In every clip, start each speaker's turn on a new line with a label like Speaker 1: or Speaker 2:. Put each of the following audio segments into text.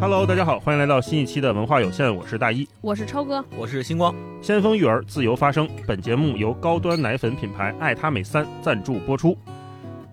Speaker 1: Hello，大家好，欢迎来到新一期的文化有限，我是大一。
Speaker 2: 我是超哥，
Speaker 3: 我是星光，
Speaker 1: 先锋育儿，自由发声。本节目由高端奶粉品牌爱他美三赞助播出。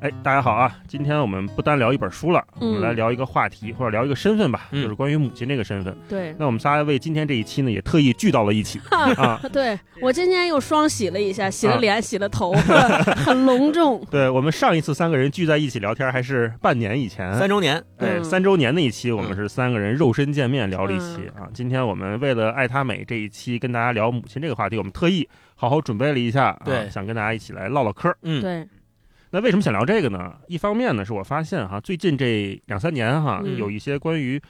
Speaker 1: 哎，大家好啊！今天我们不单聊一本书了，我们
Speaker 2: 嗯
Speaker 1: 来聊一个话题，或者聊一个身份吧，
Speaker 3: 嗯
Speaker 1: 就是关于母亲这个身份。
Speaker 2: 对
Speaker 1: 那我们仨为今天这一期呢，也特意聚到了一起啊。
Speaker 2: 对，我今天又双洗了一下，洗
Speaker 1: 啊
Speaker 2: 了脸，洗了 头， 很隆重。
Speaker 1: 对我们上一次三个人聚在一起聊天，还是半年以前，
Speaker 3: 三周年，哎
Speaker 1: 对
Speaker 2: 嗯
Speaker 1: 哎三周年那一期，我们是三个人肉身见面聊了一期
Speaker 2: 嗯
Speaker 1: 啊。今天我们为了爱她美这一期跟大家聊母亲这个话题，我们特意好好准备了一下，啊
Speaker 3: 对
Speaker 1: 想跟大家一起来唠唠嗑儿。
Speaker 3: 嗯，
Speaker 2: 对，
Speaker 1: 那为什么想聊这个呢？一方面呢，是我发现哈，最近这两三年哈，
Speaker 2: 嗯
Speaker 1: 有一些关于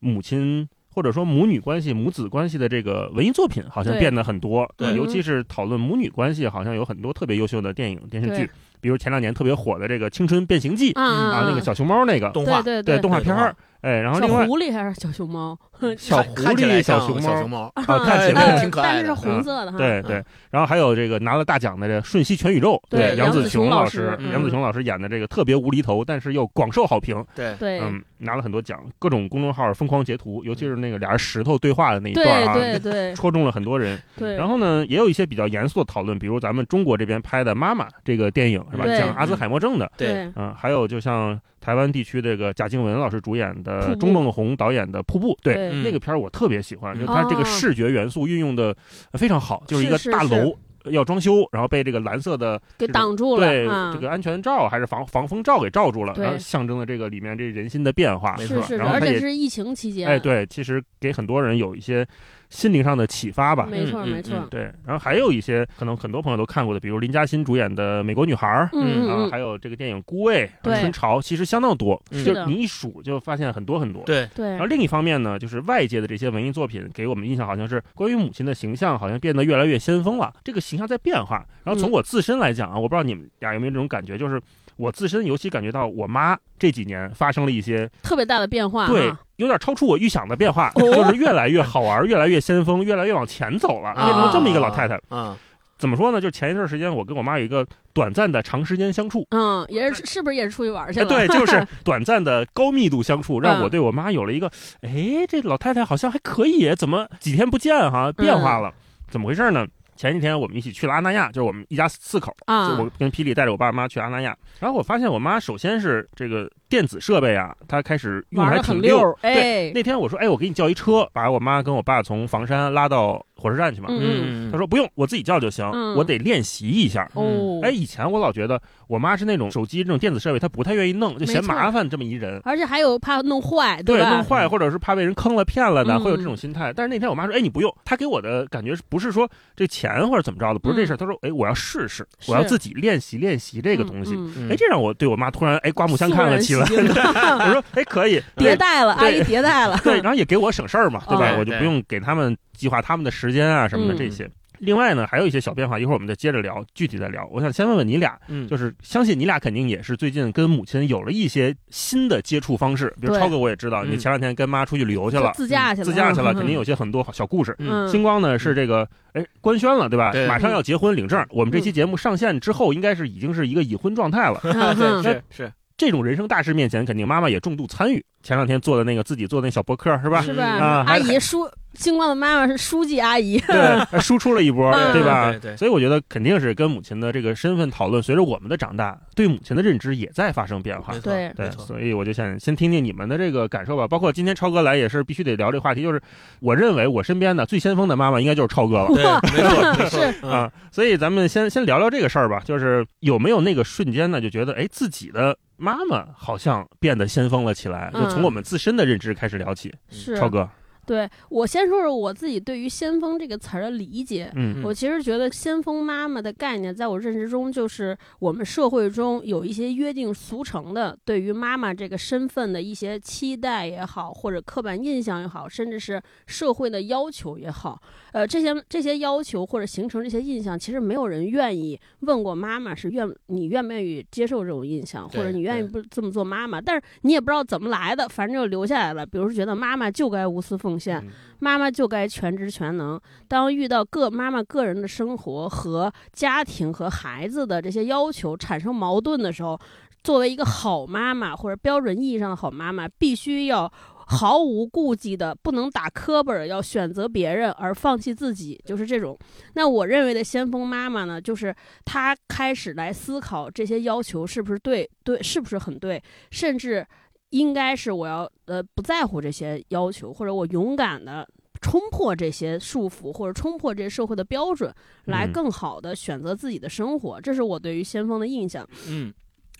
Speaker 1: 母亲。或者说母女关系、母子关系的这个文艺作品好像
Speaker 2: 对嗯
Speaker 1: 变得很多，
Speaker 3: 对
Speaker 1: 啊尤其是讨论母女关系，好像有很多特别优秀的电影、电视剧
Speaker 2: 对，
Speaker 1: 比如前两年特别火的这个《青春变形记》
Speaker 2: 啊
Speaker 1: 啊，那个小熊猫那个，
Speaker 3: 动画
Speaker 2: 对呃对
Speaker 1: 对动画
Speaker 3: 对
Speaker 1: 片
Speaker 3: 动
Speaker 1: 儿，哎，然后
Speaker 2: 小
Speaker 1: 另外
Speaker 2: 狐狸还是小 熊猫，
Speaker 1: 小狐
Speaker 3: 看起来
Speaker 1: 狸、
Speaker 3: 像
Speaker 1: 熊
Speaker 3: 小
Speaker 1: 猫
Speaker 3: 熊，猫，
Speaker 1: 啊，看起来
Speaker 3: 哎对
Speaker 2: 呃
Speaker 3: 挺，可爱
Speaker 2: 但
Speaker 3: 的
Speaker 2: 是是红色的
Speaker 1: 嗯
Speaker 2: 哈。
Speaker 1: 对对，然后还有这个拿了大奖的这《瞬息全宇宙》，
Speaker 2: 嗯对
Speaker 1: 杨
Speaker 2: 杨
Speaker 1: 紫
Speaker 2: 紫
Speaker 1: 琼
Speaker 2: 琼
Speaker 1: 老
Speaker 2: 老师
Speaker 1: 杨紫
Speaker 2: 嗯
Speaker 1: 琼老师演的这个特别无厘头，但是又广受好评，
Speaker 3: 对，
Speaker 2: 对
Speaker 1: 嗯，拿了很多奖，各种公众号疯狂截图，尤其是那个俩人石头对话的那一段啊，
Speaker 2: 对对对
Speaker 1: 戳中了很多人。
Speaker 2: 对，
Speaker 1: 然后呢，也有一些比较严肃的讨论，比如咱们中国这边拍的《妈妈》这个电影是吧，
Speaker 2: 对嗯
Speaker 1: 讲阿兹海默症的。
Speaker 3: 对，
Speaker 2: 对
Speaker 1: 嗯，还有就像台湾地区这个贾静雯老师主演
Speaker 2: 瀑
Speaker 1: 的
Speaker 2: 布
Speaker 1: 钟孟宏导演的《瀑布》，对，
Speaker 2: 对
Speaker 3: 嗯
Speaker 1: 那个片儿我特别喜欢，
Speaker 3: 嗯
Speaker 1: 就它这个
Speaker 2: 哦
Speaker 1: 视觉元素运用的非常好，就是一个
Speaker 2: 是是
Speaker 1: 大
Speaker 2: 是
Speaker 1: 楼呃要装修，然后被这个蓝色的
Speaker 2: 给
Speaker 1: 这种
Speaker 2: 挡住了
Speaker 1: 对
Speaker 2: 啊
Speaker 1: 这。个安全罩还是防防风罩给罩住了，
Speaker 2: 对
Speaker 1: 然后象征了这个里面这人心的变化。
Speaker 3: 没
Speaker 2: 是
Speaker 3: 错
Speaker 2: 是的，
Speaker 1: 然后
Speaker 2: 而
Speaker 1: 它也
Speaker 2: 且是嗯疫情期间。
Speaker 1: 哎，对，其实给很多人有一些心灵上的启发吧。
Speaker 2: 没错
Speaker 3: 嗯嗯
Speaker 2: 没错
Speaker 3: 嗯。
Speaker 1: 对，然后还有一些可能很多朋友都看过的，比如林嘉欣主演的《美国女孩》儿。
Speaker 2: 嗯
Speaker 1: 啊，
Speaker 2: 嗯
Speaker 1: 还有这个电影《孤味》《
Speaker 2: 对
Speaker 1: 春潮》，其实相当多，
Speaker 3: 嗯
Speaker 1: 就是
Speaker 2: 的
Speaker 1: 你一数就发现很多很多。
Speaker 3: 对，
Speaker 2: 对
Speaker 1: 然后另一方面呢，就是外界的这些文艺作品给我们印象好像是关于母亲的形象好像变得越来越先锋了，这个形象在变化。然后从
Speaker 2: 嗯
Speaker 1: 我自身来讲啊，我不知道你们俩有没有这种感觉，就是我自身尤其感觉到我妈这几年发生了一些
Speaker 2: 特别大的变化。
Speaker 1: 对
Speaker 2: 啊。哦
Speaker 1: 有点超出我预想的变化，就是越来越好玩，越来越先锋，越来越往前走
Speaker 2: 啊
Speaker 1: 了，变成了这么一个老太太。
Speaker 3: 啊，
Speaker 1: 怎么说呢？就前一段时间我跟我妈有一个短暂的长时间相处。
Speaker 2: 嗯，也是是不是也是出去玩去
Speaker 1: 哎，
Speaker 2: 了？
Speaker 1: 对， 就是短暂的高密度相处，让
Speaker 2: 嗯
Speaker 1: 我对我妈有了一个，哎，这老太太好像还可以，怎么几天不见
Speaker 2: 嗯
Speaker 1: 哈、变化了，怎么回事呢？前几天我们一起去了阿那亚，就是我们一家四口，
Speaker 2: 啊
Speaker 1: 就我跟霹雳带着我爸妈去阿那亚，然后我发现我妈首先是这个电子设备啊，她开始用得
Speaker 2: 玩
Speaker 1: 还
Speaker 2: 的
Speaker 1: 挺
Speaker 2: 很
Speaker 1: 溜。
Speaker 2: 溜，
Speaker 1: 对
Speaker 2: 哎，
Speaker 1: 那天我说，哎，我给你叫一车，把我妈跟我爸从房山拉到火车站去嘛。
Speaker 2: 嗯
Speaker 3: 嗯，
Speaker 1: 她说不用，我自己叫就行，
Speaker 2: 嗯
Speaker 1: 我得练习一下。
Speaker 2: 哦，
Speaker 1: 哎，以前我老觉得我妈是那种手机这种电子设备，她不太愿意弄，就嫌麻烦这么一人。
Speaker 2: 而且还有怕弄坏，
Speaker 1: 对，
Speaker 2: 吧？
Speaker 1: 弄坏或者是怕被人坑了、骗了的，
Speaker 2: 嗯
Speaker 1: 会有这种心态。但是那天我妈说：“哎，你不用。”她给我的感觉是不是说这钱或者怎么着的，不是这事儿。她说：“哎，我要试试，
Speaker 2: 嗯是
Speaker 1: 我要自己练习练习这个东西。
Speaker 2: 嗯嗯
Speaker 3: 嗯
Speaker 1: 哎，这让我对我妈突然哎刮目相看了起来。
Speaker 2: 肃然起敬
Speaker 1: 我说：“哎，可以，
Speaker 2: 迭
Speaker 1: 对
Speaker 2: 代了，阿
Speaker 1: 对
Speaker 2: 姨迭代了，
Speaker 1: 对，然后也给我省事儿嘛，对吧？
Speaker 2: 嗯
Speaker 1: 我就不用给他们计划他们的时间啊什么的
Speaker 2: 嗯
Speaker 1: 这些。另外呢，还有一些小变化，一会儿我们再接着聊，具体再聊。我想先问问你俩，
Speaker 3: 嗯，
Speaker 1: 就是相信你俩肯定也是最近跟母亲有了一些新的接触方式，比如
Speaker 2: 对
Speaker 1: 超哥我也知道，
Speaker 3: 嗯
Speaker 1: 你前两天跟妈出去旅游去
Speaker 2: 就
Speaker 1: 了，
Speaker 2: 自驾去了，嗯
Speaker 1: 自驾去了，肯定
Speaker 2: 有。
Speaker 1: 有些很多小故事。
Speaker 3: 嗯
Speaker 1: 星光呢是这个哎官宣了对吧？
Speaker 3: 对
Speaker 1: 马上要结婚领证，我们这期节目上线之后，应该是已经是一个已婚状态了。
Speaker 2: 嗯
Speaker 3: 对，
Speaker 2: 嗯
Speaker 3: 是是，
Speaker 1: 哎这种人生大事面前，肯定妈妈也重度参与。前两天做的那个自己做的那小博客是吧？
Speaker 2: 是
Speaker 1: 啊
Speaker 2: 吧？
Speaker 1: 还
Speaker 2: 阿姨书，星光的妈妈是书记阿姨，
Speaker 1: 对，哎输出了一波，
Speaker 2: 嗯
Speaker 1: 对吧？
Speaker 3: 对对对
Speaker 1: 所以我觉得肯定是跟母亲的这个身份讨论，随着我们的长大，对母亲的认知也在发生变化
Speaker 3: 没。错
Speaker 2: 对
Speaker 1: 对
Speaker 3: 没，错，
Speaker 1: 所以我就想先听听你们的这个感受吧。包括今天超哥来也是必须得聊这个话题，就是我认为我身边的最先锋的妈妈应该就是超哥了。
Speaker 3: 对，没错没错，嗯
Speaker 1: 啊，所以咱们先先聊聊这个事儿吧，就是有没有那个瞬间呢，就觉得哎，自己的妈妈好像变得先锋了起来，就
Speaker 2: 嗯
Speaker 1: 从我们自身的认知开始聊起。
Speaker 2: 是
Speaker 1: 超哥，
Speaker 2: 对我先说说我自己对于“先锋”这个词儿的理解。
Speaker 1: 嗯
Speaker 2: 我其实觉得“先锋妈妈”的概念，在我认知中，就是我们社会中有一些约定俗成的对于妈妈这个身份的一些期待也好，或者刻板印象也好，甚至是社会的要求也好。呃，这些这些要求或者形成这些印象，其实没有人愿意问过妈妈是愿你愿不愿意接受这种印象，或
Speaker 3: 对
Speaker 2: 者你愿意
Speaker 3: 对
Speaker 2: 不这么做妈妈，但是你也不知道怎么来的，反正就留下来了。比如说觉得妈妈就该无私奉献，
Speaker 1: 嗯
Speaker 2: 妈妈就该全职全能。当遇到个妈妈个人的生活和家庭和孩子的这些要求产生矛盾的时候，作为一个好妈妈或者标准意义上的好妈妈，必须要毫无顾忌的，不能打磕巴儿，要选择别人而放弃自己，就是这种。那我认为的先锋妈妈呢，就是她开始来思考这些要求是不是对，对是不是很对，甚至应该是我要呃不在乎这些要求，或者我勇敢的。冲破这些束缚，或者冲破这些社会的标准，来
Speaker 1: 嗯
Speaker 2: 更好的选择自己的生活，这是我对于先锋的印象。
Speaker 3: 嗯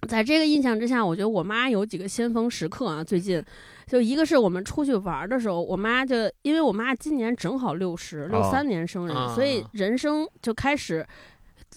Speaker 2: 在这个印象之下，我觉得我妈有几个先锋时刻啊。最近，就一个是我们出去玩儿的时候，我妈就因为我妈今年正好六十六三年生人，
Speaker 3: 啊
Speaker 2: 所以人生就开始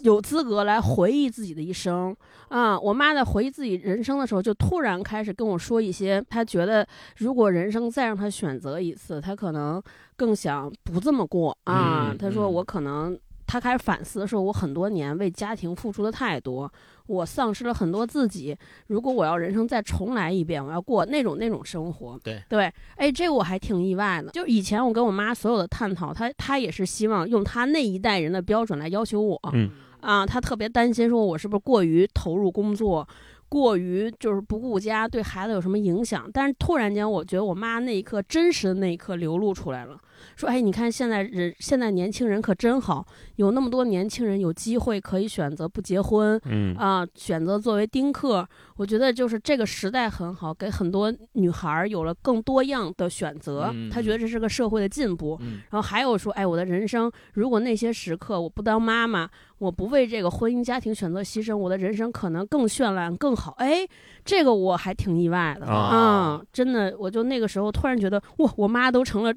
Speaker 2: 有资格来回忆自己的一生啊、我妈在回忆自己人生的时候，就突然开始跟我说一些她觉得如果人生再让她选择一次，她可能更想不这么过啊。
Speaker 3: 嗯
Speaker 2: 她说
Speaker 3: 嗯
Speaker 2: 我可能。她开始反思，说我很多年为家庭付出的太多，我丧失了很多自己。如果我要人生再重来一遍，我要过那种那种生活。
Speaker 3: 对
Speaker 2: 对，哎，这个我还挺意外的。就以前我跟我妈所有的探讨，她她也是希望用她那一代人的标准来要求我。
Speaker 1: 嗯
Speaker 2: 啊，她特别担心说我是不是过于投入工作。过于就是不顾家，对孩子有什么影响？但是突然间，我觉得我妈那一刻真实的那一刻流露出来了，说：“哎，你看现在人，现在年轻人可真好，有那么多年轻人有机会可以选择不结婚，
Speaker 1: 嗯
Speaker 2: 啊、选择作为丁克，我觉得就是这个时代很好，给很多女孩儿有了更多样的选择。
Speaker 3: 嗯
Speaker 2: 她觉得这是个社会的进步。
Speaker 3: 嗯
Speaker 2: 然后还有说，哎，我的人生，如果那些时刻我不当妈妈，我不为这个婚姻家庭选择牺牲，我的人生可能更绚烂、更好。哎，这个我还挺意外的啊、
Speaker 3: 哦
Speaker 2: 嗯真的，我就那个时候突然觉得，哇，我妈都成了。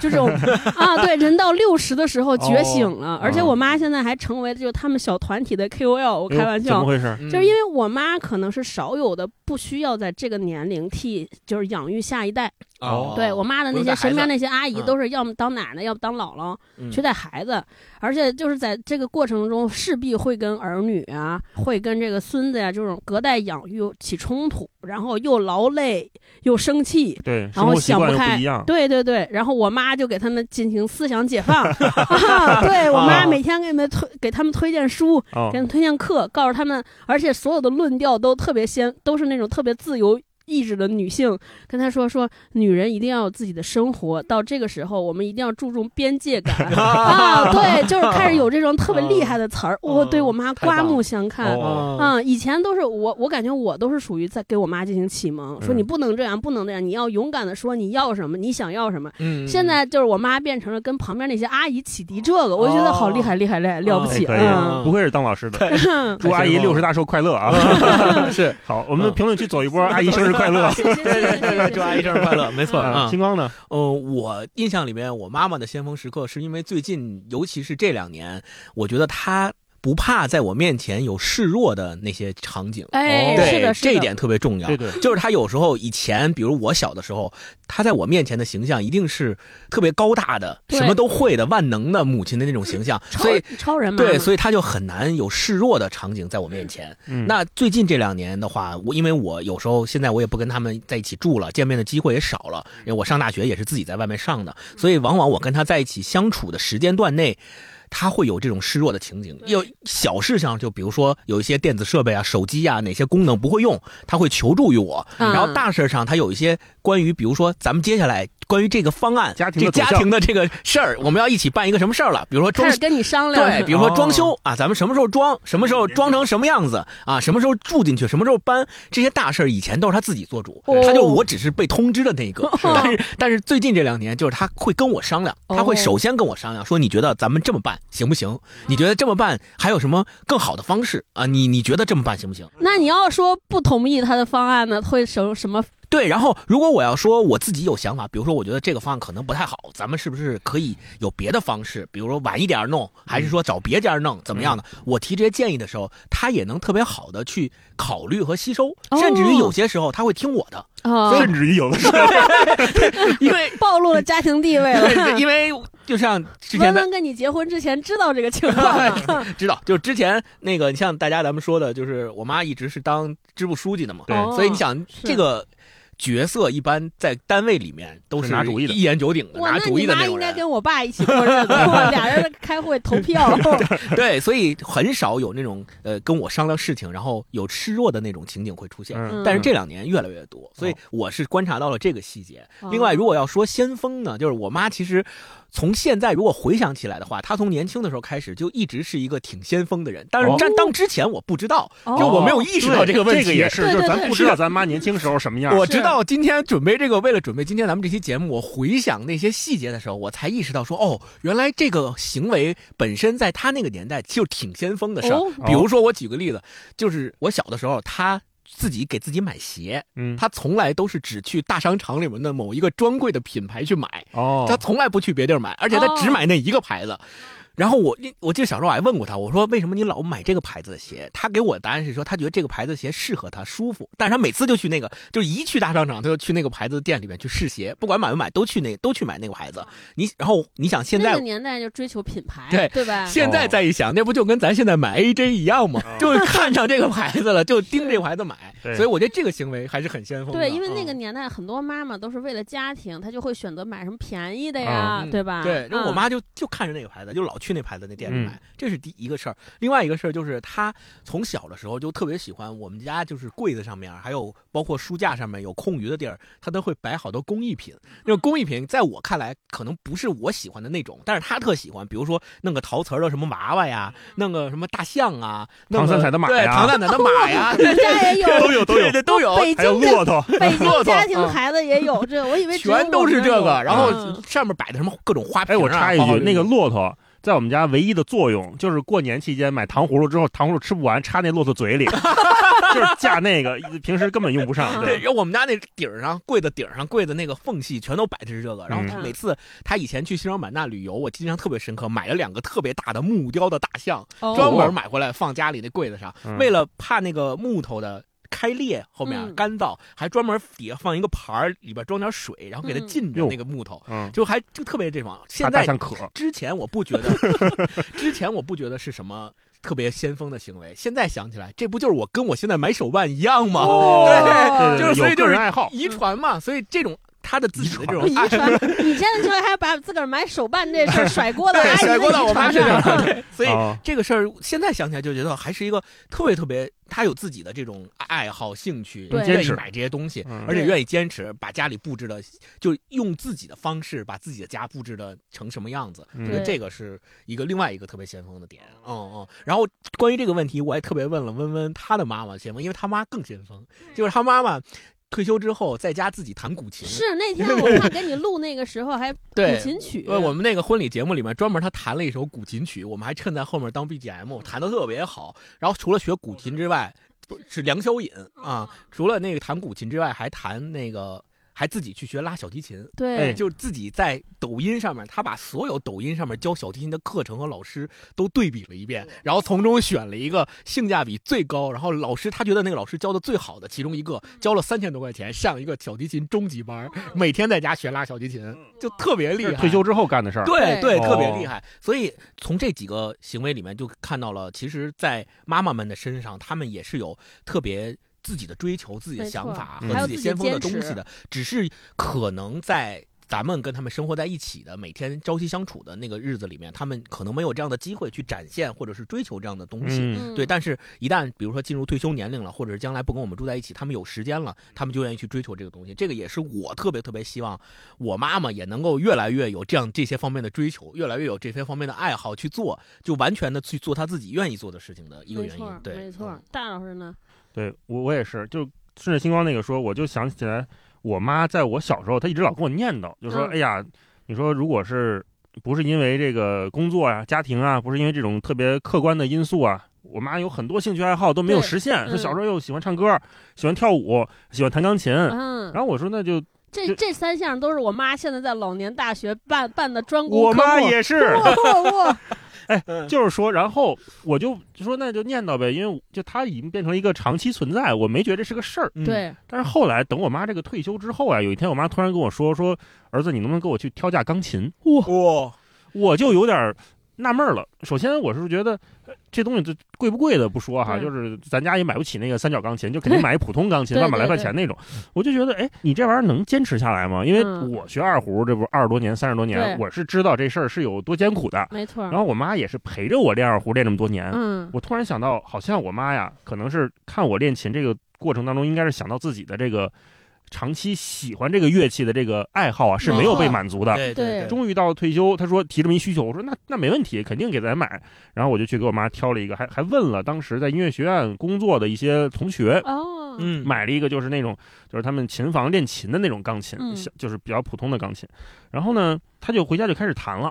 Speaker 2: 就这种啊，对，人到六十的时候觉醒了，而且我妈现在还成为就他们小团体的 KOL，我
Speaker 1: 哎呦
Speaker 2: 开玩
Speaker 1: 怎
Speaker 2: 笑
Speaker 1: 么，回事？
Speaker 3: 嗯
Speaker 2: 就是因为我妈可能是少有的不需要在这个年龄替就是养育下一代。
Speaker 3: 哦，
Speaker 2: 对我妈的那
Speaker 3: 不用
Speaker 2: 些
Speaker 3: 带孩
Speaker 2: 身边
Speaker 3: 子
Speaker 2: 那些阿姨
Speaker 3: 嗯
Speaker 2: 都是要么当奶奶，要么当姥姥
Speaker 3: 嗯
Speaker 2: 去带孩子，而且就是在这个过程中势必会跟儿女啊，会跟这个孙子呀、这种隔代养育起冲突，然后又劳累又生气，
Speaker 1: 对，
Speaker 2: 然
Speaker 1: 生
Speaker 2: 后
Speaker 1: 活习
Speaker 2: 想
Speaker 1: 惯又
Speaker 2: 开，
Speaker 1: 一
Speaker 3: 哦
Speaker 1: 样。
Speaker 2: 对对对，然后我妈就给他们进行思想解 放，啊、对我妈
Speaker 3: 啊
Speaker 2: 每天给你们推给他们推荐书，
Speaker 1: 哦
Speaker 2: 给他们推荐课，告诉他们，而且所有的论调都特别先，都是那种特别自由。意志的女性跟她说：“说女人一定要有自己的生活，到这个时候我们一定要注重边界 感啊！对，就是开始有这种特别厉害的词儿，我、
Speaker 3: 嗯
Speaker 2: 对我妈
Speaker 3: 太棒
Speaker 2: 刮目相看。
Speaker 1: 哦，
Speaker 2: 嗯，以前都是我，我感觉我都是属于在给我妈进行启蒙，说
Speaker 1: 嗯
Speaker 2: 你不能这样，不能这样，你要勇敢的说你要什么，你想要什么。
Speaker 3: 嗯，
Speaker 2: 现在就是我妈变成了跟旁边那些阿姨启迪这个，我觉得好厉害，厉害，厉害，了不
Speaker 3: 哦
Speaker 1: 哎
Speaker 2: 起。
Speaker 1: 可
Speaker 3: 嗯
Speaker 1: 以，不愧是当老师的。
Speaker 3: 啊
Speaker 2: 嗯，
Speaker 1: 祝阿姨六十大寿快乐 啊！
Speaker 3: 是
Speaker 1: 好，我们评论区走一波，阿姨生日快 乐。
Speaker 2: 谢谢谢谢谢谢，
Speaker 3: 祝阿姨生日快乐，没错
Speaker 1: 啊，
Speaker 2: 嗯
Speaker 3: 啊
Speaker 1: 星。光呢？
Speaker 3: 呃，我印象里面，我妈妈的先锋时刻是因为最近，尤其是这两年，我觉得她不怕在我面前有示弱的那些场景。
Speaker 1: 哦
Speaker 2: 哎，
Speaker 3: 对，
Speaker 2: 是的，是的，
Speaker 3: 这一点特别重要。
Speaker 1: 对，
Speaker 3: 就是她有时候以前，比如我小的时候，她在我面前的形象一定是特别高大的，
Speaker 2: 对
Speaker 3: 什么都会的万能的母亲的那种形象，
Speaker 2: 超嗯
Speaker 3: 所以
Speaker 2: 超人嘛，
Speaker 3: 对，所以她就很难有示弱的场景在我面前。
Speaker 1: 嗯
Speaker 3: 那最近这两年的话，我因为我有时候现在我也不跟他们在一起住了，见面的机会也少了，因为我上大学也是自己在外面上的，所以往往我跟他在一起相处的时间段内。他会有这种示弱的情景，有小事上，就比如说有一些电子设备啊、手机啊哪些功能不会用，他会求助于我。
Speaker 2: 嗯
Speaker 3: 然后大事上，他有一些关于，比如说咱们接下来关于这个方案、
Speaker 1: 家庭的走
Speaker 3: 这家
Speaker 1: 向
Speaker 3: 庭的这个事儿，我们要一起办一个什么事儿了，比如说中
Speaker 2: 开始跟你商量，
Speaker 3: 对，比如说装修、啊，咱们什么时候装，什么时候装成什么样子啊，什么时候住进去，什么时候搬，这些大事儿以前都是他自己做主，
Speaker 2: 哦
Speaker 3: 他就我只是被通知的那一个。
Speaker 2: 是
Speaker 3: 但是但是最近这两年，就是他会跟我商量，他会
Speaker 2: 哦
Speaker 3: 首先跟我商量说，你觉得咱们这么办行不行？你觉得这么办还有什么更好的方式啊？你你觉得这么办行不行？
Speaker 2: 那你要说不同意他的方案呢，会什什么？
Speaker 3: 对，然后如果我要说我自己有想法，比如说我觉得这个方案可能不太好，咱们是不是可以有别的方式，比如说晚一点弄，还是
Speaker 2: 嗯
Speaker 3: 说找别家弄，怎么样的？我提这些建议的时候，他也能特别好的去考虑和吸收，
Speaker 2: 哦
Speaker 3: 甚至于有些时候他会听我的，
Speaker 2: 啊，
Speaker 1: 甚至于有的时候，
Speaker 3: 因为
Speaker 2: 暴露了家庭地位了。
Speaker 3: 因为就像 之前
Speaker 2: 文
Speaker 3: 的
Speaker 2: 文跟你结婚之前知道这个情 况吗？
Speaker 3: 知道，就之前那个，你像大家咱们说的，就是我妈一直是当支部书记的嘛，
Speaker 1: 对
Speaker 2: 哦
Speaker 3: 所以你想
Speaker 2: 是
Speaker 3: 这个。角色一般在单位里面都
Speaker 1: 是拿主意的
Speaker 3: 一言九鼎的，
Speaker 2: 哇，
Speaker 3: 拿
Speaker 2: 那
Speaker 3: 主意
Speaker 2: 你
Speaker 3: 的
Speaker 2: 妈
Speaker 3: 种
Speaker 2: 应该
Speaker 3: 人。啊
Speaker 2: 跟我爸一起过日 子，哇俩人开会投票，哦
Speaker 3: 对，所以很少有那种呃跟我商量事情，然后有示弱的那种情景会出现。
Speaker 1: 嗯
Speaker 3: 但是这两年越来越多，所以
Speaker 1: 哦
Speaker 3: 我是观察到了这个细节。
Speaker 1: 嗯
Speaker 3: 另外，如果要说先锋呢，就是我妈其实从现在如果回想起来的话，她从年轻的时候开始就一直是一个挺先锋的人。但是
Speaker 1: 哦
Speaker 3: 但当之前我不知道，
Speaker 2: 哦
Speaker 3: 就我没有意识到
Speaker 1: 对
Speaker 3: 这个问题。
Speaker 1: 这个也是，啊
Speaker 2: 对
Speaker 1: 就是
Speaker 2: 对
Speaker 1: 咱
Speaker 2: 对
Speaker 1: 不知道咱妈年轻时候什么样。
Speaker 3: 我
Speaker 2: 是
Speaker 3: 知道今天准备这个，为了准备今天咱们这期节目，我回想那些细节的时候，我才意识到说，哦，原来这个行为本身在他那个年代就挺先锋的事儿。
Speaker 2: 哦
Speaker 3: 比如说，我举个例子，就是我小的时候，他自己给自己买鞋，
Speaker 1: 嗯，
Speaker 3: 他从来都是只去大商场里面的某一个专柜的品牌去买，
Speaker 1: 哦，
Speaker 3: 他从来不去别地儿买，而且他只买那一个牌子。然后我我记得小时候我还问过他，我说为什么你老买这个牌子的鞋？他给我的答案是说他觉得这个牌子的鞋适合他，舒服。但是他每次就去那个，就一去大商场他就去那个牌子的店里面去试鞋，不管买不买都去那都去买那个牌子。你然后你想现
Speaker 2: 那
Speaker 3: 在
Speaker 2: 个年代就追求品牌，
Speaker 3: 对
Speaker 2: 对吧？
Speaker 3: 现在再一想，那不就跟咱现在买 AJ 一样吗
Speaker 1: 哦？
Speaker 3: 就是看上这个牌子了，就盯这个牌子买。
Speaker 1: 对
Speaker 3: 所以我觉得这个行为还是很先锋的。
Speaker 2: 对，因为那个
Speaker 3: 嗯
Speaker 2: 年代很多妈妈都是为了家庭，她就会选择买什么便宜的
Speaker 1: 啊
Speaker 2: 呀，
Speaker 3: 嗯
Speaker 2: 对吧？
Speaker 3: 对，就
Speaker 2: 嗯
Speaker 3: 我妈就就看着那个牌子，就老去那牌子那店里买
Speaker 1: 嗯，
Speaker 3: 这是第一个事儿。另外一个事儿就是，她从小的时候就特别喜欢我们家，就是柜子上面还有包括书架上面有空余的地儿，她都会摆好多工艺品。那种工艺品在我看来可能不是我喜欢的那种，但是她特喜欢，比如说弄个陶瓷儿的什么娃娃呀，弄个什么大象啊，弄
Speaker 1: 唐
Speaker 3: 个
Speaker 1: 三彩的马
Speaker 3: 对，
Speaker 1: 呀
Speaker 3: 唐三彩的马 呀，
Speaker 2: 我们家也有
Speaker 1: 都有都有
Speaker 3: 对对都有，
Speaker 2: 北
Speaker 1: 还有
Speaker 2: 京的
Speaker 1: 骆 驼，
Speaker 2: 北京
Speaker 3: 骆驼
Speaker 2: 家庭
Speaker 3: 嗯
Speaker 2: 孩子也有这，我以为只有
Speaker 3: 全都
Speaker 2: 我
Speaker 3: 是
Speaker 2: 们
Speaker 3: 这
Speaker 2: 有
Speaker 3: 个，然后
Speaker 2: 嗯
Speaker 3: 上面摆的什么各种花瓶、
Speaker 1: 哎，
Speaker 3: 啊。
Speaker 1: 我插一
Speaker 3: 花花
Speaker 1: 句，
Speaker 3: 绿
Speaker 1: 那个
Speaker 3: 绿
Speaker 1: 骆驼在我们家唯一的作用就是过年期间买糖葫芦之后，糖葫芦吃不完，插那骆驼 嘴里，就是架那个，平时根本用不上。
Speaker 3: 对，
Speaker 1: 对，
Speaker 3: 然后我们家那顶儿上柜子顶儿上柜子那个缝隙全都摆的是这个。然后他
Speaker 2: 嗯
Speaker 3: 每次他以前去西双版纳旅游，我印象特别深刻，买了两个特别大的木雕的大象，
Speaker 2: 哦
Speaker 3: 专门买回来放家里那柜子上，
Speaker 1: 嗯
Speaker 3: 为了怕那个木头的。开裂后面啊
Speaker 2: 嗯
Speaker 3: 干燥，还专门底下放一个盘儿，里边装点水，然后给它
Speaker 2: 嗯
Speaker 3: 浸着
Speaker 1: 哟
Speaker 3: 那个木头，
Speaker 1: 嗯，
Speaker 3: 就还就特别这方。
Speaker 1: 怕
Speaker 3: 现
Speaker 1: 大
Speaker 3: 在
Speaker 1: 象渴，
Speaker 3: 之前我不觉得， 之前我不觉得是什么特别先锋的行为，现在想起来，这不就是我跟我现在买手办一样吗？
Speaker 1: 哦
Speaker 2: 对
Speaker 3: 对，就是
Speaker 1: 有
Speaker 3: 所以
Speaker 1: 个
Speaker 3: 就是
Speaker 1: 人爱好，
Speaker 3: 遗传嘛，所以这种他的自己的这种
Speaker 2: 嗯遗
Speaker 3: 爱
Speaker 2: 传，你现在居然还把自个儿买手办这 事儿甩锅到
Speaker 3: 对
Speaker 2: 阿姨
Speaker 3: 甩锅到我妈
Speaker 2: 的遗
Speaker 3: 身
Speaker 2: 传
Speaker 3: 上，
Speaker 2: 上，
Speaker 3: 对，所以
Speaker 1: 哦
Speaker 3: 这个事儿现在想起来就觉得还是一个特别特别，他有自己的这种爱好、兴趣，
Speaker 2: 对
Speaker 3: 愿
Speaker 1: 坚
Speaker 3: 意
Speaker 1: 持
Speaker 3: 买这些东西
Speaker 1: 嗯，
Speaker 3: 而且
Speaker 2: 对
Speaker 3: 愿意坚持，把家里布置的就用自己的方式把自己的家布置的成什么样子，
Speaker 1: 嗯
Speaker 3: 觉得
Speaker 2: 对
Speaker 3: 这个是一个另外一个特别先锋的点，嗯嗯。然后关于这个问题，我也特别问了温温她的妈妈先锋，因为她妈更先锋，
Speaker 2: 嗯
Speaker 3: 就是她妈妈退休之后在家自己弹古 琴，
Speaker 2: 是那天我 怕给你录那个时候还古
Speaker 3: 对，
Speaker 2: 琴曲，
Speaker 3: 对，呃我们那个婚礼节目里面专门他弹了一首古琴曲，我们还衬在后面当 BGM，弹的特别好。然后除了学古琴之外，不是梁霄隐啊，除了那个弹古琴之外，还弹那个还自己去学拉小提琴。
Speaker 1: 哎
Speaker 2: 对，
Speaker 3: 就是自己在抖音上面，他把所有抖音上面教小提琴的课程和老师都对比了一遍，然后从中选了一个性价比最高，然后老师他觉得那个老师教的最好的其中一个，交了三千多块钱上一个小提琴中级班儿，每天在家学拉小提琴，就特别厉
Speaker 1: 这是
Speaker 3: 害。
Speaker 1: 嗯退休之后干的事儿。
Speaker 3: 对对，
Speaker 1: 哦
Speaker 3: 特别厉害。所以从这几个行为里面就看到了，其实，在妈妈们的身上，她们也是有特别自己的追求、自己的
Speaker 2: 没错
Speaker 3: 想法啊
Speaker 1: 嗯
Speaker 3: 和自己先锋的东
Speaker 2: 还有
Speaker 3: 西
Speaker 2: 自己
Speaker 3: 的，只是可能在。咱们跟他们生活在一起的，每天朝夕相处的那个日子里面，他们可能没有这样的机会去展现或者是追求这样的东西。
Speaker 1: 嗯，
Speaker 2: 嗯
Speaker 3: 对，但是一旦比如说进入退休年龄了，或者是将来不跟我们住在一起，他们有时间了，他们就愿意去追求这个东西。这个也是我特别特别希望我妈妈也能够越来越有这样这些方面的追求，越来越有这些方面的爱好去做，就完全的去做她自己愿意做的事情的一个
Speaker 2: 没
Speaker 3: 原因
Speaker 2: 错。
Speaker 3: 对，
Speaker 2: 没
Speaker 3: 嗯
Speaker 2: 错，。大老师呢？
Speaker 1: 对我我也是，就顺着星光那个说，我就想起来，我妈在我小时候，她一直老跟我念叨，就说：“
Speaker 2: 嗯
Speaker 1: 哎呀，你说如果是不是因为这个工作啊、家庭啊，不是因为这种特别客观的因素啊，我妈有很多兴趣爱好都没有
Speaker 2: 对
Speaker 1: 实现。说
Speaker 2: 嗯
Speaker 1: 小时候又喜欢唱歌，喜欢跳舞，喜欢弹钢琴。
Speaker 2: 嗯
Speaker 1: 然，后我说那就
Speaker 2: 这
Speaker 1: 就
Speaker 2: 这三项都是我妈现在在老年大学办办的专攻
Speaker 1: 我
Speaker 2: 科
Speaker 1: 妈
Speaker 2: 目
Speaker 1: 也是，
Speaker 2: 哇哇哇！
Speaker 1: 就是说，然后我就就说那就念叨呗，因为我就她已经变成一个长期存在，我没觉得这是个事儿。
Speaker 3: 嗯，
Speaker 2: 对，
Speaker 1: 但是后来等我妈这个退休之后啊，有一天我妈突然跟我说说，儿子，你能不能给我去挑架钢琴？
Speaker 3: 哇，
Speaker 1: 我就有点儿纳闷儿了。首先，我是觉得呃这东西这贵不贵的不说哈，
Speaker 2: 对
Speaker 1: 就是咱家也买不起那个三角钢琴，就 肯定买一普通钢琴，
Speaker 2: 对对
Speaker 1: 万把来块
Speaker 2: 对
Speaker 1: 钱那种。我就觉得，哎，你这玩意儿能坚持下来吗？因为
Speaker 2: 嗯
Speaker 1: 我学二胡，这不二十多年、三十多年，
Speaker 2: 对嗯
Speaker 1: 我是知道这事儿是有多艰苦的。
Speaker 2: 没错儿。
Speaker 1: 然后我妈也是陪着我练二胡练这么多年，
Speaker 2: 嗯，
Speaker 1: 我突然想到，好像我妈呀，可能是看我练琴这个过程当中，应该是想到自己的这个长期喜欢这个乐器的这个爱好啊，是没有被满足的。
Speaker 3: 嗯对
Speaker 2: 对
Speaker 1: 终于到了退休，她说提这么一需求，我说那那没问题，肯定给咱买。然后我就去给我妈挑了一个，还还问了当时在音乐学院工作的一些同学，
Speaker 2: 哦，
Speaker 3: 嗯，
Speaker 1: 买了一个就是那种就是他们琴房练琴的那种钢琴，
Speaker 2: 嗯
Speaker 1: 小就是比较普通的钢琴。然后呢，她就回家就开始弹了，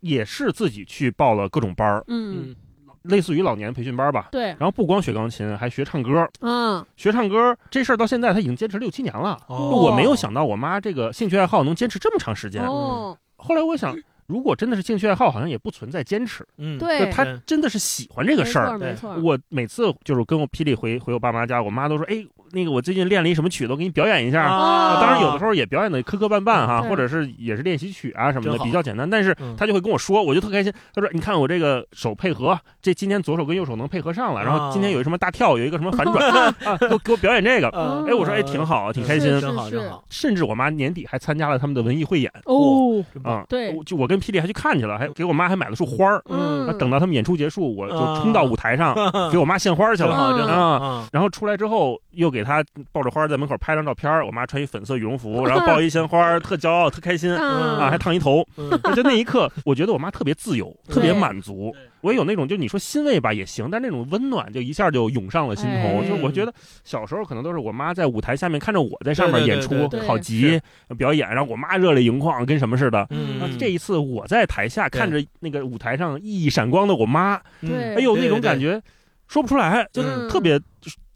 Speaker 1: 也是自己去报了各种班儿，
Speaker 2: 嗯，
Speaker 3: 嗯，
Speaker 1: 类似于老年培训班吧，
Speaker 2: 对，
Speaker 1: 然后不光学钢琴，还学唱歌。
Speaker 2: 嗯，
Speaker 1: 学唱歌这事儿到现在他已经坚持六七年了。
Speaker 3: 哦
Speaker 1: 我没有想到我妈这个兴趣爱好能坚持这么长时间。
Speaker 2: 哦，
Speaker 1: 后来我想，如果真的是兴趣爱好，好像也不存在坚持。
Speaker 3: 嗯，
Speaker 1: 就
Speaker 2: 对，
Speaker 1: 她
Speaker 3: 对
Speaker 1: 真的是喜欢这个事儿。
Speaker 2: 没
Speaker 3: 对
Speaker 2: 错儿，没错儿，
Speaker 1: 我每次就是跟我霹雳回回我爸妈家，我妈都说：“哎，那个我最近练了一什么曲子，我给你表演一下。
Speaker 2: 啊
Speaker 1: 当然，有的时候也表演的磕磕绊绊哈，
Speaker 2: 对
Speaker 1: 或者是也是练习曲啊什么
Speaker 3: 真
Speaker 1: 的，
Speaker 3: 好
Speaker 1: 比较简单。但是
Speaker 3: 嗯
Speaker 1: 他就会跟我说，我就特开心。他说：“你看我这个手配合，这今天左手跟右手能配合上了。然后今
Speaker 2: 啊
Speaker 1: 天有一什么大跳，有一个什么反转 啊，给我给我表演这个。
Speaker 2: 哦
Speaker 1: 哎，我说哎挺，好，挺开
Speaker 2: 是
Speaker 1: 心。
Speaker 3: 嗯真好
Speaker 2: 是
Speaker 3: 真好，
Speaker 1: 甚至我妈年底还参加了他们的文艺汇演
Speaker 2: 哦，
Speaker 3: 真棒
Speaker 1: 啊，
Speaker 2: 对
Speaker 1: 我就我跟霹雳还去看去了，还给我妈还买了束花儿。啊
Speaker 2: 嗯，啊
Speaker 1: 等到他们演出结束，我就冲到舞台上给我妈献花去
Speaker 3: 真
Speaker 1: 了
Speaker 3: 好
Speaker 2: 嗯
Speaker 3: 真好
Speaker 1: 啊。
Speaker 3: 啊，
Speaker 1: 然后出来之后，又给她抱着花在门口拍张照片儿。我妈穿一粉色羽绒服，然后抱一鲜花，特骄傲，特开心
Speaker 2: 嗯
Speaker 1: 啊，还烫一头。
Speaker 3: 嗯
Speaker 1: 就那一刻，我觉得我妈特别自由，
Speaker 3: 对
Speaker 1: 特别满足
Speaker 3: 对。
Speaker 1: 我也有那种，就你说欣慰吧也行，但那种温暖就一下就涌上了心头。
Speaker 2: 哎
Speaker 1: 就我觉得小时候可能都是我妈在舞台下面看着我在上面
Speaker 3: 对对
Speaker 1: 演
Speaker 3: 对
Speaker 1: 出
Speaker 2: 对对
Speaker 1: 好极表演，然后我妈热泪盈眶，跟什么似的。
Speaker 3: 嗯
Speaker 1: 然后啊这一次我在台下看着那个舞台上熠熠闪光的我妈，
Speaker 2: 对
Speaker 1: 哎呦那
Speaker 3: 嗯对
Speaker 1: 种
Speaker 3: 对
Speaker 1: 感觉说不出来，就
Speaker 3: 嗯
Speaker 1: 是特别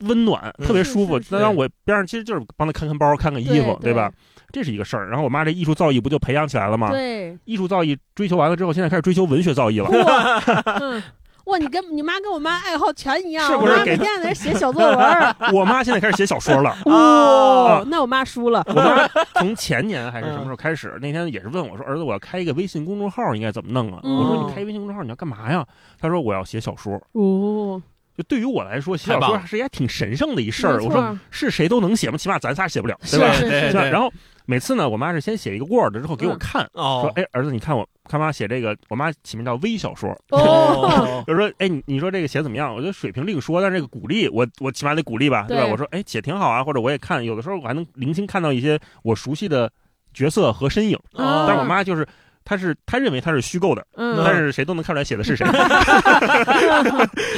Speaker 1: 温暖，
Speaker 3: 嗯
Speaker 1: 特别舒服
Speaker 2: 是。是
Speaker 1: 那让我边上其实就是帮她看看包、看看衣服，
Speaker 2: 对对
Speaker 1: 吧？这是一个事儿。然后我妈这艺术造诣不就培养起来了吗？
Speaker 2: 对，
Speaker 1: 艺术造诣追求完了之后，现在开始追求文学造�诣了。
Speaker 2: 嗯，哇，你跟你妈跟我妈爱好全一样，
Speaker 1: 啊是不
Speaker 2: 我
Speaker 1: 是
Speaker 2: 妈
Speaker 1: 给
Speaker 2: 每天在那写小 作文儿，
Speaker 1: 我妈现在开始写小说了。
Speaker 2: 哦
Speaker 1: 啊
Speaker 2: 哇，那我妈输了，
Speaker 1: 我妈从前年还是什么时候开始，那天也是问我说：“儿子，我要开一个微信公众号，应该怎么弄啊？”
Speaker 2: 嗯
Speaker 1: 我说：“你开微信公众号你要干嘛呀？”她说：“我要写小说。
Speaker 2: 哦，”
Speaker 1: 就对于我来说，写
Speaker 3: 太
Speaker 1: 小
Speaker 3: 棒
Speaker 1: 说
Speaker 3: 了
Speaker 1: 是一件挺神圣的一事
Speaker 2: 没
Speaker 1: 儿。
Speaker 2: 错
Speaker 1: 我说是谁都能写吗？起码咱仨写不了，对吧？
Speaker 2: 是
Speaker 3: 对对
Speaker 1: 是吧
Speaker 3: 对，
Speaker 1: 然后每次呢，我妈是先写一个 Word，之后给我看，说
Speaker 3: 哦：“
Speaker 1: 哎，儿子，你看我看妈写这个，我妈起名叫微小说。”
Speaker 2: 哦，
Speaker 3: 哦，
Speaker 1: 就是说，哎，你你说这个写怎么样？我觉得水平另说，但是这个鼓励，我我起码得鼓励吧，对吧？
Speaker 2: 对
Speaker 1: 我说，哎，写挺好啊，或者我也看，有的时候我还能零星看到一些我熟悉的角色和身影，
Speaker 2: 啊
Speaker 1: 但是我妈就是。她是她认为她是虚构的，但
Speaker 2: 嗯，
Speaker 1: 是谁都能看出来写的是 谁。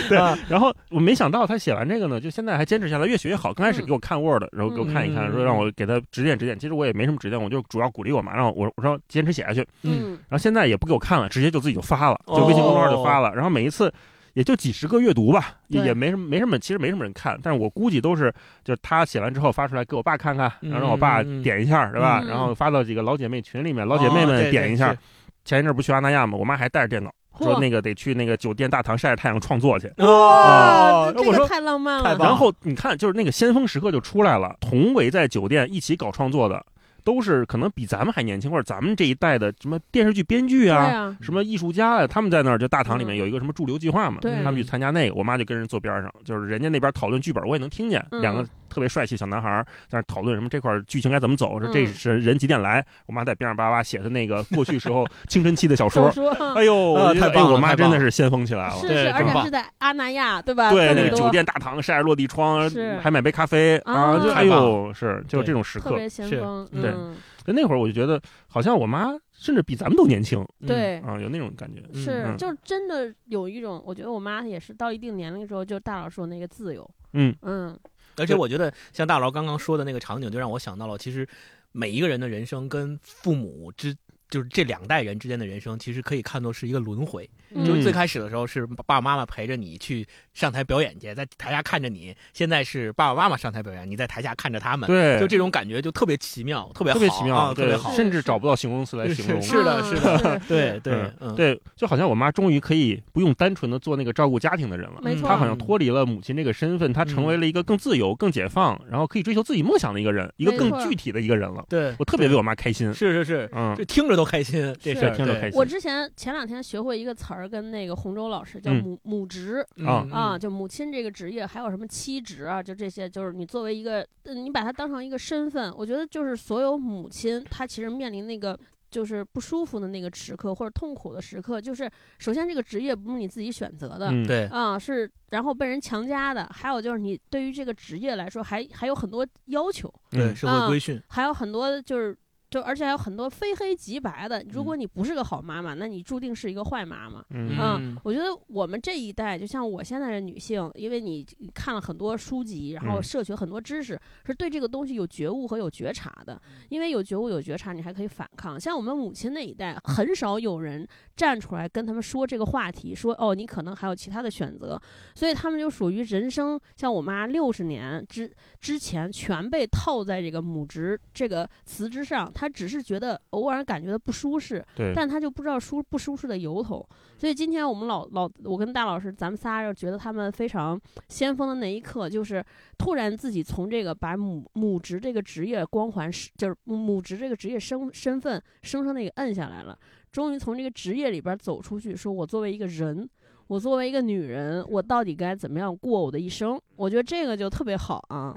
Speaker 3: 对，
Speaker 2: 嗯
Speaker 3: 啊
Speaker 1: 然后我没想到她写完这个呢，就现在还坚持下来，越写越好。刚开
Speaker 2: 嗯
Speaker 1: 始给我看 Word，然后给我看一看，
Speaker 3: 嗯
Speaker 1: 说让我给她指点指点。其实我也没什么指点，我就主要鼓励我妈，让我我我说坚持写下去。
Speaker 2: 嗯，
Speaker 1: 然后现在也不给我看了，直接就自己就发了，就微信公众号就
Speaker 3: 哦
Speaker 1: 发了。然后每一次也就几十个阅读吧，也
Speaker 2: 对
Speaker 1: 也没什么没什么，其实没什么人看。但是我估计都是就是他写完之后发出来给我爸看看，
Speaker 3: 嗯
Speaker 1: 然后让我爸点一下，对吧？
Speaker 2: 嗯
Speaker 1: 然后发到几个老姐妹群里面，老姐妹们点一下。
Speaker 3: 哦
Speaker 1: 前一阵儿不去阿那亚吗？我妈还带着电脑说那个得去那个酒店大堂晒晒太阳创作去。
Speaker 3: 对对对哦
Speaker 2: 哇，，这
Speaker 1: 我
Speaker 2: 个
Speaker 1: 说
Speaker 2: 太浪漫
Speaker 3: 太
Speaker 2: 了，
Speaker 3: 棒
Speaker 1: 然后你看，就是那个先锋时刻就出来了，同为在酒店一起搞创作的，都是可能比咱们还年轻，或者咱们这一代的什么电视剧编剧
Speaker 2: 对
Speaker 1: 啊，
Speaker 2: 啊，
Speaker 1: 什么艺术家呀、他们在那儿就大堂里面有一个什么驻留计划嘛，
Speaker 2: 嗯对
Speaker 1: 他们去参加那个，我妈就跟人坐边上，就是人家那边讨论剧本，我也能听见，
Speaker 2: 嗯
Speaker 1: 两个特别帅气小男孩儿在那儿讨论什么这块儿剧情该怎么走，说
Speaker 2: 嗯
Speaker 1: 这是人几点来，我妈在边上叭叭写的那个过去时候青春期的小
Speaker 2: 说
Speaker 1: 说，
Speaker 2: 说。
Speaker 1: 哎呦，我觉得
Speaker 3: 啊太棒
Speaker 1: 哎
Speaker 3: 了
Speaker 1: 我妈
Speaker 3: 太
Speaker 1: 真
Speaker 3: 棒
Speaker 1: 的
Speaker 3: 了
Speaker 1: 是先锋起来了。
Speaker 2: 是
Speaker 3: 对
Speaker 2: 是，而
Speaker 1: 真
Speaker 2: 且
Speaker 1: 棒
Speaker 2: 还是在阿那亚，对吧？
Speaker 1: 对，
Speaker 2: 这
Speaker 1: 那
Speaker 2: 么
Speaker 1: 个
Speaker 2: 多
Speaker 1: 酒店大堂晒着落地窗
Speaker 2: 是，
Speaker 1: 还买杯咖啡啊，
Speaker 2: 啊
Speaker 1: 就哎呦，是就
Speaker 3: 对
Speaker 1: 这种时
Speaker 2: 特
Speaker 1: 刻。
Speaker 2: 别先
Speaker 3: 是
Speaker 2: 锋，
Speaker 1: 对
Speaker 2: 嗯，
Speaker 1: 就那会儿我就觉得，好像我妈甚至比咱们都年轻
Speaker 3: 嗯
Speaker 2: 对，
Speaker 1: 啊，有那种感觉。
Speaker 3: 嗯
Speaker 2: 是
Speaker 1: 嗯，
Speaker 2: 就是真的有一种，我觉得我妈也是到一定年龄之后，就大佬说那个自由，
Speaker 1: 嗯
Speaker 2: 嗯，
Speaker 3: 而且我觉得像大佬刚刚说的那个场景，就让我想到了，其实每一个人的人生跟父母之。就是这两代人之间的人生，其实可以看作是一个轮回。就
Speaker 1: 嗯
Speaker 3: 是最开始的时候是爸爸妈妈陪着你去上台表演去，在台下看着你；现在是爸爸妈妈上台表演，你在台下看着他们。
Speaker 1: 对，
Speaker 3: 就这种感觉就特别奇妙，特别
Speaker 1: 特
Speaker 3: 特
Speaker 1: 别奇妙，
Speaker 3: 啊，
Speaker 1: 对
Speaker 3: 特别好。
Speaker 2: 是
Speaker 1: 甚至找不到形容词来形容。
Speaker 3: 是的
Speaker 2: 啊
Speaker 3: 是的
Speaker 2: 是
Speaker 3: 对
Speaker 2: 是
Speaker 3: 对嗯，
Speaker 1: 对，就好像我妈终于可以不用单纯的做那个照顾家庭的人了，
Speaker 2: 没
Speaker 3: 嗯
Speaker 2: 错
Speaker 1: 她
Speaker 2: 儿，
Speaker 1: 好像脱离了母亲这个身份，她成为了一个更自由、更解放，然后可以追求自己梦想的一个人，一个
Speaker 2: 没
Speaker 1: 更
Speaker 2: 错
Speaker 1: 具体的一个人了。
Speaker 3: 对，
Speaker 1: 我特别为我妈开心，
Speaker 3: 是是是，
Speaker 1: 嗯，
Speaker 3: 就听着都开心，这
Speaker 2: 是
Speaker 3: 事儿
Speaker 1: 听着开心
Speaker 2: 我之前前两天学会一个词儿，跟那个洪州老师叫
Speaker 1: 嗯
Speaker 2: 母、母职
Speaker 3: 心
Speaker 1: 啊
Speaker 2: 啊，，
Speaker 3: 嗯
Speaker 2: 就母亲这个职业，还有什么妻职啊，就这些，就是你作为一个，呃你把它当成一个身份，我觉得就是所有母亲她其实面临那个。就是不舒服的那个时刻，或者痛苦的时刻，就是首先这个职业不是你自己选择的，
Speaker 1: 嗯，
Speaker 3: 对，
Speaker 2: 啊、是然后被人强加的，还有就是你对于这个职业来说还还有很多要求，
Speaker 3: 对，
Speaker 1: 嗯
Speaker 3: 社会规训，
Speaker 2: 还有很多就是就而且还有很多非黑即白的。如果你不是个好妈妈，那你注定是一个坏妈妈。
Speaker 1: 嗯
Speaker 2: 啊
Speaker 3: 嗯
Speaker 2: 我觉得我们这一代，就像我现在的女性，因为你你看了很多书籍，然后
Speaker 1: 嗯
Speaker 2: 摄取很多知识，是对这个东西有觉悟和有觉察的。因为有觉悟、有觉察，你还可以反抗。像我们母亲那一代，很少有人站出来跟他们说这个话题，说哦，你可能还有其他的选择。所以他们就属于人生，像我妈六十年之之前，全被套在这个母职这个词之上。她只是觉得偶尔感觉到不舒适，
Speaker 1: 对，
Speaker 2: 但他就不知道舒不舒适的由头。所以今天我们老老我跟大老师，咱们仨就觉得他们非常先锋的那一刻，就是突然自己从这个把母母职这个职业光环是，就是母职这个职业身身份生生的给摁下来了，终于从这个职业里边走出去，说我作为一个人。我作为一个女人，我到底该怎么样过我的一生？我觉得这个就特别好啊，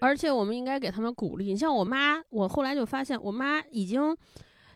Speaker 2: 而且我们应该给他们鼓励。你像我妈，我后来就发现，我妈已经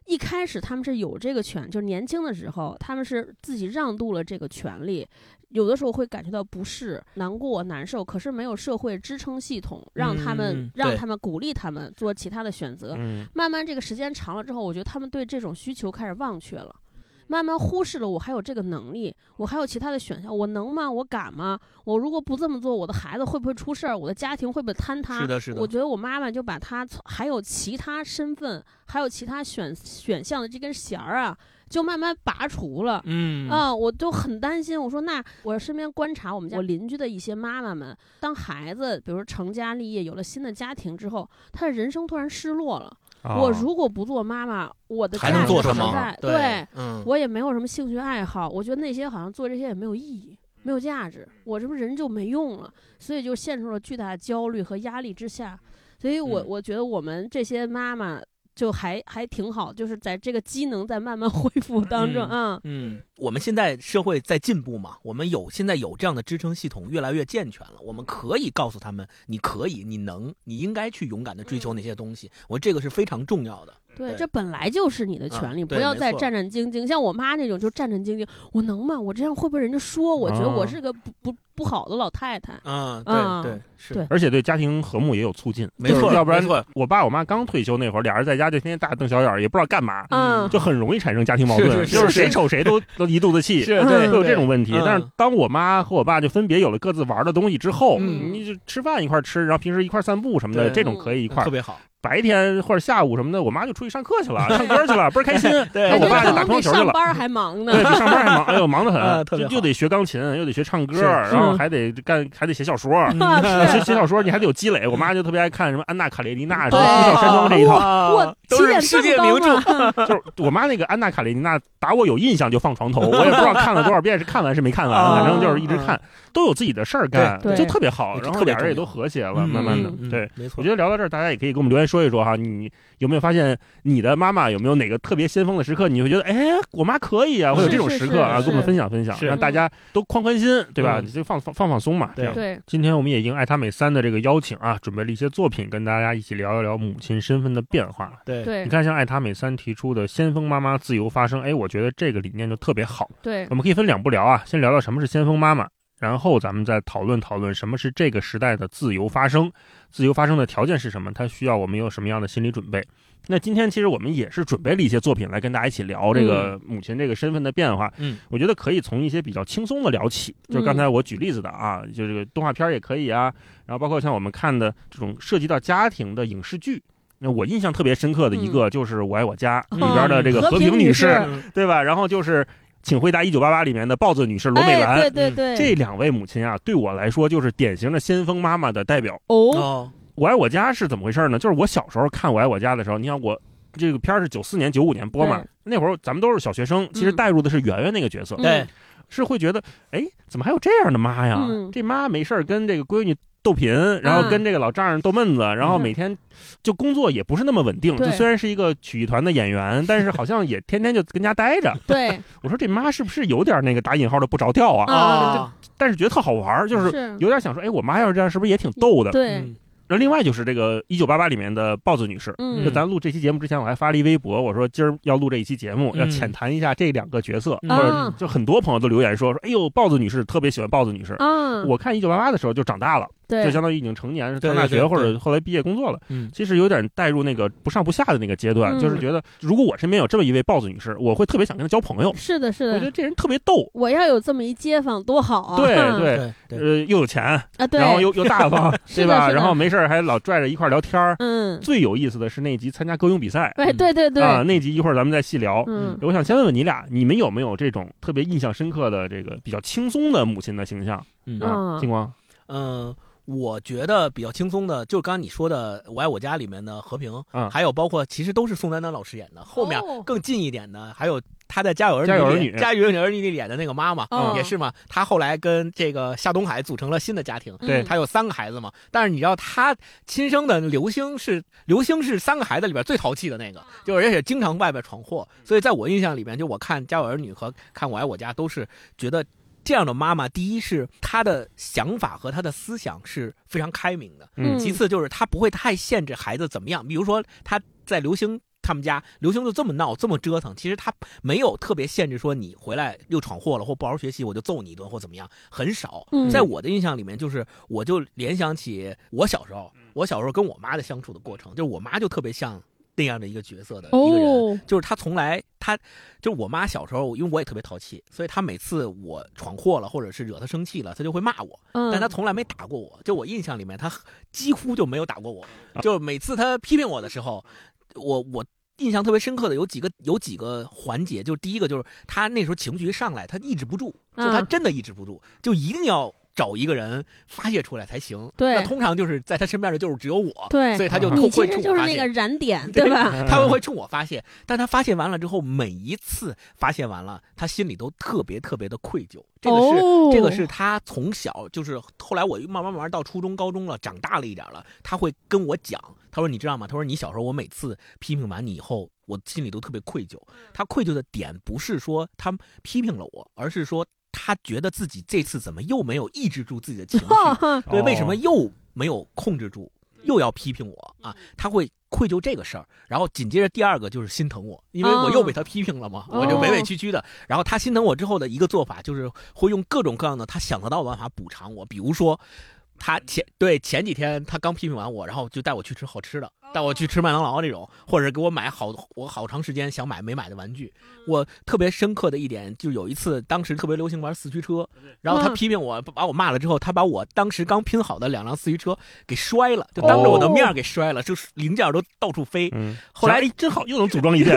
Speaker 2: 一开始他们是有这个权，就是年轻的时候，他们是自己让渡了这个权利，有的时候会感觉到不适、难过、难受，可是没有社会支撑系统让他们、
Speaker 3: 嗯
Speaker 2: 让
Speaker 3: 对
Speaker 2: 他们鼓励他们做其他的选择。
Speaker 1: 嗯
Speaker 2: 慢慢这个时间长了之后，我觉得他们对这种需求开始忘却了。
Speaker 3: 嗯
Speaker 2: 慢慢忽视了我还有这个能力，我还有其他的选项，我能吗？我敢吗？我如果不这么做，我的孩子会不会出事儿？我的家庭会不会坍塌？
Speaker 3: 是的，是的
Speaker 2: 嗯我，觉得我妈妈就把她从还有其他身份，还有其他选选项的这根弦儿啊，就慢慢拔除了。
Speaker 3: 嗯
Speaker 2: 啊、我就很担心。我说，那我身边观察我们家我邻居的一些妈妈们，当孩子比如说成家立业，有了新的家庭之后，她的人生突然失落了。
Speaker 1: 啊
Speaker 2: 我如果不做妈妈，我的
Speaker 3: 还
Speaker 2: 价
Speaker 3: 能
Speaker 2: 值
Speaker 3: 做
Speaker 2: 何
Speaker 3: 什么
Speaker 2: 在？？
Speaker 3: 对，嗯，
Speaker 2: 我也没有什么兴趣爱好，我觉得那些好像做这些也没有意义，没有价值，我这不人就没用了，所以就陷入了巨大的焦虑和压力之下。所以我，我、
Speaker 3: 嗯
Speaker 2: 觉得我们这些妈妈就还还挺好，就是在这个机能在慢慢 恢复当中，嗯，
Speaker 3: 嗯，我们现在社会在进步嘛，我们有现在有这样的支撑系统，越来越健全了。我们可以告诉他们，你可以，你能，你应该去勇敢的追求那些东西。
Speaker 2: 嗯
Speaker 3: 我这个是非常重要的。
Speaker 2: 对，
Speaker 3: 对
Speaker 2: 这本来就是你的权
Speaker 3: 嗯
Speaker 2: 利，
Speaker 3: 对
Speaker 2: 不要
Speaker 3: 没
Speaker 2: 再
Speaker 3: 错
Speaker 2: 战战兢兢。像我妈那种就战战兢兢，我能吗？我这样会不会人家说我觉得
Speaker 3: 哦
Speaker 2: 我
Speaker 1: 啊
Speaker 2: 是个不不不好的老太太？
Speaker 3: 嗯，
Speaker 2: 啊
Speaker 3: 对对是，
Speaker 2: 对
Speaker 1: 而且对家庭和睦也有促进，
Speaker 3: 没
Speaker 1: 就是
Speaker 3: 错
Speaker 1: 要不然
Speaker 3: 没错
Speaker 1: 我爸我妈刚退休那会儿，俩人在家就天天大瞪小眼儿，也不知道干嘛，
Speaker 2: 嗯
Speaker 1: 就很容易产生家庭矛盾，
Speaker 3: 是是
Speaker 1: 就是谁瞅谁都都一肚子气，
Speaker 3: 是
Speaker 2: 对
Speaker 1: 会有这种问题
Speaker 3: 嗯。
Speaker 1: 但是当我妈和我爸就分别有了各自玩的东西之后，
Speaker 3: 嗯
Speaker 1: 你就吃饭一块儿吃，然后平时一块儿散步什么的，
Speaker 3: 对
Speaker 1: 这种可以一块儿
Speaker 3: 嗯特。别好。
Speaker 1: 白天或者下午什么的，我妈就出去上课去了，唱歌去 了，倍儿开心。
Speaker 3: 对
Speaker 1: 哎
Speaker 2: 感
Speaker 1: 我
Speaker 2: 觉
Speaker 1: 爸
Speaker 2: 可
Speaker 1: 就打
Speaker 2: 能
Speaker 1: 乒
Speaker 2: 比
Speaker 1: 乓球去
Speaker 2: 上
Speaker 1: 了。
Speaker 2: 班儿还忙呢。
Speaker 1: 对比上班还忙，哎呦，忙得
Speaker 3: 啊
Speaker 1: 很，
Speaker 3: 特别
Speaker 1: 就
Speaker 3: 好
Speaker 1: 又得学钢琴，又得学唱歌，
Speaker 3: 是嗯
Speaker 1: 然
Speaker 2: 嗯
Speaker 1: 后还得干，还得写小说。
Speaker 2: 啊
Speaker 1: 写
Speaker 2: 是
Speaker 1: 写小说你还得有积累。我妈就特别爱看什么《安娜·卡列尼娜》什么《
Speaker 2: 对
Speaker 1: 呼啸山庄》这一套，
Speaker 2: 我
Speaker 3: 啊都
Speaker 2: 起
Speaker 3: 是
Speaker 2: 点
Speaker 3: 世
Speaker 2: 这
Speaker 3: 界
Speaker 2: 么
Speaker 3: 名
Speaker 2: 高
Speaker 3: 著
Speaker 2: 吗？
Speaker 1: 就是我妈那个《安娜·卡列尼娜》，打我有印象就放床头，我也不知道看了多少遍，是看完是没看
Speaker 3: 啊
Speaker 1: 完，反正就是一直看，都有自己的事儿干
Speaker 2: 哦嗯对，对
Speaker 1: 就特别好。
Speaker 3: 这
Speaker 1: 然后
Speaker 3: 特别
Speaker 1: 俩人也都和谐了，
Speaker 3: 嗯
Speaker 1: 慢慢的
Speaker 2: 嗯，
Speaker 1: 对。，
Speaker 3: 没错
Speaker 1: 我觉。得聊到这儿，大家也可以给我们留言说一说哈，你有没有发现你的妈妈有没有哪个特别先锋的时刻，你会觉得哎，我妈可以啊，会有这种时刻啊，
Speaker 2: 是是是
Speaker 1: 跟我们分享分享，
Speaker 3: 是
Speaker 1: 让大家都宽宽心，对吧？
Speaker 3: 嗯
Speaker 1: 你就放放放放松嘛，这
Speaker 3: 对
Speaker 1: 样。
Speaker 2: 对，
Speaker 1: 今天我们也应爱他美三的这个邀请啊，准备了一些作品跟大家一起聊一聊母亲身份的变化。
Speaker 3: 对
Speaker 2: 对
Speaker 1: 你，看，像爱他美三提出的“先锋妈妈自由发声”，哎，我觉得这个理念就特别好。
Speaker 2: 对
Speaker 1: 我，们可以分两步聊啊，先聊聊什么是先锋妈妈，然后咱们再讨论讨论什么是这个时代的自由发声，自由发声的条件是什么，它需要我们有什么样的心理准备。那今天其实我们也是准备了一些作品来跟大家一起聊这个
Speaker 2: 嗯
Speaker 1: 母亲这个身份的变化。
Speaker 3: 嗯，
Speaker 1: 我觉得可以从一些比较轻松的聊起，
Speaker 2: 嗯
Speaker 1: 就是刚才我举例子的啊，就这个动画片儿也可以啊，然后包括像我们看的这种涉及到家庭的影视剧。那我印象特别深刻的一个就是《我爱我家》
Speaker 2: 嗯
Speaker 1: 里边的这个
Speaker 2: 和
Speaker 1: 和
Speaker 2: 平
Speaker 1: 平
Speaker 2: 女
Speaker 1: 女
Speaker 2: 士
Speaker 1: 士，
Speaker 3: 嗯
Speaker 1: 对吧？然后就是《请回答一九八八》里面的豹子女士罗美兰，
Speaker 2: 哎、对对
Speaker 3: 嗯
Speaker 2: 对，
Speaker 1: 这两位母亲啊，对我来说就是典型的先锋妈妈的代表。
Speaker 2: 哦，
Speaker 3: 哦，
Speaker 1: 我爱我家是怎么回事呢？就是我小时候看《我爱我家》的时候，你看我这个片儿是九四年、九五年播嘛
Speaker 2: 对，
Speaker 1: 那会儿咱们都是小学生，其实
Speaker 2: 嗯
Speaker 1: 带入的是圆圆那个角色，
Speaker 2: 嗯
Speaker 3: 对，
Speaker 1: 是会觉得，哎，怎么还有这样的妈呀？
Speaker 2: 嗯
Speaker 1: 这妈没事儿跟这个闺女逗贫，然后
Speaker 2: 嗯
Speaker 1: 跟这个老丈人逗闷子，然后
Speaker 2: 嗯
Speaker 1: 每天就工作也不是那么稳定。
Speaker 2: 对
Speaker 1: 就虽然是一个曲艺团的演员，但是好像也天天就跟家待着。
Speaker 2: 对
Speaker 1: 我说这妈是不是有点那个打引号的不着调
Speaker 2: 嗯
Speaker 1: 啊？
Speaker 3: 啊，
Speaker 1: 但是觉得特好玩儿，就是
Speaker 2: 是
Speaker 1: 有点想说，哎，我妈要是这样，是不是也挺逗的？
Speaker 2: 嗯对，
Speaker 1: 然后另外就是这个《一九八八》里面的豹子女士，
Speaker 2: 嗯，
Speaker 1: 就咱录这期节目之前，我还发了一微博，我说今儿要录这一期节目，
Speaker 3: 嗯
Speaker 1: 要浅谈一下这两个角色。
Speaker 3: 嗯
Speaker 1: 或
Speaker 2: 啊
Speaker 1: 者就很多朋友都留言说说，哎呦，豹子女士特别喜欢豹子女士。
Speaker 2: 啊，
Speaker 1: 我看《一九八八》的时候就长大了，
Speaker 2: 对
Speaker 1: 就相当于已经成年，
Speaker 3: 对
Speaker 1: 上大学
Speaker 3: 对对
Speaker 1: 或者后来毕业工作了。
Speaker 3: 嗯
Speaker 1: 其实有点带入那个不上不下的那个阶段，
Speaker 2: 嗯
Speaker 1: 就是觉得如果我身边有这么一位豹子女士，我会特别想跟她交朋友。
Speaker 2: 是的，是
Speaker 1: 我觉
Speaker 2: 的
Speaker 1: 得，这人特别逗，
Speaker 2: 我要有这么一街坊多好啊！
Speaker 1: 对
Speaker 3: 对
Speaker 1: 对，
Speaker 3: 对对，
Speaker 1: 呃，又有钱，
Speaker 2: 啊，对，
Speaker 1: 然后又又大方，
Speaker 2: 是
Speaker 1: 对
Speaker 2: 的
Speaker 1: 吧？
Speaker 2: 是的
Speaker 1: 然后没事儿还老拽着一块儿聊天儿。
Speaker 2: 嗯，
Speaker 1: 最有意思的是那集参加歌咏比赛
Speaker 2: 哎，对对对，
Speaker 1: 啊，那集一会儿咱们再细聊。哎
Speaker 2: 嗯
Speaker 1: 我想先问问你俩，你们有没有这种特别印象深刻的这个比较轻松的母亲的形象
Speaker 3: 嗯
Speaker 1: 啊？
Speaker 2: 嗯
Speaker 1: 星光，
Speaker 3: 嗯，我觉得比较轻松的，就是刚刚你说的《我爱我家》里面的和平，
Speaker 1: 嗯
Speaker 3: 还有包括其实都是宋丹丹老师演的，后面
Speaker 2: 哦
Speaker 3: 更近一点的还有他在《家有儿
Speaker 1: 家有儿
Speaker 3: 女》里
Speaker 1: 女
Speaker 3: 家有儿女》里演的那个妈妈。
Speaker 2: 哦
Speaker 3: 也是嘛，她后来跟这个夏东海组成了新的家庭，
Speaker 1: 对
Speaker 2: 嗯
Speaker 3: 她有三个孩子嘛。但是你知道，她亲生的刘星是刘星是三个孩子里边最淘气的那个，就是而且经常外边闯祸。所以在我印象里边，就我看《家有儿女》和看《我爱我家》，都是觉得这样的妈妈，第一是她的想法和她的思想是非常开明的，
Speaker 1: 嗯
Speaker 3: 其次就是她不会太限制孩子怎么样。比如说她在刘星。他们家刘星就这么闹，这么折腾。其实她没有特别限制，说你回来又闯祸了，或不好好学习，我就揍你一顿，或怎么样，很少。
Speaker 2: 嗯
Speaker 3: 在我的印象里面，就是我就联想起我小时候，我小时候跟我妈的相处的过程，就是我妈就特别像那样的一个角色的一个人，
Speaker 2: 哦，
Speaker 3: 就是她从来她就是我妈小时候，因为我也特别淘气，所以她每次我闯祸了或者是惹她生气了，她就会骂我，
Speaker 2: 嗯，
Speaker 3: 但她从来没打过我。就我印象里面，她几乎就没有打过我，就是每次她批评我的时候，我我。印象特别深刻的有几个有几个环节，就是第一个就是她那时候情绪一上来，她抑制不住，就她
Speaker 2: 嗯
Speaker 3: 真的抑制不住，就一定要找一个人发泄出来才行。
Speaker 2: 对
Speaker 3: 那通常就是在她身边的就是只有我，
Speaker 2: 对
Speaker 3: 所以她就
Speaker 2: 你
Speaker 3: 会
Speaker 2: 其
Speaker 3: 会
Speaker 2: 实
Speaker 3: 冲
Speaker 2: 就
Speaker 3: 我
Speaker 2: 是
Speaker 3: 发
Speaker 2: 那个
Speaker 3: 泄。
Speaker 2: 燃点，对吧？
Speaker 1: 嗯
Speaker 3: 他们会冲我发泄，但她发泄完了之后，每一次发泄完了，她心里都特别特别的愧疚。这个是、
Speaker 2: 哦，
Speaker 3: 这个是他从小就是后来我慢慢慢慢到初中、高中了，长大了一点了，他会跟我讲，他说你知道吗？他说你小时候我每次批评完你以后，我心里都特别愧疚。他愧疚的点不是说他批评了我，而是说他觉得自己这次怎么又没有抑制住自己的情绪，
Speaker 2: 哦，
Speaker 3: 对，为什么
Speaker 1: 哦
Speaker 3: 又没有控制住，又要批评我啊？他会愧疚这个事儿，然后紧接着第二个就是心疼我，因为我又被他批评了嘛，我就委委屈屈的。然后他心疼我之后的一个做法，就是会用各种各样的他想得到的办法补偿我，比如说。他前对前几天他刚批评完我，然后就带我去吃好吃的，带我去吃麦当劳这种，或者是给我买好我好长时间想买没买的玩具。我特别深刻的一点，就有一次当时特别流行玩四驱车，然后他
Speaker 2: 嗯
Speaker 3: 批评我，把我骂了之后，他把我当时刚拼好的两辆四驱车给摔了，就当着我的面儿给摔了，就是零件儿都到处飞。
Speaker 1: 嗯，
Speaker 3: 后来
Speaker 1: 哎，真好，又能组装 一遍。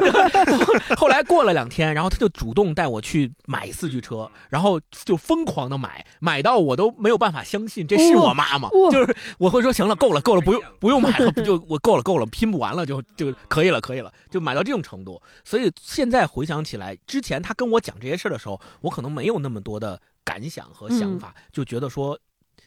Speaker 3: 后来过了两天，然后他就主动带我去买四驱车，然后就疯狂的买，买到我都没有办法相信这是我妈妈，
Speaker 2: 哇哇
Speaker 3: 就是我会说行了，够了，够了，不用不 用买了，就我够了，够了，拼不完了就就可以了，可以了，就买到这种程度。所以现在回想起来，之前他跟我讲这些事儿的时候，我可能没有那么多的感想和
Speaker 2: 嗯
Speaker 3: 想法，就觉得说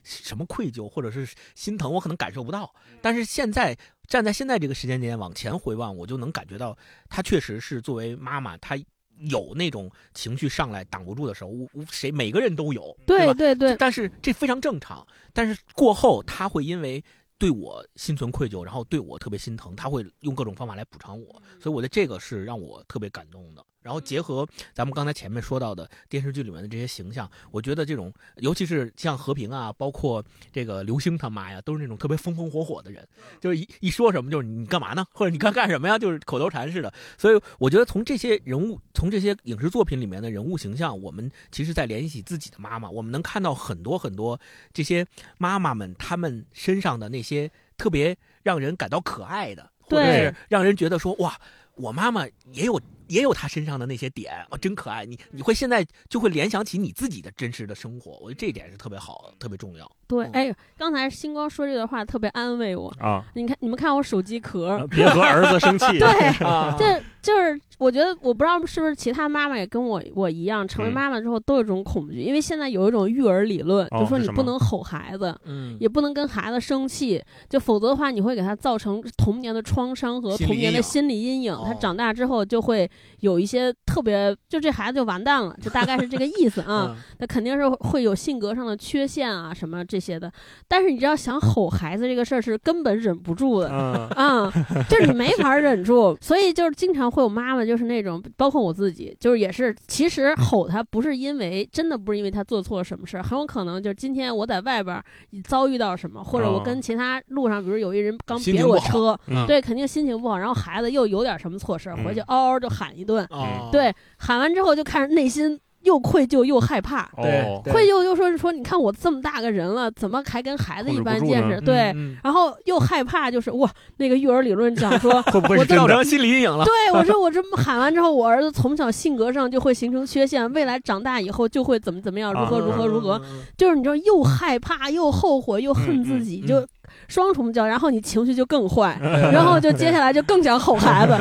Speaker 3: 什么愧疚或者是心疼，我可能感受不到。但是现在站在现在这个时间点往前回望，我就能感觉到，她确实是作为妈妈，她有那种情绪上来挡不住的时候，我我谁每个人都有，
Speaker 2: 对
Speaker 3: 吧？
Speaker 2: 对 对，
Speaker 3: 但是这非常正常。但是过后，她会因为对我心存愧疚，然后对我特别心疼，她会用各种方法来补偿我。
Speaker 2: 嗯
Speaker 3: 所以我觉得这个是让我特别感动的。然后结合咱们刚才前面说到的电视剧里面的这些形象，我觉得这种，尤其是像和平啊，包括这个刘星他妈呀，都是那种特别风风火火的人，就是一一说什么就是你干嘛呢，或者你干干什么呀，就是口头禅似的。所以我觉得从这些人物，从这些影视作品里面的人物形象，我们其实在联系自己的妈妈，我们能看到很多很多这些妈妈们她们身上的那些特别让人感到可爱的，或者
Speaker 2: 对
Speaker 3: 是让人觉得说哇，我妈妈也有也有他身上的那些点，哦，真可爱。你你会现在就会联想起你自己的真实的生活，我觉得这一点是特别好，特别重要。
Speaker 2: 对，
Speaker 3: 嗯
Speaker 2: 哎，刚才星光说这段话特别安慰我。
Speaker 1: 啊，呃
Speaker 2: 你看，你们看我手机壳
Speaker 3: 嗯
Speaker 2: 儿，
Speaker 1: 别和儿子生气。
Speaker 2: 对，
Speaker 3: 啊
Speaker 2: 这就是我觉得，我不知道是不是其他妈妈也跟我我一样，成为
Speaker 1: 嗯
Speaker 2: 妈妈之后都有一种恐惧，因为现在有一种育儿理论，
Speaker 1: 哦
Speaker 2: 就说
Speaker 1: 是
Speaker 2: 你
Speaker 1: 什
Speaker 2: 不
Speaker 1: 么
Speaker 2: 能吼孩子，
Speaker 3: 嗯，
Speaker 2: 也不能跟孩子生气，就否则的话，你会给他造成童年的创伤和
Speaker 3: 心理
Speaker 2: 童年
Speaker 3: 阴
Speaker 2: 的
Speaker 3: 影
Speaker 2: 心理阴影。他
Speaker 3: 哦
Speaker 2: 长大之后就会有一些特别，就这孩子就完蛋了，就大概是这个 意思啊。
Speaker 3: 嗯，
Speaker 2: 那肯定是会有性格上的缺陷啊，什么这些的。但是你知道，想吼孩子这个事儿是根本忍不住的。
Speaker 1: 嗯，
Speaker 2: 啊、就是你没法忍住，所以就是经常会有妈妈就是那种，包括我自己，就是也是，其实吼他不是因为真的不是因为他做错了什么事儿，很有可能就是今天我在外边儿遭遇到什么，或者我
Speaker 1: 哦
Speaker 2: 跟其他路上，比如有一人刚
Speaker 3: 心
Speaker 2: 别
Speaker 3: 情
Speaker 2: 我
Speaker 3: 不好
Speaker 2: 车，
Speaker 1: 嗯
Speaker 2: 对，肯定心情不好，然后孩子又有点什么错事儿，回去
Speaker 1: 嗯
Speaker 2: 嗷嗷就喊一顿，
Speaker 3: 哦，
Speaker 2: 对，喊完之后就开始内心又愧疚又害怕。
Speaker 1: 哦，
Speaker 3: 对
Speaker 2: 愧疚又说是说，你看我这么大个人了，怎么还跟孩子
Speaker 1: 控
Speaker 2: 一
Speaker 1: 制不
Speaker 2: 般
Speaker 1: 住
Speaker 2: 见
Speaker 1: 呢，
Speaker 2: 识？
Speaker 3: 嗯，
Speaker 2: 对，
Speaker 3: 嗯
Speaker 2: 然后又害怕，就是哇，那个育儿理论讲说
Speaker 1: 会不会
Speaker 2: 我
Speaker 1: 是
Speaker 2: 这
Speaker 1: 真
Speaker 3: 造
Speaker 1: 的？
Speaker 3: 成心理阴影了。
Speaker 2: 对我说我这么喊完之后，我儿子从小性格上就会形成缺陷，未来长大以后就会怎么怎么样，如何如何如何，
Speaker 3: 嗯，
Speaker 2: 就是你知道又害怕又后悔又恨
Speaker 1: 嗯
Speaker 2: 自
Speaker 1: 嗯
Speaker 2: 己，
Speaker 3: 嗯
Speaker 2: 就双重焦，然后你情绪就更坏，然后就接下来就更想吼孩子，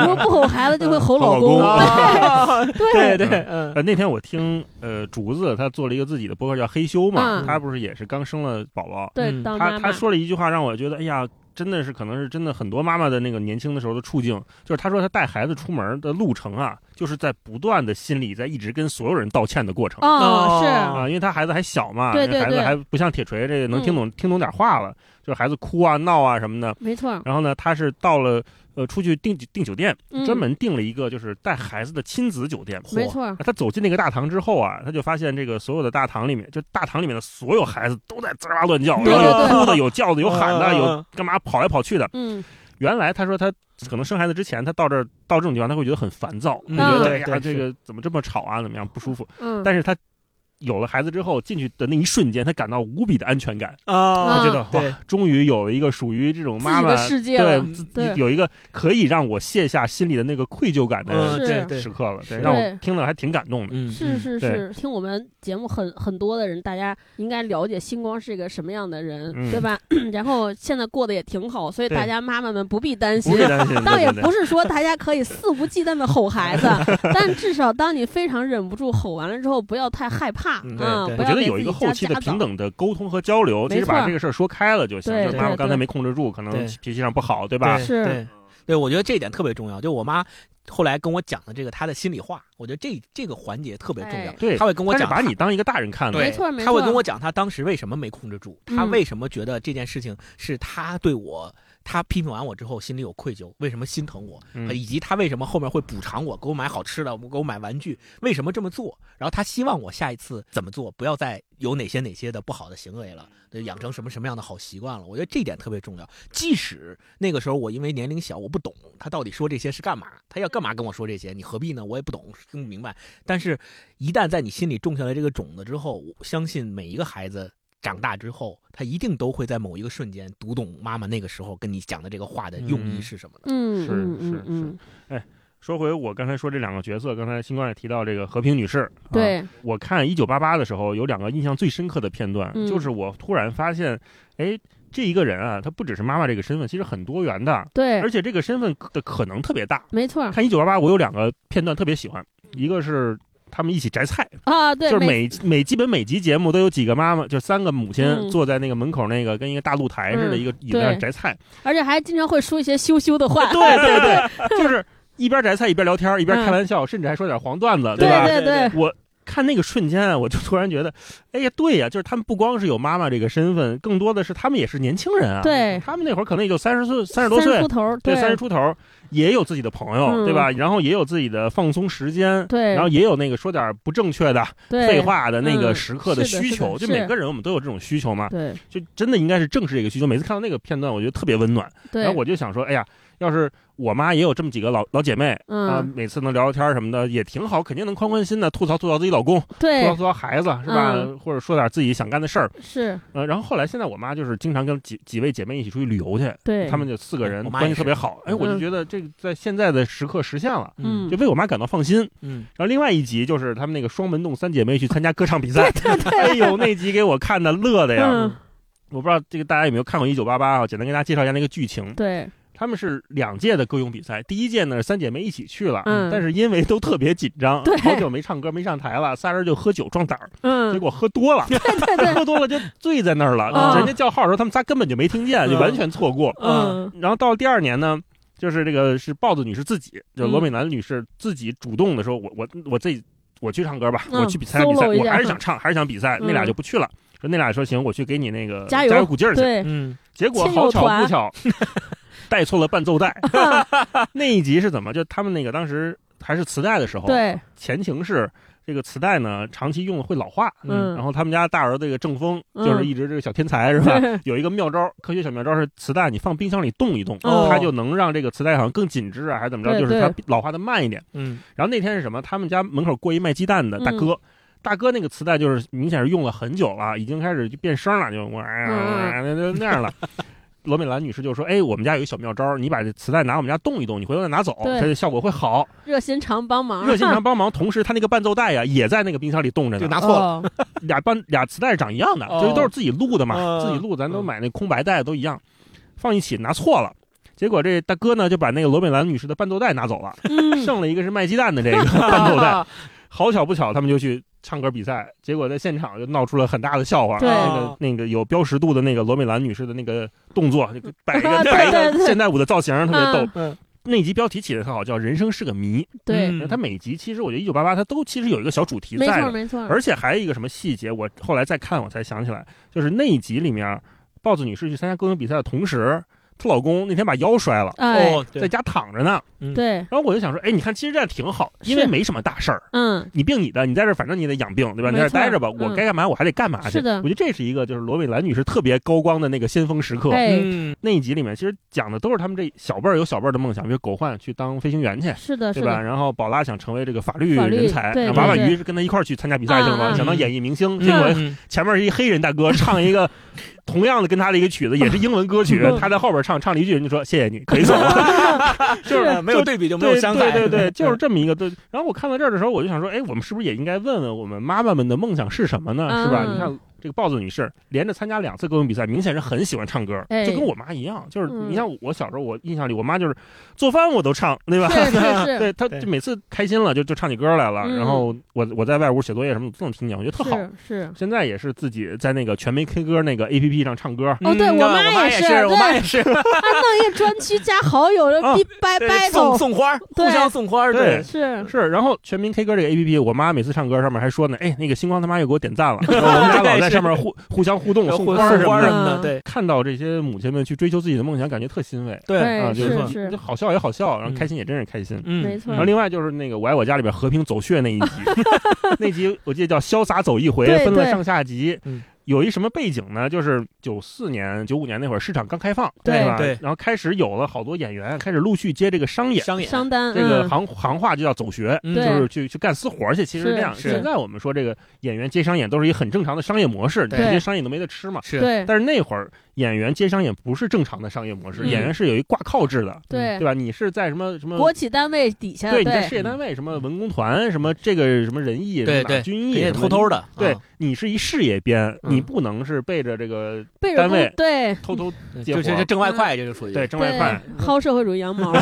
Speaker 2: 如果不吼孩子就会
Speaker 1: 吼
Speaker 2: 吼老
Speaker 1: 老
Speaker 2: 公
Speaker 1: 公，
Speaker 3: 啊，对
Speaker 2: 对
Speaker 3: 对，
Speaker 1: 呃，
Speaker 3: 嗯
Speaker 1: 那天我听呃竹子他做了一个自己的播客叫黑修嘛，
Speaker 2: 嗯
Speaker 1: 他不是也是刚生了宝宝，
Speaker 2: 对，
Speaker 3: 嗯
Speaker 2: 当
Speaker 1: 他
Speaker 2: 妈
Speaker 1: 他
Speaker 2: 妈。
Speaker 1: 说了一句话让我觉得，哎呀，真的是可能是真的很多妈妈的那个年轻的时候的处境，就是他说他带孩子出门的路程啊，就是在不断的心里在一直跟所有人道歉的过程。
Speaker 2: 哦，
Speaker 3: 哦
Speaker 2: 是，
Speaker 1: 啊，因为他孩子还小嘛，
Speaker 2: 对对
Speaker 1: 孩子
Speaker 2: 对嗯
Speaker 1: 还不像铁锤这个能听懂、听懂点话了，就是孩子哭啊闹啊什么的。
Speaker 2: 没错，
Speaker 1: 然后呢，他是到了呃出去订订酒店，
Speaker 2: 嗯
Speaker 1: 专门订了一个就是带孩子的亲子酒店。
Speaker 2: 没错，
Speaker 1: 啊他走进那个大堂之后啊，他就发现这个所有的大堂里面，就大堂里面的所有孩子都在滋哇乱叫，
Speaker 2: 对
Speaker 1: 然后
Speaker 2: 对对
Speaker 1: 有哭的，有叫的，有喊
Speaker 3: 嗯
Speaker 1: 的，
Speaker 3: 嗯
Speaker 1: 有
Speaker 3: 嗯
Speaker 1: 干嘛跑来跑去的。
Speaker 2: 嗯，
Speaker 1: 原来他说他可能生孩子之前，他到这儿到这种地方，他会觉得很烦躁，
Speaker 3: 嗯
Speaker 1: 就觉得
Speaker 3: 对
Speaker 1: 哎呀
Speaker 3: 对
Speaker 1: 这个怎么这么吵啊，怎么样不舒服。
Speaker 2: 嗯，
Speaker 1: 但是他有了孩子之后，进去的那一瞬间，他感到无比的安全感，
Speaker 3: 啊，
Speaker 1: 他觉得
Speaker 2: 嗯
Speaker 3: 对
Speaker 1: 哇，终于有了一个属于这种
Speaker 2: 自
Speaker 1: 妈
Speaker 2: 己
Speaker 1: 妈
Speaker 2: 的世界
Speaker 1: 对
Speaker 2: 了，
Speaker 1: 自
Speaker 2: 对
Speaker 1: 有一个可以让我卸下心里的那个愧疚感
Speaker 3: 嗯，
Speaker 1: 的
Speaker 2: 是
Speaker 3: 对对，
Speaker 1: 时刻了，对，
Speaker 3: 是
Speaker 1: 让
Speaker 2: 对
Speaker 1: 我听了还挺感动的。
Speaker 3: 嗯，
Speaker 2: 是
Speaker 3: 嗯，
Speaker 2: 是
Speaker 1: 对
Speaker 2: 是，听我们节目很很多的人，大家应该了解星光是一个什么样的人，
Speaker 1: 嗯
Speaker 2: 对吧？ 然后现在过得也挺好，所以
Speaker 1: 对
Speaker 2: 大家妈妈们不必担
Speaker 1: 不
Speaker 2: 心
Speaker 1: 必。担心，
Speaker 2: 倒
Speaker 1: 对
Speaker 2: 也
Speaker 1: 对对
Speaker 2: 不是说大家可以肆无忌惮的吼 孩子，但至少当你非常忍不住吼完了之后，不要太害怕
Speaker 3: 嗯对
Speaker 2: 啊！
Speaker 3: 对
Speaker 2: 不
Speaker 1: 我
Speaker 2: 要
Speaker 1: 觉得
Speaker 2: 给
Speaker 1: 有
Speaker 2: 自
Speaker 1: 一
Speaker 2: 己
Speaker 1: 个后
Speaker 2: 加
Speaker 1: 期的
Speaker 2: 夹
Speaker 1: 平
Speaker 2: 道
Speaker 1: 等的沟通和交流，
Speaker 2: 没
Speaker 1: 其实把
Speaker 2: 错
Speaker 1: 这个事儿说开了就行。
Speaker 2: 对
Speaker 1: 就是妈
Speaker 2: 对
Speaker 1: 妈刚才
Speaker 2: 对
Speaker 1: 没控制住，可能
Speaker 3: 对
Speaker 1: 脾气上不好，对吧？
Speaker 2: 是
Speaker 3: 对，对，我觉得这一点特别重要。就我妈后来跟我讲的这个她的心里话，我觉得这这个环节特别重要。
Speaker 2: 哎
Speaker 1: 对
Speaker 3: 她会跟我
Speaker 1: 但是
Speaker 3: 讲
Speaker 1: 把
Speaker 3: 她
Speaker 1: 你当一个大人看的，
Speaker 3: 对，
Speaker 2: 没错没
Speaker 3: 她会
Speaker 2: 错
Speaker 3: 跟我讲她当时为什么没控制住，她
Speaker 2: 嗯
Speaker 3: 为什么觉得这件事情是她对我。她批评完我之后，心里有愧疚，为什么心疼我，呃
Speaker 1: 嗯
Speaker 3: 以及她为什么后面会补偿我，给我买好吃的，给我买玩具，为什么这么做？然后她希望我下一次怎么做，不要再有哪些哪些的不好的行为了，对养成什么什么样的好习惯了。我觉得这一点特别重要。即使那个时候我因为年龄小，我不懂他到底说这些是干嘛，他要干嘛跟我说这些？你何必呢？我也不懂，听不明白。但是，一旦在你心里种下了这个种子之后，我相信每一个孩子长大之后，他一定都会在某一个瞬间读懂妈妈那个时候跟你讲的这个话的用意是什么的。
Speaker 2: 嗯
Speaker 1: 是
Speaker 2: 嗯
Speaker 1: 是
Speaker 2: 嗯嗯，
Speaker 1: 说回我刚才说这两个角色，刚才星光也提到这个和平女士。啊，
Speaker 2: 对，
Speaker 1: 我看《一九八八》的时候，有两个印象最深刻的片段，
Speaker 2: 嗯
Speaker 1: 就是我突然发现，哎，这一个人啊，他不只是妈妈这个身份，其实很多元的，
Speaker 2: 对
Speaker 1: 而，且这个身份的可能特别大。
Speaker 2: 没错
Speaker 1: 看《一九八八》，我有两个片段特别喜欢，一个是他们一起摘菜，
Speaker 2: 啊，对，
Speaker 1: 就是每每基本每集节目都有几个妈妈，就三个母亲
Speaker 2: 嗯
Speaker 1: 坐在那个门口那个跟一个大露台似的，
Speaker 2: 嗯
Speaker 1: 一个椅子上
Speaker 2: 对
Speaker 1: 摘菜，哎
Speaker 2: 而且还经常会说一些羞羞的话，
Speaker 1: 对对对，就是一边摘菜一边聊天，一边
Speaker 2: 嗯
Speaker 1: 开玩笑，甚至还说点黄段子，
Speaker 2: 对
Speaker 1: 吧？
Speaker 2: 对对
Speaker 1: 我看那个瞬间啊，我就突然觉得，哎呀，对呀，就是他们不光是有妈妈这个身份，更多的是他们也是年轻人啊，
Speaker 2: 对
Speaker 1: 他们那会儿可能也就三十岁、三十
Speaker 2: 三
Speaker 1: 多
Speaker 2: 十
Speaker 1: 岁
Speaker 2: 出，头儿，
Speaker 1: 对，三十出头，也有自己的朋友，
Speaker 2: 嗯
Speaker 1: 对吧？然后也有自己的放松时间。
Speaker 2: 对，
Speaker 1: 然后也有那个说点不正确的，
Speaker 2: 对
Speaker 1: 废，话的那个
Speaker 2: 嗯
Speaker 1: 时刻的
Speaker 2: 是的
Speaker 1: 需
Speaker 2: 是
Speaker 1: 求，
Speaker 2: 的
Speaker 1: 就是每个人我们都有这种需求嘛，
Speaker 2: 对
Speaker 1: 就真的应该是正视这个需求。每次看到那个片段，我觉得特别温暖。
Speaker 2: 对，
Speaker 1: 然后我就想说，哎呀，要是我妈也有这么几个老老姐妹啊、
Speaker 2: 嗯，
Speaker 1: 每次能聊聊天什么的也挺好，肯定能宽宽心的，吐槽吐槽自己老公，吐槽
Speaker 2: 对，
Speaker 1: 吐槽孩子是吧？
Speaker 2: 嗯
Speaker 1: 或者说点自己想干的事儿。
Speaker 2: 是，
Speaker 1: 呃，然后后来现在我妈就是经常跟几几位姐妹一起出去旅游去，
Speaker 2: 对，
Speaker 1: 她们就四个人
Speaker 3: 我妈也
Speaker 1: 关系
Speaker 3: 是
Speaker 1: 特别好，哎，我就
Speaker 2: 嗯
Speaker 1: 觉得这个在现在的时刻实现了。
Speaker 2: 嗯
Speaker 1: 就为我妈感到放心。
Speaker 3: 嗯，
Speaker 1: 然后另外一集就是她们那个双门洞三姐妹去参加歌唱比赛， 哎呦那集给我看的乐的呀！
Speaker 2: 嗯，
Speaker 1: 我不知道这个大家有没有看过《一九八八》啊？简单跟大家介绍一下那个剧情。
Speaker 2: 对，
Speaker 1: 他们是两届的歌咏比赛，第一届呢三姐妹一起去了，
Speaker 2: 嗯
Speaker 1: 但是因为都特别紧张
Speaker 2: 对，
Speaker 1: 好久没唱歌没上台了，仨人就喝酒壮胆儿，结
Speaker 2: 嗯，
Speaker 1: 果喝多了，
Speaker 2: 对对，
Speaker 1: 喝多了就醉在那儿了。
Speaker 2: 嗯
Speaker 1: 人家叫号的时候，他们仨根本就没听见，
Speaker 3: 嗯
Speaker 1: 就完全错过。
Speaker 2: 嗯，
Speaker 1: 然后到了第二年呢。就是这个是豹子女士自己，
Speaker 2: 嗯
Speaker 1: 就罗美兰女士自己主动的说，我我我自己我去唱歌吧，
Speaker 2: 嗯
Speaker 1: 我去比参加比赛，
Speaker 2: solo 一
Speaker 1: 我
Speaker 2: 下
Speaker 1: 还是想唱，还是想比赛。
Speaker 2: 嗯
Speaker 1: 那俩就不去了，说那俩说行，我去给你那个
Speaker 2: 加油
Speaker 1: 加油鼓劲儿去。
Speaker 2: 对，
Speaker 3: 嗯，
Speaker 1: 结果好巧不 巧，带错了伴奏带。 那一集是怎么？就他们那个当时还是磁带的时候，
Speaker 2: 对，
Speaker 1: 前情是这个磁带呢长期用会老化，
Speaker 2: 嗯
Speaker 1: 然后他们家大儿子这个正风
Speaker 2: 嗯
Speaker 1: 就是一直这个小天才是 吧？
Speaker 2: 对
Speaker 1: 有一个妙招，科学小妙招是磁带你放冰箱里冻一冻，
Speaker 2: 哦
Speaker 1: 它就能让这个磁带好像更紧致啊，还是怎么着？
Speaker 2: 对
Speaker 1: 就是它
Speaker 2: 对
Speaker 1: 老化的慢一点。
Speaker 3: 嗯，
Speaker 1: 然后那天是什么？他们家门口过一卖鸡蛋的大
Speaker 2: 嗯
Speaker 1: 哥。大哥那个磁带就是明显是用了很久了，已经开始就变声了，就哎呀、
Speaker 2: 嗯
Speaker 1: 那那那样了。 罗美兰女士就说：“哎，我们家有一小妙招，你把这磁带拿我们家动一动，你回头再拿走，
Speaker 2: 对
Speaker 1: 它的效果会好。
Speaker 2: 热心肠帮忙，
Speaker 1: 热心肠帮忙，同时他那个伴奏带呀、也在那个冰箱里冻着呢，
Speaker 3: 就拿错了，
Speaker 2: 哦，
Speaker 1: 俩伴俩磁带是长一样的，
Speaker 3: 哦
Speaker 1: 这都是自己录的嘛，
Speaker 3: 嗯
Speaker 1: 自己录咱都
Speaker 3: 嗯
Speaker 1: 买那空白带都一样，放一起拿错了。结果这大哥呢就把那个罗美兰女士的伴奏带拿走了，
Speaker 2: 嗯，
Speaker 1: 剩了一个是卖鸡蛋的这 个伴奏带。好巧不巧，他们就去唱歌比赛，结果在现场就闹出了很大的笑话。啊
Speaker 2: 对
Speaker 1: 那个那个有标识度的那个罗美兰女士的那个动作，那个摆一 个
Speaker 2: 对
Speaker 1: 摆一
Speaker 2: 对
Speaker 1: 个
Speaker 2: 对
Speaker 1: 现代舞的造型，特别逗。
Speaker 3: 嗯，
Speaker 1: 那集标题起的特好，叫《人生是个谜》。
Speaker 2: 对，嗯
Speaker 1: 它每集其实我觉得一九八八它都其实有一个小主题嗯
Speaker 2: 没
Speaker 1: 在
Speaker 2: 错
Speaker 1: 的，
Speaker 2: 没错，
Speaker 1: 而且还有一个什么细节，我后来再看我才想起来，就是那一集里面，豹子女士去参加歌咏比赛的同时，她老公那天把腰摔了，
Speaker 2: 哎，
Speaker 3: 哦，
Speaker 1: 在
Speaker 3: 对，
Speaker 1: 家躺着呢。
Speaker 2: 对，
Speaker 1: 然后我就想说，哎，你看，其实这样挺好，因为
Speaker 2: 是
Speaker 1: 没什么大事儿，
Speaker 2: 嗯，
Speaker 1: 你病你的，你在这儿反正你得养病，对吧？你在这儿
Speaker 2: 没错
Speaker 1: 待着吧，
Speaker 2: 嗯
Speaker 1: 我该干嘛我还得干嘛去。
Speaker 2: 是的
Speaker 1: 我觉得这是一个就是罗美兰女士特别高光的那个先锋时刻。
Speaker 2: 哎，
Speaker 3: 嗯，
Speaker 1: 那一集里面，其实讲的都是他们这小辈儿有小辈儿的梦想，比如狗焕去当飞行员去，
Speaker 2: 是啊的，是
Speaker 1: 对吧？
Speaker 2: 的，
Speaker 1: 然后宝拉想成为这个法律
Speaker 2: 法律
Speaker 1: 人才，
Speaker 2: 对
Speaker 1: 然后
Speaker 3: 对
Speaker 1: 娃娃
Speaker 2: 对
Speaker 1: 鱼是跟他一块儿去参加比赛去了
Speaker 2: 啊
Speaker 1: 嘛，
Speaker 2: 啊
Speaker 1: 想当演艺明星，
Speaker 3: 结
Speaker 1: 结
Speaker 3: 果
Speaker 1: 果前面是一黑人大 哥唱一个同样的跟他的一个曲子，也是英文歌曲
Speaker 2: 嗯，
Speaker 1: 他在后边唱，唱了一句，人家说谢谢你，可以走了， 就是
Speaker 3: 嗯没有对比就没有
Speaker 1: 对
Speaker 3: 伤害，
Speaker 1: 对对 对，就是
Speaker 3: 嗯
Speaker 1: 这么一个对。然后我看到这儿的时候，我就想说，哎，我们是不是也应该问问我们妈妈们的梦想是什么呢？是吧？
Speaker 2: 嗯
Speaker 1: 你看这个豹子女士连着参加两次歌咏比赛，明显是很喜欢唱歌，
Speaker 2: 哎
Speaker 1: 就跟我妈一样。就是
Speaker 2: 嗯
Speaker 1: 你像我小时候，我印象里我妈就是做饭我都唱，对吧？
Speaker 2: 是是是
Speaker 1: 对，她
Speaker 3: 对
Speaker 1: 就每次开心了就就唱起歌来了。
Speaker 2: 嗯
Speaker 1: 然后我我在外屋写作业什么的都能听见，我觉得特好。
Speaker 2: 是 啊是。
Speaker 1: 现在也是自己在那个全民 K 歌那个 A P P 上唱歌，
Speaker 2: 哦对
Speaker 3: 嗯
Speaker 2: 我
Speaker 3: 啊
Speaker 2: 妈
Speaker 3: 妈
Speaker 2: 也是
Speaker 3: 是，我妈
Speaker 2: 对
Speaker 3: 也是，
Speaker 2: 他弄一个专区加好友，然后
Speaker 1: 啊
Speaker 2: 逼掰
Speaker 3: 对
Speaker 2: 掰
Speaker 3: 送
Speaker 2: 头，
Speaker 3: 送花儿，互
Speaker 2: 对
Speaker 3: 相送花儿，
Speaker 1: 对
Speaker 2: 是
Speaker 1: 是，然后全民 K 歌这个 A P P，我妈每次唱歌上面还说呢，哎，那个星光他妈又给我点 赞了，然后我们家老在上面互互相互动，
Speaker 3: 互
Speaker 1: 送
Speaker 3: 送
Speaker 1: 花儿什
Speaker 3: 花
Speaker 1: 么的
Speaker 3: 儿啊
Speaker 2: 的
Speaker 3: 什么的，
Speaker 2: 嗯
Speaker 3: 对
Speaker 1: 看到这些母亲们去追求自己的梦想，感觉特欣慰
Speaker 2: 对
Speaker 1: 啊，就是说
Speaker 2: 哎是
Speaker 1: 就好笑也好笑，然后
Speaker 3: 嗯
Speaker 1: 开心也真是开心。
Speaker 3: 嗯，
Speaker 2: 没错
Speaker 1: 然后另外就是那个《我爱我家》里边和平走穴那一集， 那集我记得叫“潇洒走一回
Speaker 2: 对”，
Speaker 1: 分
Speaker 2: 对
Speaker 1: 了上下集
Speaker 3: 嗯。
Speaker 1: 有一什么背景呢？就是九四年、九五年那会儿，市场刚开放，
Speaker 2: 对
Speaker 1: 吧？
Speaker 3: 对
Speaker 1: 然后开始有了好多演员，开始陆续接这个商演，
Speaker 3: 商演，
Speaker 2: 商单，
Speaker 1: 这个
Speaker 2: 嗯
Speaker 1: 行行话就叫走学，
Speaker 3: 嗯
Speaker 2: 对
Speaker 1: 就是去去干私活儿去。其实
Speaker 2: 是
Speaker 1: 这样，
Speaker 3: 是
Speaker 1: 现在我们说这个演员接商演都是一个很正常的商业模式，你
Speaker 3: 对
Speaker 1: 这些商演都没得吃嘛。
Speaker 3: 是，
Speaker 2: 对
Speaker 1: 但是那会儿演员接商演不是正常的商业模式，
Speaker 2: 嗯
Speaker 1: 演员是有一挂靠制的，
Speaker 2: 对
Speaker 1: 对吧？你是在什么什么
Speaker 2: 国企单位底下，
Speaker 1: 嗯对你在
Speaker 2: 对
Speaker 1: 事业单位什么文工团什么这个什么仁义
Speaker 3: 嗯对
Speaker 1: 什么哪
Speaker 3: 对
Speaker 1: 军
Speaker 3: 人
Speaker 1: 艺
Speaker 3: 家偷偷。的，
Speaker 1: 对
Speaker 3: 啊，
Speaker 1: 你是一事业编，
Speaker 3: 嗯
Speaker 1: 你不能是背着这个
Speaker 2: 背着
Speaker 1: 单位
Speaker 2: 工对
Speaker 1: 偷偷
Speaker 3: 就
Speaker 1: 结
Speaker 3: 是
Speaker 1: 伙
Speaker 3: 这挣外快，这就属于
Speaker 1: 对挣外
Speaker 2: 对
Speaker 1: 快，
Speaker 2: 薅社会主义 羊毛，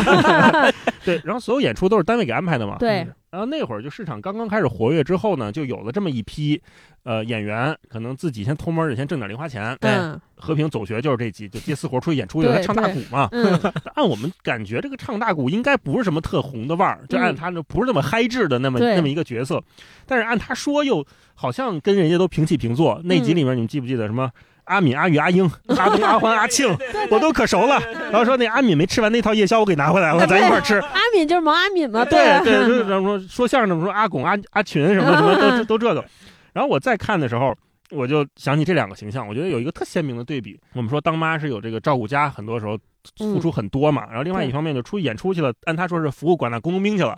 Speaker 1: 对，然后所有演出都是单位给安排的嘛。
Speaker 2: 对
Speaker 1: 然后那会儿就市场刚刚开始活跃之后呢，就有了这么一批，呃，演员可能自己先偷摸儿的先挣点零花钱。
Speaker 3: 对
Speaker 2: 嗯
Speaker 1: 和平走学就是这集，就接私活出去演出去，
Speaker 2: 对
Speaker 1: 他唱大鼓嘛。
Speaker 2: 嗯，
Speaker 1: 按我们感觉，这个唱大鼓应该不是什么特红的腕儿，就按
Speaker 2: 嗯
Speaker 1: 他那不是那么嗨质的那么
Speaker 2: 对
Speaker 1: 那么一个角色。但是按他说，又好像跟人家都平起平坐。那集里面你们记不记得什么？阿敏、阿宇、阿英、阿东、阿欢、阿庆，我都可熟了。然后说那阿敏没吃完那套夜宵，我给拿回来了，咱一块儿吃。
Speaker 2: 阿敏就是毛阿敏 嘛，啊
Speaker 1: 对对，就是什么说相声怎么说阿拱阿阿群什么什么 都都这个。然后我再看的时候，我就想起这两个形象，我觉得有一个特鲜明的对比。我们说当妈是有这个照顾家，很多时候付出很多嘛，然后另外一
Speaker 2: 嗯对
Speaker 1: 方面就出去演出去了，按他说是服务广大工农兵 去了。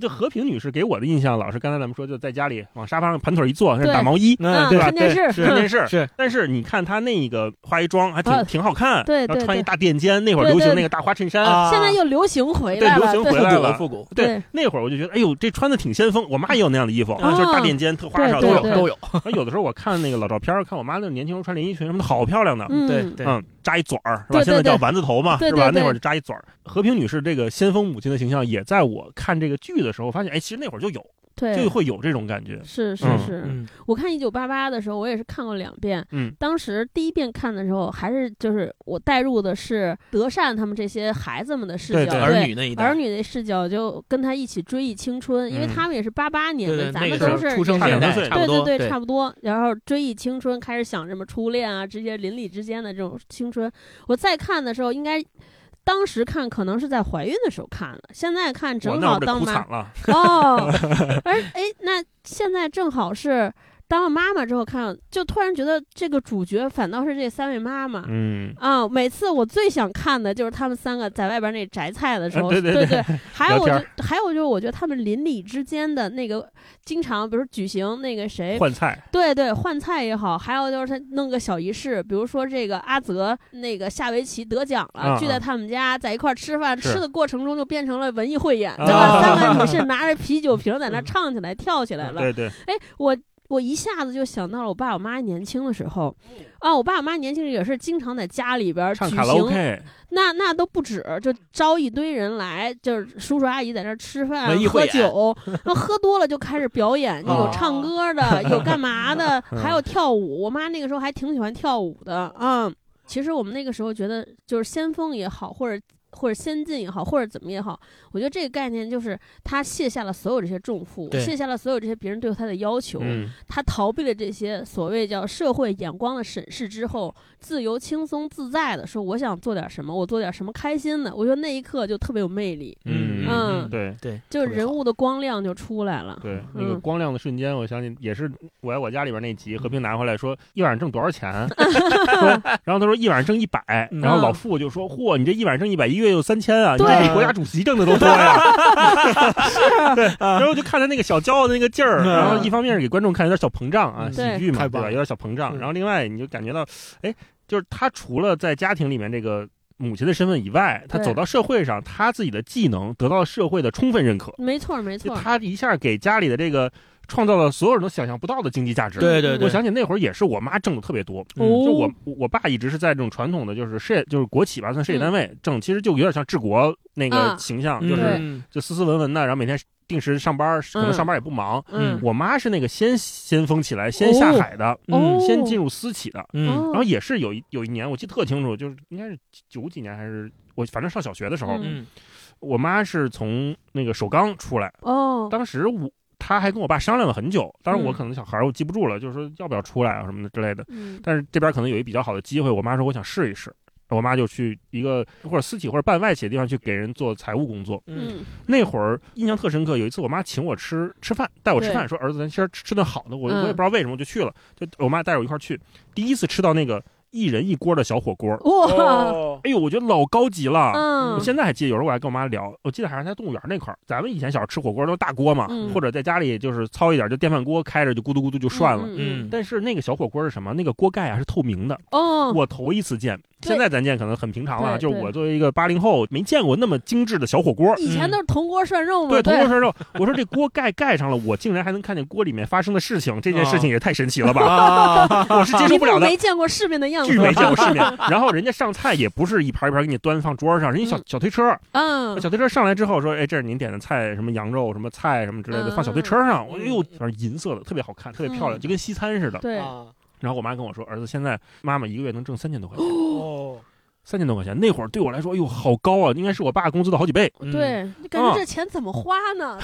Speaker 1: 就和平女士给我的印象，老是刚才咱们说，就在家里往沙发上盘腿一坐，那
Speaker 2: 对
Speaker 1: 打毛衣，
Speaker 3: 嗯，
Speaker 2: 啊
Speaker 3: 对吧？
Speaker 2: 看电
Speaker 3: 对
Speaker 2: 视嗯
Speaker 1: 看
Speaker 3: 是
Speaker 1: 电视。
Speaker 3: 是，
Speaker 1: 但是你看她那个化一妆还挺
Speaker 2: 啊
Speaker 1: 挺好看，
Speaker 2: 对
Speaker 1: 然后
Speaker 2: 对
Speaker 1: 穿一
Speaker 2: 对
Speaker 1: 大垫肩，那会儿
Speaker 2: 对
Speaker 1: 流行
Speaker 2: 对
Speaker 1: 那个大花衬衫，
Speaker 3: 啊
Speaker 2: 现在又流行回
Speaker 1: 对
Speaker 2: 来
Speaker 1: 流
Speaker 2: 了，
Speaker 1: 行
Speaker 2: 对
Speaker 1: 回来了
Speaker 3: 复古复古
Speaker 1: 对
Speaker 2: 对，
Speaker 1: 那会儿我就觉得，哎呦，这穿的挺先锋。我妈也有那样的衣服，
Speaker 2: 哦
Speaker 1: 就是大垫肩、特花哨
Speaker 2: 对
Speaker 1: 都有。
Speaker 2: 对
Speaker 3: 都有，
Speaker 1: 然后有的时候我看那个老照片儿，看我妈那年轻时候穿连衣裙什么的，好漂亮的。
Speaker 3: 对
Speaker 2: 嗯，
Speaker 3: 对，
Speaker 1: 嗯，扎一嘴儿是吧？
Speaker 2: 对对
Speaker 1: 现在叫
Speaker 2: 对
Speaker 1: 丸子头嘛，
Speaker 2: 对
Speaker 1: 是吧？
Speaker 2: 对对
Speaker 1: 那会儿就扎一嘴儿。和平女士这个先锋母亲的形象，也在我看这个剧的时候发现，哎，其实那会儿就有，就
Speaker 2: 对，
Speaker 1: 会有这种感觉。
Speaker 2: 是是
Speaker 1: 嗯
Speaker 2: 是。
Speaker 3: 嗯
Speaker 2: 我看《一九八八》的时候，我也是看过两遍。
Speaker 1: 嗯，
Speaker 2: 当时第一遍看的时候，还是就是我带入的是德善他们这些孩子们的视角，
Speaker 1: 对对
Speaker 3: 儿女那一代，
Speaker 2: 儿女的视角，就跟他一起追忆青春，因为
Speaker 1: 嗯
Speaker 2: 他们也是八八年
Speaker 3: 对对，
Speaker 2: 的，咱
Speaker 3: 那
Speaker 2: 们
Speaker 3: 个时
Speaker 2: 都
Speaker 3: 候
Speaker 2: 是
Speaker 3: 出生
Speaker 1: 差
Speaker 3: 年
Speaker 1: 两
Speaker 3: 代
Speaker 1: 岁
Speaker 3: 差不多，
Speaker 2: 对对对，差不多。然后追忆青春，开始想什么初恋啊，这些邻里之间的这种青春。我再看的时候，应该当时看可能是在怀孕的时候看了，现在看
Speaker 1: 我那
Speaker 2: 正
Speaker 1: 会
Speaker 2: 好
Speaker 1: 儿就
Speaker 2: 当
Speaker 1: 哭
Speaker 2: 妈
Speaker 1: 惨了。
Speaker 2: 哦，而哎，那现在正好是当了妈妈之后看，就突然觉得这个主角反倒是这三位妈妈。
Speaker 1: 嗯，
Speaker 2: 啊、每次我最想看的就是他们三个在外边那摘菜的时候，
Speaker 1: 啊对对
Speaker 2: 对
Speaker 1: 对
Speaker 2: 还有
Speaker 1: 聊
Speaker 2: 我
Speaker 1: 天
Speaker 2: 就还有就是，我觉得他们邻里之间的那个经常，比如说举行那个谁，
Speaker 1: 换菜，
Speaker 2: 对对，换菜也好，还有就是他弄个小仪式，比如说这个阿泽那个下围棋得奖了，
Speaker 1: 嗯
Speaker 2: 聚在他们家在一块儿吃饭，
Speaker 1: 是
Speaker 2: 吃的过程中就变成了文艺汇演，
Speaker 1: 啊
Speaker 2: 对吧？三个女士拿着啤酒瓶在那唱起来、跳起来了。
Speaker 1: 对对，
Speaker 2: 哎，我我一下子就想到了我爸我妈年轻的时候，啊，我爸我妈年轻也是经常在家里边儿举
Speaker 1: 唱卡拉 OK，
Speaker 2: 行，那那都不止，就招一堆人来，就是叔叔阿姨在那儿吃饭
Speaker 3: 文艺汇
Speaker 2: 喝
Speaker 3: 演
Speaker 2: 酒，然后喝多了就开始表演，
Speaker 1: 哦
Speaker 2: 有唱歌的，有干嘛的，
Speaker 1: 嗯
Speaker 2: 还有跳舞。我妈那个时候还挺喜欢跳舞的，嗯。其实我们那个时候觉得，就是先锋也好，或者或者先进也好，或者怎么也好，我觉得这个概念就是他卸下了所有这些重负，
Speaker 3: 对
Speaker 2: 卸下了所有这些别人对他的要求，
Speaker 1: 嗯，
Speaker 2: 他逃避了这些所谓叫社会眼光的审视之后，自由、轻松、自在的说：“我想做点什么，我做点什么开心的。”我觉得那一刻就特别有魅力，
Speaker 1: 嗯
Speaker 2: 嗯
Speaker 1: 对
Speaker 3: 对，
Speaker 2: 就是
Speaker 3: 特别
Speaker 2: 人
Speaker 3: 好
Speaker 2: 物的光亮就出来了。
Speaker 1: 对，那个
Speaker 2: 嗯
Speaker 1: 光亮的瞬间，我想起也是我在我家里边那集，
Speaker 3: 嗯
Speaker 1: 和平拿回来说一晚上挣多少 钱，说然后他说一晚上挣一百，
Speaker 3: 嗯
Speaker 1: 然后老傅就说嚯，你这一晚上挣一百，一月有三千啊，你
Speaker 2: 对
Speaker 1: 比国家主席挣的都多呀。 对，然后就看他那个小骄傲的那个劲儿，
Speaker 3: 啊嗯
Speaker 1: 然后一方面是给观众看有点小膨胀啊，
Speaker 3: 嗯
Speaker 1: 喜
Speaker 2: 对
Speaker 1: 剧嘛，
Speaker 3: 太
Speaker 1: 对
Speaker 3: 棒
Speaker 1: 吧？
Speaker 3: 了
Speaker 1: 有点小膨胀，
Speaker 3: 嗯
Speaker 1: 然后另外你就感觉到，哎，就是他除了在家庭里面这个。母亲的身份以外，他
Speaker 2: 对
Speaker 1: 走到社会上，他自己的技能得到社会的充分认可。
Speaker 2: 没错，没
Speaker 1: 就
Speaker 2: 错，
Speaker 1: 他一下给家里的这个创造了所有人都想象不到的经济价值。
Speaker 3: 对对对，
Speaker 1: 我想起那会儿也是我妈挣的特别多，
Speaker 3: 嗯
Speaker 2: 哦
Speaker 1: 就我我爸一直是在这种传统的就是事业就是国企吧，算事业单位挣，其实就有点像治国那个
Speaker 2: 嗯啊
Speaker 1: 形象，
Speaker 3: 嗯
Speaker 1: 就是
Speaker 2: 对
Speaker 3: 嗯
Speaker 1: 就斯斯文文的，然后每天定时上班，可能上班也不忙。
Speaker 2: 嗯，
Speaker 1: 我妈是那个先先锋起来，先下海的，
Speaker 2: 哦
Speaker 1: 嗯先进入私企的。
Speaker 3: 嗯
Speaker 2: 哦
Speaker 1: 然后也是有一有一年，我记得特清楚，就是应该是九几年还是我反正上小学的时候，
Speaker 2: 嗯
Speaker 3: 嗯
Speaker 1: 我妈是从那个首钢出来，
Speaker 2: 哦，
Speaker 1: 当时我他还跟我爸商量了很久，当然我
Speaker 2: 嗯
Speaker 1: 可能小孩儿我记不住了，就是说要不要出来啊什么的之类的。
Speaker 2: 嗯
Speaker 1: 但是这边可能有一比较好的机会，我妈说我想试一试，我妈就去一个或者私企或者办外企的地方去给人做财务工作。
Speaker 3: 嗯
Speaker 2: 嗯
Speaker 1: 那会儿印象特深刻，有一次我妈请我吃吃饭，带我吃
Speaker 2: 对
Speaker 1: 饭，说儿子咱今儿吃吃顿好的，我
Speaker 2: 嗯
Speaker 1: 我也不知道为什么就去了，就我妈带着我一块儿去，第一次吃到那个一人一锅的小火锅，
Speaker 2: 哦哇，
Speaker 3: 哦
Speaker 1: 哎呦，我觉得老高级了。
Speaker 2: 嗯
Speaker 1: 我现在还记得，有时候我还跟我妈聊，我记得还是在动物园那块儿，咱们以前小时候吃火锅都是大锅嘛，
Speaker 2: 嗯
Speaker 1: 或者在家里就是糙一点，就电饭锅开着就咕嘟咕嘟就涮了。
Speaker 2: 嗯，嗯
Speaker 1: 但是那个小火锅是什么？那个锅盖啊是透明的，
Speaker 2: 哦，
Speaker 1: 我头一次见。
Speaker 2: 对
Speaker 1: 现在咱见可能很平常了，
Speaker 2: 对
Speaker 1: 就是
Speaker 2: 对
Speaker 1: 我作为一个八零后，没见过那么精致的小火锅。
Speaker 2: 以前都是铜锅涮肉
Speaker 1: 嗯
Speaker 2: 嘛，
Speaker 1: 对，铜
Speaker 2: 对
Speaker 1: 锅，涮肉，我说这锅盖盖上了，我竟然还能看见锅里面发生的事情，这件事情也太神奇了吧！
Speaker 3: 啊，
Speaker 1: 我是接受
Speaker 2: 一
Speaker 1: 不
Speaker 2: 副
Speaker 1: 了的。
Speaker 2: 哦 没见过世面的样子，
Speaker 1: 巨没见过世面，然后人家上菜也不是一盘一盘给你端放桌上，人家小
Speaker 2: 嗯
Speaker 1: 小推车，
Speaker 2: 嗯，
Speaker 1: 小推车上来之后说：“哎，这是您点的菜，什么羊肉、什么菜什么之类的，
Speaker 2: 嗯
Speaker 1: 放小推车上。”我
Speaker 3: 嗯
Speaker 1: 哎呦，反正银色的，特别好看，特别漂亮，
Speaker 2: 嗯
Speaker 1: 就跟西餐似的。
Speaker 2: 对，
Speaker 3: 啊
Speaker 1: 然后我妈跟我说：“儿子，现在妈妈一个月能挣三千多块钱，
Speaker 3: 哦，
Speaker 1: 三千多块钱。那会儿对我来说，哎呦，好高啊，应该是我爸工资的好几倍。
Speaker 3: 嗯，
Speaker 2: 对，就感
Speaker 1: 啊
Speaker 2: 觉这钱怎么花 呢？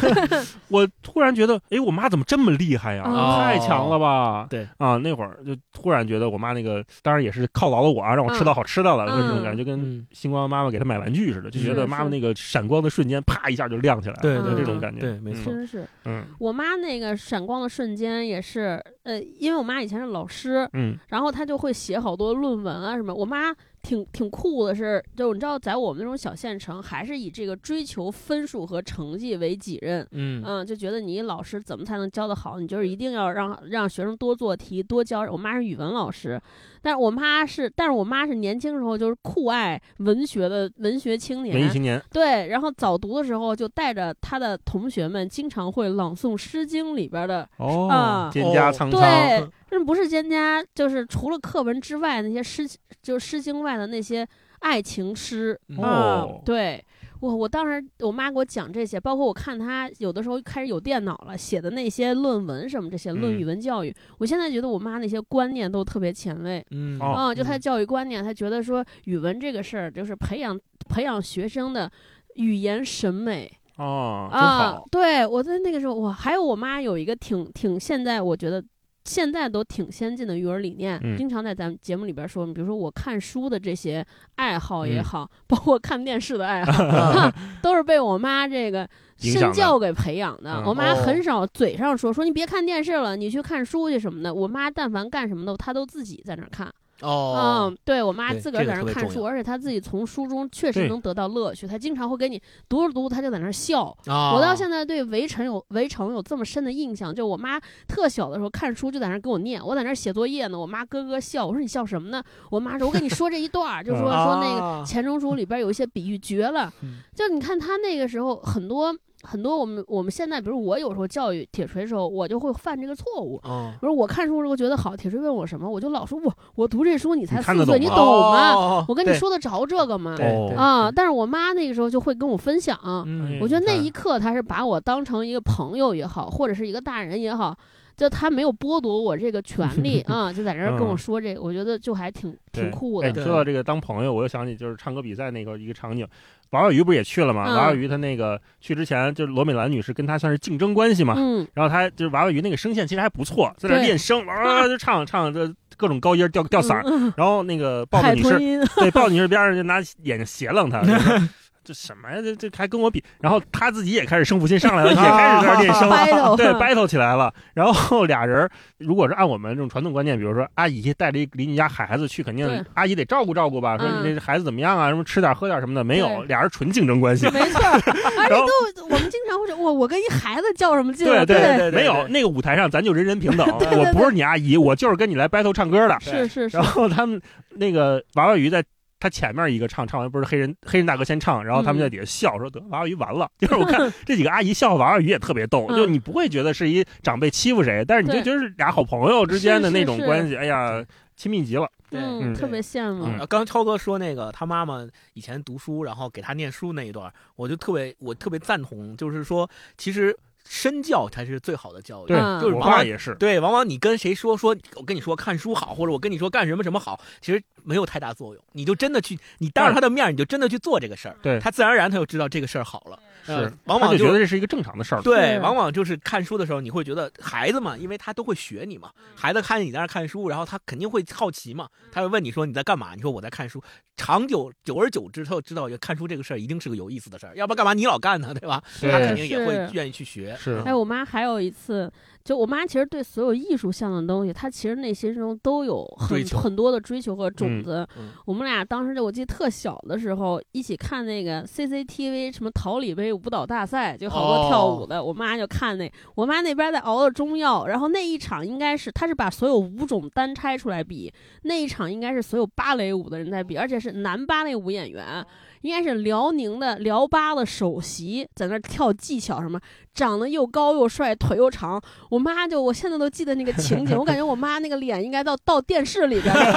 Speaker 1: 我突然觉得，哎，我妈怎么这么厉害呀、
Speaker 2: 哦
Speaker 1: 太强了吧？
Speaker 3: 对
Speaker 1: 啊，那会儿就突然觉得我妈那个，当然也是犒劳了我啊，让我吃到好吃的了，
Speaker 2: 嗯
Speaker 1: 就这种感觉，就跟
Speaker 3: 嗯，
Speaker 1: 星光妈妈给她买玩具似的，就觉得
Speaker 2: 是
Speaker 1: 妈妈
Speaker 2: 是
Speaker 1: 那个闪光的瞬间，啪一下就亮起来了，
Speaker 3: 对
Speaker 1: 就
Speaker 2: 对
Speaker 1: 这种
Speaker 2: 对
Speaker 1: 感觉。
Speaker 3: 对没错
Speaker 1: 嗯
Speaker 2: 真是，
Speaker 1: 嗯
Speaker 2: 我妈那个闪光的瞬间也是，呃，因为我妈以前是老师，
Speaker 1: 嗯
Speaker 2: 然后她就会写好多论文啊什么。我妈挺挺酷的是，就你知道，在我们那种小县城，还是以这个追求分数和成绩为己任。
Speaker 3: 嗯
Speaker 2: 嗯，就觉得你老师怎么才能教得好？你就是一定要让让学生多做题、多教。我妈是语文老师，但是我妈是，但是我妈是年轻时候就是酷爱文学的文学青年，
Speaker 1: 文艺青年，
Speaker 2: 对，然后早读的时候就带着他的同学们，经常会朗诵《诗经》里边的，
Speaker 1: 哦
Speaker 2: 啊
Speaker 1: 蒹葭苍苍，
Speaker 2: 对，这不是蒹葭，就是除了课文之外那些诗，就是《诗经》外的那些爱情诗啊、
Speaker 1: 哦
Speaker 2: 对。我我当时我妈给我讲这些，包括我看她有的时候开始有电脑了，写的那些论文什么这些，论
Speaker 3: 嗯
Speaker 2: 语文教育，我现在觉得我妈那些观念都特别前卫。
Speaker 3: 嗯
Speaker 1: 哦
Speaker 2: 嗯，就他的教育观念，他觉得说语文这个事儿就是培养培养学生的语言审美
Speaker 1: 哦，真
Speaker 2: 啊
Speaker 1: 好。，
Speaker 2: 对我在那个时候，我还有我妈有一个挺挺现在我觉得。现在都挺先进的育儿理念，
Speaker 1: 嗯
Speaker 2: 经常在咱们节目里边说。比如说我看书的这些爱好
Speaker 1: 嗯
Speaker 2: 也
Speaker 1: 啊
Speaker 2: 好， 包括看电视的爱好， 都是被我妈这个
Speaker 1: 影响
Speaker 2: 身
Speaker 1: 的
Speaker 2: 教给培养的。
Speaker 1: 嗯
Speaker 2: 我妈
Speaker 3: 哦
Speaker 2: 很少嘴上说说你别看电视了，你去看书去什么的。我妈但凡干什么的，她都自己在那儿看。
Speaker 3: 哦
Speaker 2: 嗯，对我妈
Speaker 3: 对
Speaker 2: 自个儿
Speaker 3: 这个
Speaker 2: 在那
Speaker 3: 特
Speaker 2: 儿
Speaker 3: 别
Speaker 2: 看
Speaker 3: 重
Speaker 2: 书，
Speaker 3: 要
Speaker 2: 而且她自己从书中确
Speaker 1: 对
Speaker 2: 实能得到乐趣。她经常会给你读着读着，她就在那儿笑。
Speaker 3: 啊
Speaker 2: 嗯
Speaker 1: 哦
Speaker 2: 我到现在对围城有围城有这么深的印象，就我妈特小的时候看书就在那儿给我念，我在那儿写作业呢，我妈咯咯笑。我说你笑什么呢？我妈说，我跟你说这一段儿，就说
Speaker 3: 啊
Speaker 2: 说那个
Speaker 3: 个
Speaker 2: 钱钟书里边有一些比喻绝了
Speaker 1: 嗯，
Speaker 2: 就你看他那个时候很多很多我们我们现在，比如我有时候教育铁锤的时候，我就会犯这个错误。
Speaker 3: 哦，
Speaker 2: 我说我看书时候觉得好，铁锤问我什么，我就老说我我读这书你才
Speaker 1: 你
Speaker 2: 四
Speaker 1: 看得
Speaker 2: 岁，
Speaker 1: 懂
Speaker 2: 你
Speaker 1: 吗
Speaker 2: 懂吗？
Speaker 3: 哦
Speaker 2: 我跟你，说得着这个吗？
Speaker 1: 对
Speaker 3: 哦
Speaker 1: 对
Speaker 2: 啊！但是我妈那个时候就会跟我分享，
Speaker 3: 对嗯
Speaker 2: 我觉得那
Speaker 1: 你看
Speaker 2: 一刻她是把我当成一个朋友也好，或者是一个大人也好，就她没有剥夺我这个权 利啊，就在这儿跟我
Speaker 1: 嗯
Speaker 2: 说这个，我觉得就还挺
Speaker 1: 对
Speaker 2: 挺酷
Speaker 1: 哎，
Speaker 2: 的
Speaker 1: 你。
Speaker 3: 对
Speaker 1: 说到这个当朋友，我又想起就是唱歌比赛那个一个场景，王小鱼不是也去了吗？
Speaker 2: 嗯
Speaker 1: 王小鱼她那个去之前，就是罗美兰女士跟她算是竞争关系嘛。
Speaker 2: 嗯，
Speaker 1: 然后她就是娃娃鱼那个声线其实还不错，在那儿
Speaker 2: 对
Speaker 1: 练声， 哇就唱唱这各种高音儿掉掉嗓儿。然后那个豹子
Speaker 2: 嗯海
Speaker 1: 女士
Speaker 2: 豚， 音，
Speaker 1: 对豹子女士边上就拿眼睛斜 楞她，就说这什么呀？这这还跟我比？然后她自己也开始胜负心 上来了，也开始在那儿练声，
Speaker 2: 啊 battle
Speaker 1: 对 battle 起来了。然后俩人如果是按我们这种传统观念，比如说阿姨带着一邻居家孩子去，肯定
Speaker 2: 对
Speaker 1: 阿姨得照顾照顾吧，说
Speaker 2: 嗯
Speaker 1: 你这孩子怎么样啊，什么吃点喝点什么的，没有，
Speaker 2: 对
Speaker 1: 俩人纯竞争关系。
Speaker 2: 没错儿，而且
Speaker 1: 然后
Speaker 2: 都我们经常会说，我我跟一孩子较什么劲
Speaker 1: 对
Speaker 2: 了？
Speaker 3: 对对
Speaker 1: 没有那个舞台上咱就人人平等，
Speaker 3: 对对
Speaker 1: 我不是你阿姨，我就是跟你来 battle 唱歌的。
Speaker 2: 是是 是
Speaker 1: 然，后他们那个娃娃鱼在。他前面一个唱，唱完不是黑人黑人大哥先唱，然后
Speaker 2: 嗯
Speaker 1: 他们在底下笑，说得娃娃鱼完了。 就是我 看这几个阿姨笑话娃娃鱼也特别逗，
Speaker 2: 嗯
Speaker 1: 就你不会觉得是一长辈欺负谁，但是你就
Speaker 2: 对
Speaker 1: 觉得是俩好朋友之间的
Speaker 2: 是是
Speaker 1: 那种
Speaker 2: 是
Speaker 1: 关系，哎呀，亲密极了。
Speaker 3: 对
Speaker 2: 嗯，
Speaker 1: 嗯
Speaker 2: 特别羡慕。
Speaker 1: 嗯
Speaker 3: 啊， 刚超哥说那个他妈妈以前读书，然后给他念书那一段，我就特别我特别赞同，就是说其实身教才是最好的教育。
Speaker 1: 对，
Speaker 2: 嗯
Speaker 1: 就是我
Speaker 3: 往往
Speaker 1: 爸也是，
Speaker 3: 对往往你跟谁说说，我跟你说看书好，或者我跟你说干什么什么好，其实没有太大作用。你就真的去，你当着他的面儿，你就真的去做这个事儿，
Speaker 1: 对
Speaker 3: 他自然而然他就知道这个事儿好了。呃
Speaker 1: 是，
Speaker 3: 往
Speaker 1: 他
Speaker 3: 往
Speaker 1: 就觉得这是一个正常的 事儿。
Speaker 3: 对，
Speaker 2: 是
Speaker 3: 往往就是看书的时候，你会觉得孩子嘛，因为他都会学你嘛，
Speaker 2: 嗯
Speaker 3: 孩子看你在那儿看书，然后他肯定会好奇嘛，他会问你说你在干嘛？你说我在看书。长久久而久之，他就知道看书这个事儿一定是个有意思的事儿，要不然干嘛你老干呢？ 对吧？
Speaker 1: 对
Speaker 3: 他肯定也会
Speaker 2: 是
Speaker 3: 愿意去学。
Speaker 1: 是
Speaker 2: 哎，我妈还有一次，就我妈其实对所有艺术向的东西，她其实内心中都有
Speaker 3: 追
Speaker 2: 很
Speaker 3: 求
Speaker 2: 很多的追求和种
Speaker 1: 嗯
Speaker 2: 子。
Speaker 3: 嗯
Speaker 2: 我们俩当时就我记得特小的时候，一起看那个 CCTV 什么桃李杯舞蹈大赛，就好
Speaker 3: 哦
Speaker 2: 多跳舞的。我妈就看那，我妈那边在熬的中药，然后那一场应该是她是把所有舞种单拆出来比，那一场应该是所有芭蕾舞的人在比，而且是男芭蕾舞演员，应该是辽宁的辽芭的首席在那儿跳技巧什么，长得又高又帅，腿又长。我妈就我现在都记得那个情景，我感觉我妈那个脸应该到到电视里边儿了。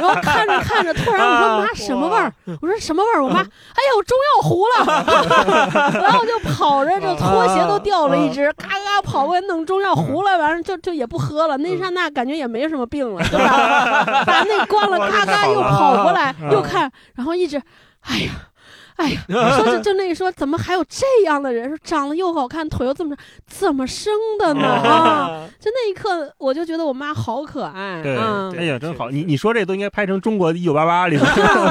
Speaker 2: 然后看着看着，突然我说妈什么味儿？我说什么味儿？我妈哎呀，我中药糊了。 然后就跑着就拖鞋都掉了一只，咔咔跑过去弄中药糊了，完了就就也不喝了。那一刹那感觉也没什么病 了，就把把那关了，嗯咔咔又跑过来又看，然后一直哎呀。哎呀，说就就那个说，怎么还有这样的人？说长得又好看，腿又这么长，怎么生的呢？啊，就那一刻，我就觉得我妈好可爱。
Speaker 1: 对，
Speaker 2: 嗯、
Speaker 1: 哎呀，真好！你你说这都应该拍成《中国一九八八》里面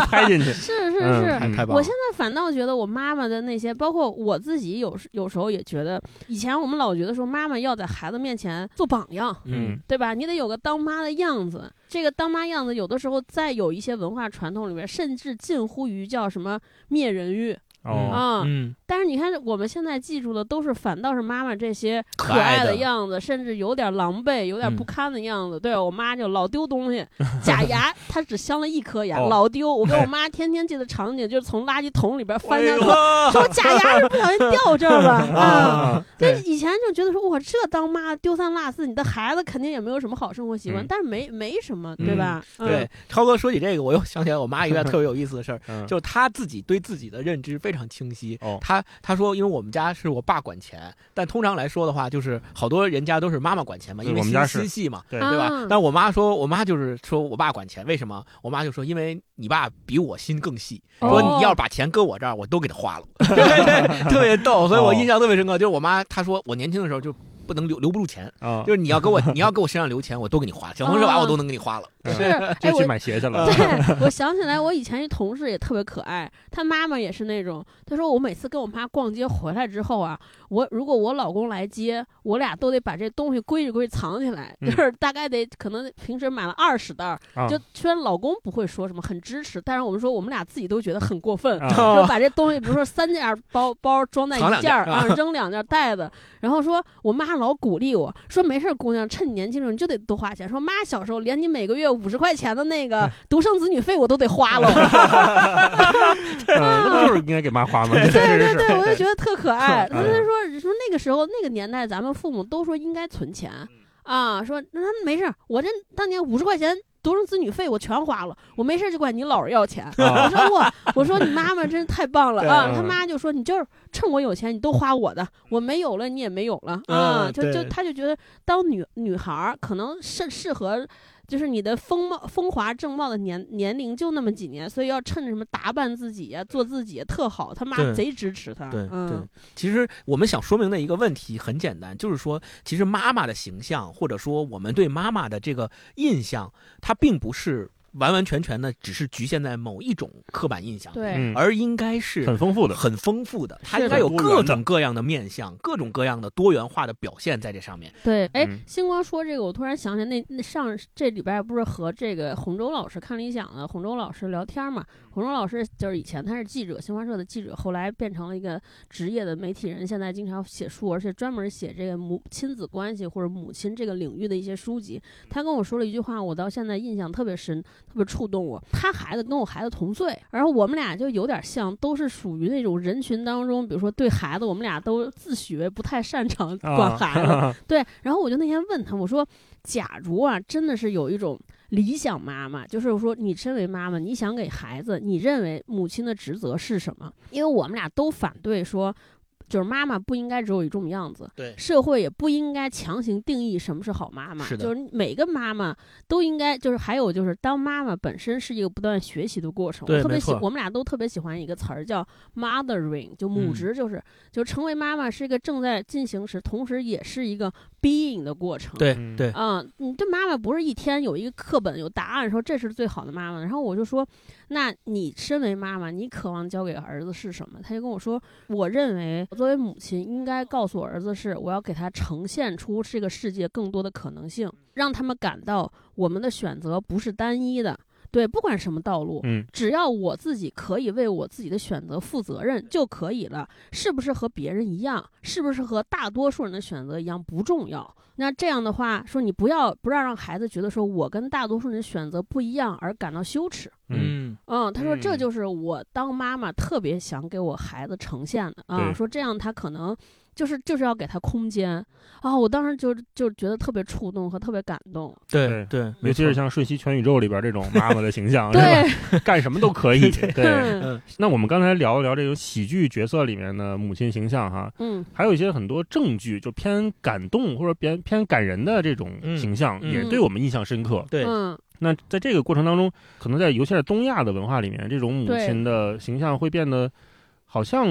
Speaker 1: 拍进去。
Speaker 2: 是是是
Speaker 1: 嗯
Speaker 2: 是，
Speaker 3: 太太
Speaker 2: 我
Speaker 3: 棒了
Speaker 2: 现。在反倒觉得我妈妈的那些，包括我自己有时有时候也觉得，以前我们老觉得说妈妈要在孩子面前做榜样，
Speaker 1: 嗯，
Speaker 2: 对吧？你得有个当妈的样子。这个当妈样子，有的时候在有一些文化传统里面，甚至近乎于叫什么灭人欲
Speaker 1: 哦，
Speaker 2: 啊。
Speaker 3: 嗯，
Speaker 2: 但是你看，我们现在记住的都是反倒是妈妈这些
Speaker 3: 可爱
Speaker 2: 爱
Speaker 3: 的
Speaker 2: 的样子，甚至有点狼狈、有点
Speaker 3: 嗯
Speaker 2: 不堪的样子。对我妈就老丢东西，假牙她只镶了一颗牙，
Speaker 1: 哦
Speaker 2: 老丢。我跟我妈天天记得场景，就是从垃圾桶里边翻
Speaker 3: 哎
Speaker 2: 下
Speaker 3: 呦
Speaker 2: 说说我假牙是不小心掉这儿了啊。
Speaker 1: 啊，
Speaker 2: 但
Speaker 1: 对
Speaker 2: 是以前就觉得说，我这当妈丢三落四，你的孩子肯定也没有什么好生活习惯，
Speaker 1: 嗯
Speaker 2: 但是没没什么，对吧？嗯、
Speaker 3: 对，超哥说起这个，我又想起来我妈一个特别有意思的事儿，
Speaker 1: 嗯
Speaker 3: 就是她自己对自己的认知非常清晰。
Speaker 1: 哦，
Speaker 3: 她她说，因为我们家是我爸管钱，但通常来说的话，就是好多人家都是妈妈管钱嘛，
Speaker 1: 对
Speaker 3: 因为
Speaker 1: 我们家
Speaker 3: 心
Speaker 1: 是
Speaker 3: 心细嘛，
Speaker 1: 对
Speaker 2: 啊
Speaker 3: 对吧？但我妈说，我妈就是说我爸管钱，为什么？我妈就说，因为你爸比我心更细，说
Speaker 2: 哦
Speaker 3: 你要把钱搁我这儿，我都给他花了， 特别逗，所以我印象特别深刻。就是我妈她说我年轻的时候就不能留留不住钱，
Speaker 1: 啊
Speaker 3: 就，是你要给我你要给我身上留钱，我都给你花，小红车娃我都能给你花了。
Speaker 2: 是，
Speaker 1: 嗯
Speaker 2: 哎，
Speaker 1: 就
Speaker 2: 我
Speaker 1: 去买鞋去了，啊
Speaker 2: 对，我想起来，我以前一同事也特别可爱，她妈妈也是那种，她说我每次跟我妈逛街回来之后啊，我如果我老公来接，我俩都得把这东西归置归置藏起来，
Speaker 1: 嗯
Speaker 2: 就是大概得可能平时买了二十袋儿，
Speaker 1: 啊
Speaker 2: 就虽然老公不会说什么，很支持，但是我们说我们俩自己都觉得很过分，
Speaker 1: 啊
Speaker 2: 就把这东西，比如说三件包包装在
Speaker 3: 藏
Speaker 2: 一
Speaker 3: 两
Speaker 2: 件儿
Speaker 3: 件
Speaker 2: 啊，扔两件袋子，然后说我妈老鼓励我说没事儿，姑娘，趁你年轻的时候你就得多花钱。说妈小时候连你每个月五十块钱的那个独生子女费我都得花了。
Speaker 1: 嗯，就是应该给妈花嘛，对
Speaker 2: 对对
Speaker 1: 对
Speaker 2: 对，我就觉得特可爱。
Speaker 1: 是
Speaker 2: 他就说说那个时候那个年代，咱们父母都说应该存钱啊，说那没事儿，我这当年五十块钱。独生子女费我全花了，我没事儿就管你姥儿要钱。
Speaker 1: 啊
Speaker 2: 我说我，我说你妈妈真是太棒了
Speaker 3: 对
Speaker 2: 啊！
Speaker 1: 嗯
Speaker 2: 他妈就说你就是趁我有钱，你都花我的，我没有了你也没有了啊！
Speaker 3: 嗯
Speaker 2: 就就
Speaker 3: 对
Speaker 2: 他就觉得当女女孩儿可能适适合就是你的风貌、风华正茂的年年龄就那么几年，所以要趁着什么打扮自己呀、做自己呀特好。他妈
Speaker 3: 对
Speaker 2: 贼支持他，
Speaker 3: 对对
Speaker 2: 嗯，，
Speaker 3: 其实我们想说明的一个问题很简单，就是说，其实妈妈的形象，或者说我们对妈妈的这个印象，它并不是完完全全的只是局限在某一种刻板印象，，
Speaker 2: 对，
Speaker 1: 嗯，
Speaker 3: 而应该是
Speaker 1: 很丰富的，
Speaker 3: 很丰富的，它
Speaker 2: 是
Speaker 3: 应该有
Speaker 1: 很多元
Speaker 3: 各
Speaker 1: 的
Speaker 3: 种各样的面相，各种各样的多元化的表现在这上面。
Speaker 2: 对，哎
Speaker 1: 嗯，
Speaker 2: 星光说这个，我突然想起来那那上这礼拜不是和这个洪州老师看理想的洪州老师聊天嘛？洪州老师就是以前他是记者，新华社的记者，后来变成了一个职业的媒体人，现在经常写书，而且专门写这个母亲子关系或者母亲这个领域的一些书籍。他跟我说了一句话，我到现在印象特别深，特别触动我。他孩子跟我孩子同岁，然后我们俩就有点像，都是属于那种人群当中，比如说对孩子，我们俩都自诩为不太擅长
Speaker 1: 啊
Speaker 2: 管孩子。对，然后我就那天问他，我说，假如啊，真的是有一种理想妈妈，就是说你身为妈妈，你想给孩子，你认为母亲的职责是什么？因为我们俩都反对说，就是妈妈不应该只有一种样子。
Speaker 3: 对，
Speaker 2: 社会也不应该强行定义什么是好妈妈，
Speaker 3: 是的
Speaker 2: 就是每个妈妈都应该，就是还有就是当妈妈本身是一个不断学习的过程。
Speaker 3: 对
Speaker 2: 我特别
Speaker 3: 没
Speaker 2: 喜
Speaker 3: 错，
Speaker 2: 我们俩都特别喜欢一个词儿叫 mothering，就母
Speaker 3: 嗯
Speaker 2: 职，就是、就成为妈妈是一个正在进行时，同时也是一个 being 的过程。
Speaker 3: 对
Speaker 1: 嗯
Speaker 3: 对，
Speaker 2: 嗯，你对妈妈不是一天有一个课本有答案说这是最好的妈妈，然后我就说，那你身为妈妈，你渴望教给儿子是什么？他就跟我说，我认为我作为母亲应该告诉我儿子是，我要给他呈现出这个世界更多的可能性，让他们感到我们的选择不是单一的，对，不管什么道路，
Speaker 1: 嗯
Speaker 2: 只要我自己可以为我自己的选择负责任就可以了，是不是和别人一样，是不是和大多数人的选择一样不重要。那这样的话，说你不要不要让孩子觉得说我跟大多数人的选择不一样而感到羞耻。
Speaker 1: 嗯，
Speaker 3: 嗯，
Speaker 2: 嗯，他说这
Speaker 1: 嗯
Speaker 2: 就是我当妈妈特别想给我孩子呈现的啊，
Speaker 1: 对
Speaker 2: 说这样他可能就是就是要给他空间啊。我当时就就觉得特别触动和特别感动。
Speaker 1: 对
Speaker 3: 对对，
Speaker 1: 尤其是
Speaker 3: 没错
Speaker 1: 像《瞬息全宇宙》里边这种妈妈的形象，是吧
Speaker 2: 对，
Speaker 1: 干什么都可 以。对，
Speaker 2: 嗯
Speaker 1: 那我们刚才聊一聊这种喜剧角色里面的母亲形象哈，
Speaker 2: 嗯，
Speaker 1: 还有一些很多证据，就偏感动或者偏偏感人的这种
Speaker 3: 嗯
Speaker 1: 形象，
Speaker 3: 嗯
Speaker 1: 也对我们印象深刻。
Speaker 3: 对
Speaker 2: 嗯
Speaker 1: 那在这个过程当中，可能在尤其在东亚的文化里面，这种母
Speaker 2: 对
Speaker 1: 亲的形象会变得好像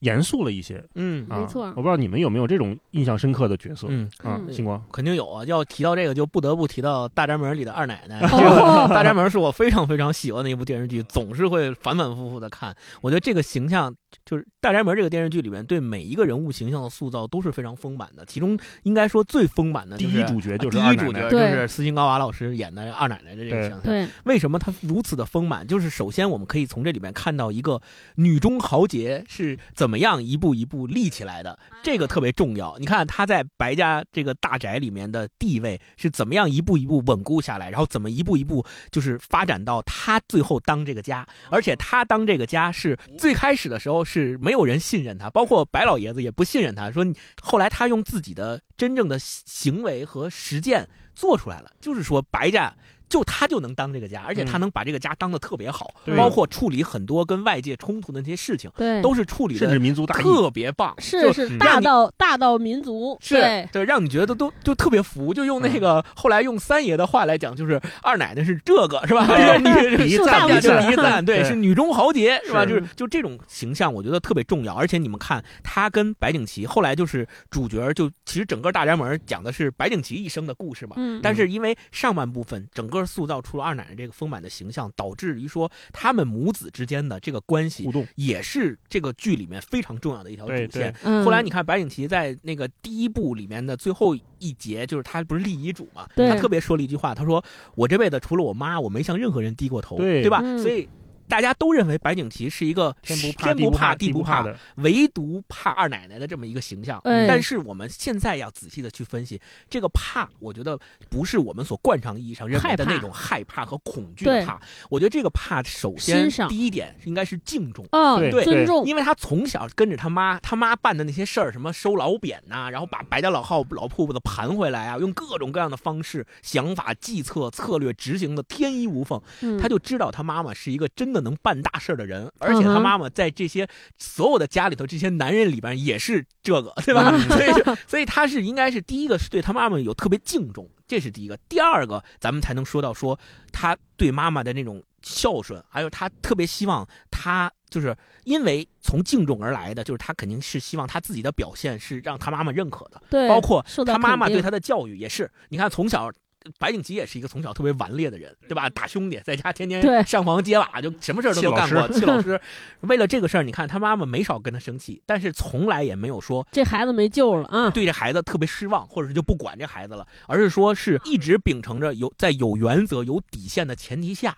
Speaker 1: 严肃了一些。
Speaker 3: 嗯
Speaker 1: 啊
Speaker 2: 没错
Speaker 1: 我不知道你们有没有这种印象深刻的角色
Speaker 3: 嗯，
Speaker 1: 啊？
Speaker 2: 嗯
Speaker 1: 星光，
Speaker 3: 肯定有啊。要提到这个，就不得不提到《大宅门》里的二奶 奶。
Speaker 2: 哦
Speaker 3: 大宅门》是我非常非常喜欢的一部电视剧，总是会反反复复的看。我觉得这个形象，就是《大宅门》这个电视剧里面对每一个人物形象的塑造都是非常丰满的。其中应该说最丰满的
Speaker 1: 第
Speaker 3: 就是
Speaker 1: 一主角就是
Speaker 3: 第
Speaker 1: 二
Speaker 3: 一
Speaker 1: 奶
Speaker 3: 主
Speaker 1: 奶
Speaker 3: 角，
Speaker 2: 对
Speaker 3: 就是斯琴高娃老师演的二奶奶的这个
Speaker 1: 对
Speaker 3: 形象。
Speaker 2: 对，
Speaker 3: 为什么她如此的丰满？就是首先我们可以从这里面看到一个女中豪杰是怎么样一步一步立起来的，这个特别重要。你看她在白家这个大宅里面的地位是怎么样一步一步稳固下来，然后怎么一步一步就是发展到她最后当这个家，而且她当这个家是最开始的时候是没有人信任她，包括白老爷子也不信任她，说你后来她用自己的真正的行为和实践做出来了，就是说白家就他就能当这个家，而且他
Speaker 1: 嗯
Speaker 3: 能把这个家当的特别好，
Speaker 1: 对
Speaker 3: 包括处理很多跟外界冲突的那些事情，
Speaker 2: 对，
Speaker 3: 都是处理
Speaker 1: 甚至
Speaker 3: 的
Speaker 1: 民族大义，
Speaker 3: 特别棒，
Speaker 2: 嗯是
Speaker 3: 就是
Speaker 1: 嗯
Speaker 2: 大
Speaker 3: 让你
Speaker 2: 到大到民族，
Speaker 3: 是
Speaker 2: 对，
Speaker 3: 对，让你觉得都就特别服。就用
Speaker 1: 嗯
Speaker 3: 那个后来用三爷的话来讲，就是二奶奶是这个是吧？
Speaker 1: 嗯
Speaker 3: 啊你
Speaker 1: 比一
Speaker 2: 树
Speaker 1: 赞
Speaker 2: 大
Speaker 1: 比
Speaker 2: 无
Speaker 1: 一
Speaker 3: 就
Speaker 1: 赞
Speaker 2: 穷
Speaker 3: 是一赞，对，
Speaker 1: 对
Speaker 3: 是女中豪杰是吧？
Speaker 1: 是
Speaker 3: 就是就这种形象，我觉得特别重要。而且你们看，她跟白景琦后来就是主角，就其实整个大宅门讲的是白景琦一生的故事嘛。
Speaker 2: 嗯，
Speaker 3: 但是因为上半部分整个塑造出了二奶奶这个丰满的形象，导致于说他们母子之间的这个关系
Speaker 1: 互动，
Speaker 3: 也是这个剧里面非常重要的一条主
Speaker 1: 对
Speaker 3: 线。
Speaker 2: 嗯
Speaker 3: 后来你看白景琦在那个第一部里面的最后一节，就是他不是立遗嘱嘛，
Speaker 2: 对
Speaker 3: 他特别说了一句话，他说：“我这辈子除了我妈，我没向任何人低过头，
Speaker 1: 对
Speaker 3: 吧？”
Speaker 2: 嗯
Speaker 3: 所以。大家都认为白景琦是一个
Speaker 1: 天不怕
Speaker 3: 天不
Speaker 1: 怕
Speaker 3: 地
Speaker 1: 不
Speaker 3: 怕
Speaker 1: 的，
Speaker 3: 唯独怕二奶奶的这么一个形象。
Speaker 2: 哎
Speaker 3: 但是我们现在要仔细的去分析，这个怕，我觉得不是我们所惯常意义上认为
Speaker 2: 害
Speaker 3: 的
Speaker 2: 怕
Speaker 3: 那种害怕和恐惧
Speaker 2: 对
Speaker 3: 的怕。我觉得这个怕，首先
Speaker 2: 欣赏
Speaker 3: 第一点应该是敬重。
Speaker 2: 嗯，
Speaker 1: 对
Speaker 2: 尊重，
Speaker 3: 因为他从小跟着他妈，他妈办的那些事儿，什么收老匾呐、然后把白家老号老铺子盘回来啊，用各种各样的方式、想法、计策、策略执行的天衣无缝。
Speaker 2: 嗯
Speaker 3: 他就知道他妈妈是一个真的能办大事儿的人，而且
Speaker 2: 嗯
Speaker 3: 他
Speaker 2: 哼
Speaker 3: 妈妈在这些所有的家里头，这些男人里边也是这个，对
Speaker 2: 嗯
Speaker 3: 吧？ 所以是，所以他是应该是第一个是对他妈妈有特别敬重，这是第一个。第二个，咱们才能说到说他对妈妈的那种孝顺，还有他特别希望他就是因为从敬重而来的，就是他肯定是希望他自己的表现是让他妈妈认可的，
Speaker 2: 对，
Speaker 3: 包括
Speaker 2: 受到
Speaker 3: 他妈妈
Speaker 2: 肯定
Speaker 3: 对他的教育也是，你看从小。白景琦也是一个从小特别顽劣的人，对吧？打兄弟，在家天
Speaker 2: 对
Speaker 3: 天上房揭瓦，就什么事儿都
Speaker 1: 气嗯
Speaker 3: 没
Speaker 1: 老
Speaker 3: 干
Speaker 1: 师
Speaker 3: 过。气 老师，为了这个事儿，你看他妈妈没少跟他生气，但是从来也没有说
Speaker 2: 这孩子没救了啊，
Speaker 3: 对这孩子特别失望，或者是就不管这孩子了，而是说是一直秉承着有在有原则、有底线的前提下，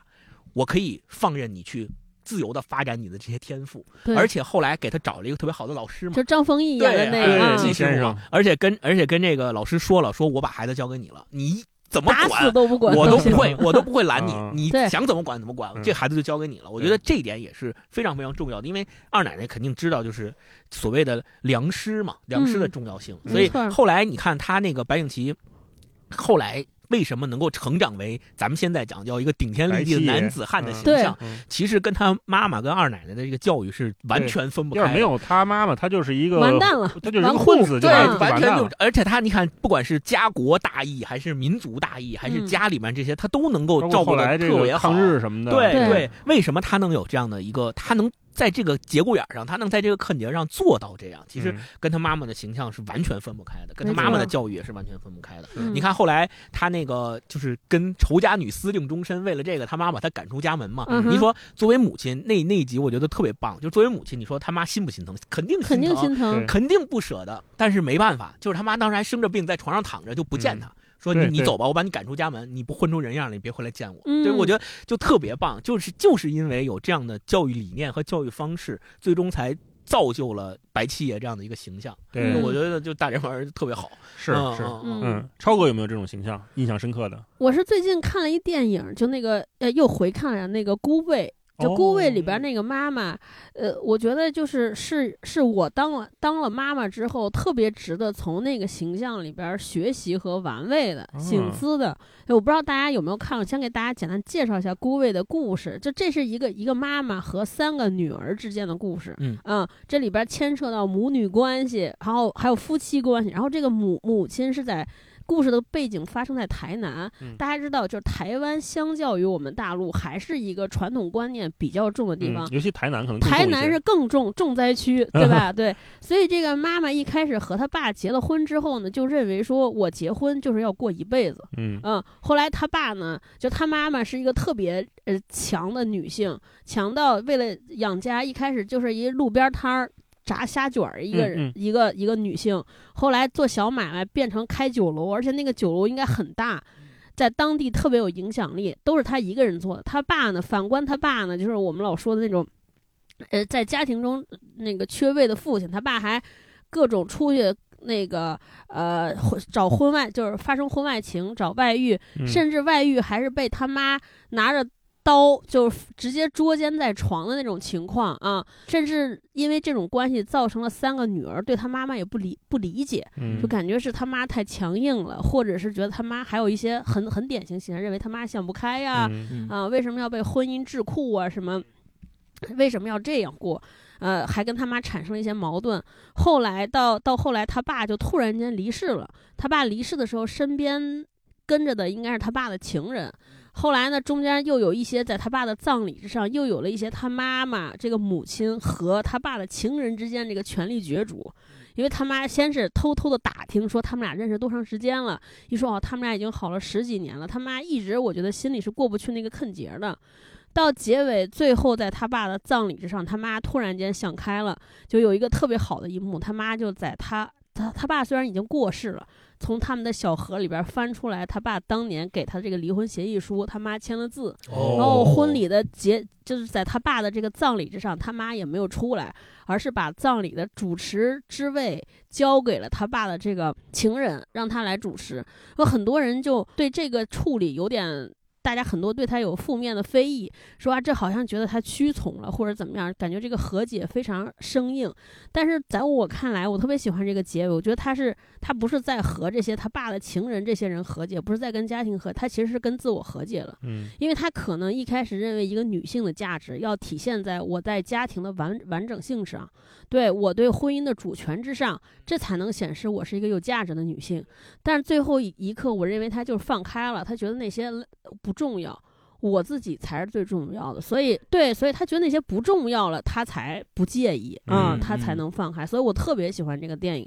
Speaker 3: 我可以放任你去自由的发展你的这些天赋。
Speaker 2: 对，
Speaker 3: 而且后来给他找了一个特别好的老师嘛，
Speaker 2: 就张丰毅演的那
Speaker 1: 对
Speaker 2: 个啊
Speaker 1: 对季先生，
Speaker 3: 而且跟而且跟这个老师说了，说我把孩子交给你了，你怎么
Speaker 2: 打死
Speaker 3: 管
Speaker 2: 都不管，
Speaker 3: 我都不会，我都不会拦你
Speaker 1: 嗯，
Speaker 3: 你
Speaker 2: 对
Speaker 3: 想怎么管怎么管
Speaker 1: 嗯，
Speaker 3: 这孩子就交给你了。我觉得这一点也是非常非常重要的，因为二奶奶肯定知道就是所谓的良师嘛，良师的重要性，
Speaker 1: 嗯
Speaker 3: 所以
Speaker 2: 没错
Speaker 3: 后来你看他那个白景琦，后来。为什么能够成长为咱们现在讲叫一个顶天立地的
Speaker 1: 白起
Speaker 3: 男子汉的
Speaker 1: 嗯
Speaker 3: 形
Speaker 2: 对
Speaker 3: 象？
Speaker 1: 嗯
Speaker 3: 其实跟他妈妈跟二奶奶的这个教育是完
Speaker 1: 对
Speaker 3: 全分不开
Speaker 1: 要
Speaker 3: 的。
Speaker 1: 是没有他妈妈，他就是一个
Speaker 2: 完，蛋了，
Speaker 1: 他就是一个
Speaker 2: 纨绔
Speaker 1: 混子，就
Speaker 3: 对
Speaker 1: 完
Speaker 2: 啊，
Speaker 1: 完
Speaker 3: 完全
Speaker 1: 蛋
Speaker 3: 就
Speaker 1: 了，，
Speaker 3: 而且他你看，不管是家国大义，还是民族大义，还是
Speaker 2: 嗯
Speaker 3: 家里面这些，他都能够
Speaker 1: 包
Speaker 3: 照
Speaker 1: 括
Speaker 3: 顾
Speaker 1: 后
Speaker 3: 的
Speaker 1: 来这
Speaker 3: 特
Speaker 1: 个
Speaker 3: 别好。
Speaker 1: 抗日什么的，嗯
Speaker 3: 对
Speaker 2: 对
Speaker 3: 为什么他能有这样的一个，他能在这个节骨眼上，他能在这个坎节上做到这样，其实
Speaker 1: 嗯
Speaker 3: 跟他妈妈的形象是完全分不开的，跟他
Speaker 2: 没
Speaker 3: 妈妈的
Speaker 2: 错
Speaker 3: 教育也是完全分不开的。
Speaker 2: 嗯
Speaker 3: 你看后来他那个就是跟仇家女私定终身，为了这个他妈把他赶出家门嘛。
Speaker 2: 嗯哼
Speaker 3: 你说作为母亲那那一集，我觉得特别棒，就作为母亲，你说他妈心不心疼？啊肯定
Speaker 2: 肯定
Speaker 3: 疼，
Speaker 2: 心疼
Speaker 1: 对，
Speaker 3: 肯定不舍得，但是没办法，就是他妈当时还生着病在床上躺着，就不见他。说
Speaker 1: 嗯
Speaker 3: 你
Speaker 1: 对
Speaker 3: 你
Speaker 1: 对
Speaker 3: 走吧，我把你赶出家门，你不混出人样了，你别回来见我。
Speaker 2: 嗯
Speaker 3: 对，我觉得就特别棒，就是就是因为有这样的教育理念和教育方式，最终才造就了白七爷这样的一个形象。
Speaker 1: 对
Speaker 2: 嗯
Speaker 3: 我觉得就大人玩儿特别好，
Speaker 1: 是
Speaker 3: 嗯
Speaker 1: 是，
Speaker 3: 嗯
Speaker 2: 嗯
Speaker 3: 嗯
Speaker 1: 嗯，超哥有没有这种形象印象深刻的？
Speaker 2: 我是最近看了一电影，就那个呃，又回看了那个《孤味》。就
Speaker 1: 哦
Speaker 2: 《孤味》里边那个妈妈，呃，我觉得就是是是我当了当了妈妈之后，特别值得从那个形象里边学习和玩味的、
Speaker 1: 嗯
Speaker 2: 醒思的。哎我不知道大家有没有看过，先给大家简单介绍一下《孤味》的故事。就这是一个一个妈妈和三个女儿之间的故事。
Speaker 3: 嗯
Speaker 2: 这里边牵扯到母女关系，然后还有夫妻关系，然后这个母母亲是在。故事的背景发生在台南，
Speaker 1: 嗯
Speaker 2: 大家知道，就是台湾相较于我们大陆还是一个传统观念比较重的地方
Speaker 1: 嗯，。尤其台南可能更
Speaker 2: 台
Speaker 1: 重一
Speaker 2: 南
Speaker 1: 些
Speaker 2: 是更重重灾区，对吧？ 对，所以这个妈妈一开始和她爸结了婚之后呢，就认为说我结婚就是要过一辈子，
Speaker 1: 嗯
Speaker 2: 嗯，后来他爸呢，就他妈妈是一个特别呃强的女性，强到为了养家，一开始就是一路边摊儿炸虾卷儿一个人、
Speaker 1: 嗯嗯
Speaker 2: 一个一个女性，后来做小买卖变成开酒楼，而且那个酒楼应该很大。在当地特别有影响力，都是他一个人做的。他爸呢，反观他爸呢，就是我们老说的那种，呃，在家庭中呃那个缺位的父亲，他爸还各种出去那个呃婚找婚外，就是发生婚外情，找外遇，
Speaker 1: 嗯
Speaker 2: 甚至外遇还是被他妈拿着刀就是直接捉奸在床的那种情况啊，甚至因为这种关系造成了三个女儿对他妈妈也不理不理解，
Speaker 1: 嗯
Speaker 2: 就感觉是他妈太强硬了，或者是觉得他妈还有一些很很典型性，认为他妈想不开呀、
Speaker 1: 嗯
Speaker 3: 嗯
Speaker 2: 啊，为什么要被婚姻桎梏啊？什么？为什么要这样过？呃，还跟他妈产生了一些矛盾。后来到到后来，他爸就突然间离世了。他爸离世的时候，身边跟着的应该是他爸的情人。后来呢，中间又有一些在他爸的葬礼之上，又有了一些他妈妈这个母亲和他爸的情人之间这个权力角逐。因为他妈先是偷偷的打听说他们俩认识多长时间了，一说哦，他们俩已经好了十几年了，他妈一直我觉得心里是过不去那个坎节儿的。到结尾，最后在他爸的葬礼之上，他妈突然间想开了，就有一个特别好的一幕，他妈就在他他他爸虽然已经过世了，从他们的小盒里边翻出来他爸当年给他这个离婚协议书，他妈签了字，
Speaker 3: 哦
Speaker 2: 然后婚礼的结就是在他爸的这个葬礼之上，他妈也没有出来，而是把葬礼的主持之位交给了他爸的这个情人，让他来主持。有很多人就对这个处理有点。大家很多对他有负面的非议，说啊，这好像觉得他屈从了，或者怎么样，感觉这个和解非常生硬。但是在我看来，我特别喜欢这个结尾，我觉得他是他不是在和这些他爸的情人这些人和解，不是在跟家庭和，他其实是跟自我和解了。
Speaker 1: 嗯
Speaker 2: 因为他可能一开始认为一个女性的价值要体现在我在家庭的完完整性上，对我对婚姻的主权之上，这才能显示我是一个有价值的女性。但是最后一刻，我认为他就是放开了，他觉得那些呃不重要。我自己才是最重要的，所以对，所以他觉得那些不重要了，他才不介意啊、
Speaker 1: 嗯
Speaker 2: 他才
Speaker 3: 嗯
Speaker 2: 能放开。所以我特别喜欢这个电影，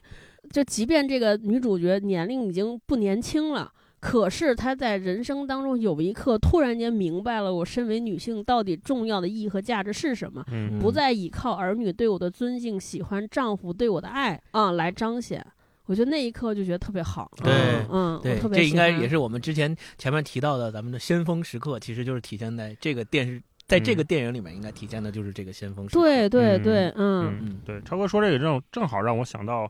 Speaker 2: 就即便这个女主角年龄已经不年轻了，可是她在人生当中有一刻突然间明白了，我身为女性到底重要的意义和价值是什么，
Speaker 1: 嗯
Speaker 2: 不再依靠儿女对我的尊敬、喜欢、丈夫对我的爱啊、来彰显。我觉得那一刻就觉得特别好。
Speaker 3: 对
Speaker 2: 嗯，我
Speaker 3: 对
Speaker 2: 特，别
Speaker 3: 这应该
Speaker 2: 喜欢
Speaker 3: 也是我们之前前面提到的，咱们的先锋时刻，其实就是体现在这个电视，在这个电影里面应该体现的就是这个先锋时刻。
Speaker 2: 对对
Speaker 1: 嗯
Speaker 2: 对，嗯
Speaker 1: 嗯
Speaker 3: 嗯，
Speaker 1: 对，超哥说这个正正好让我想到。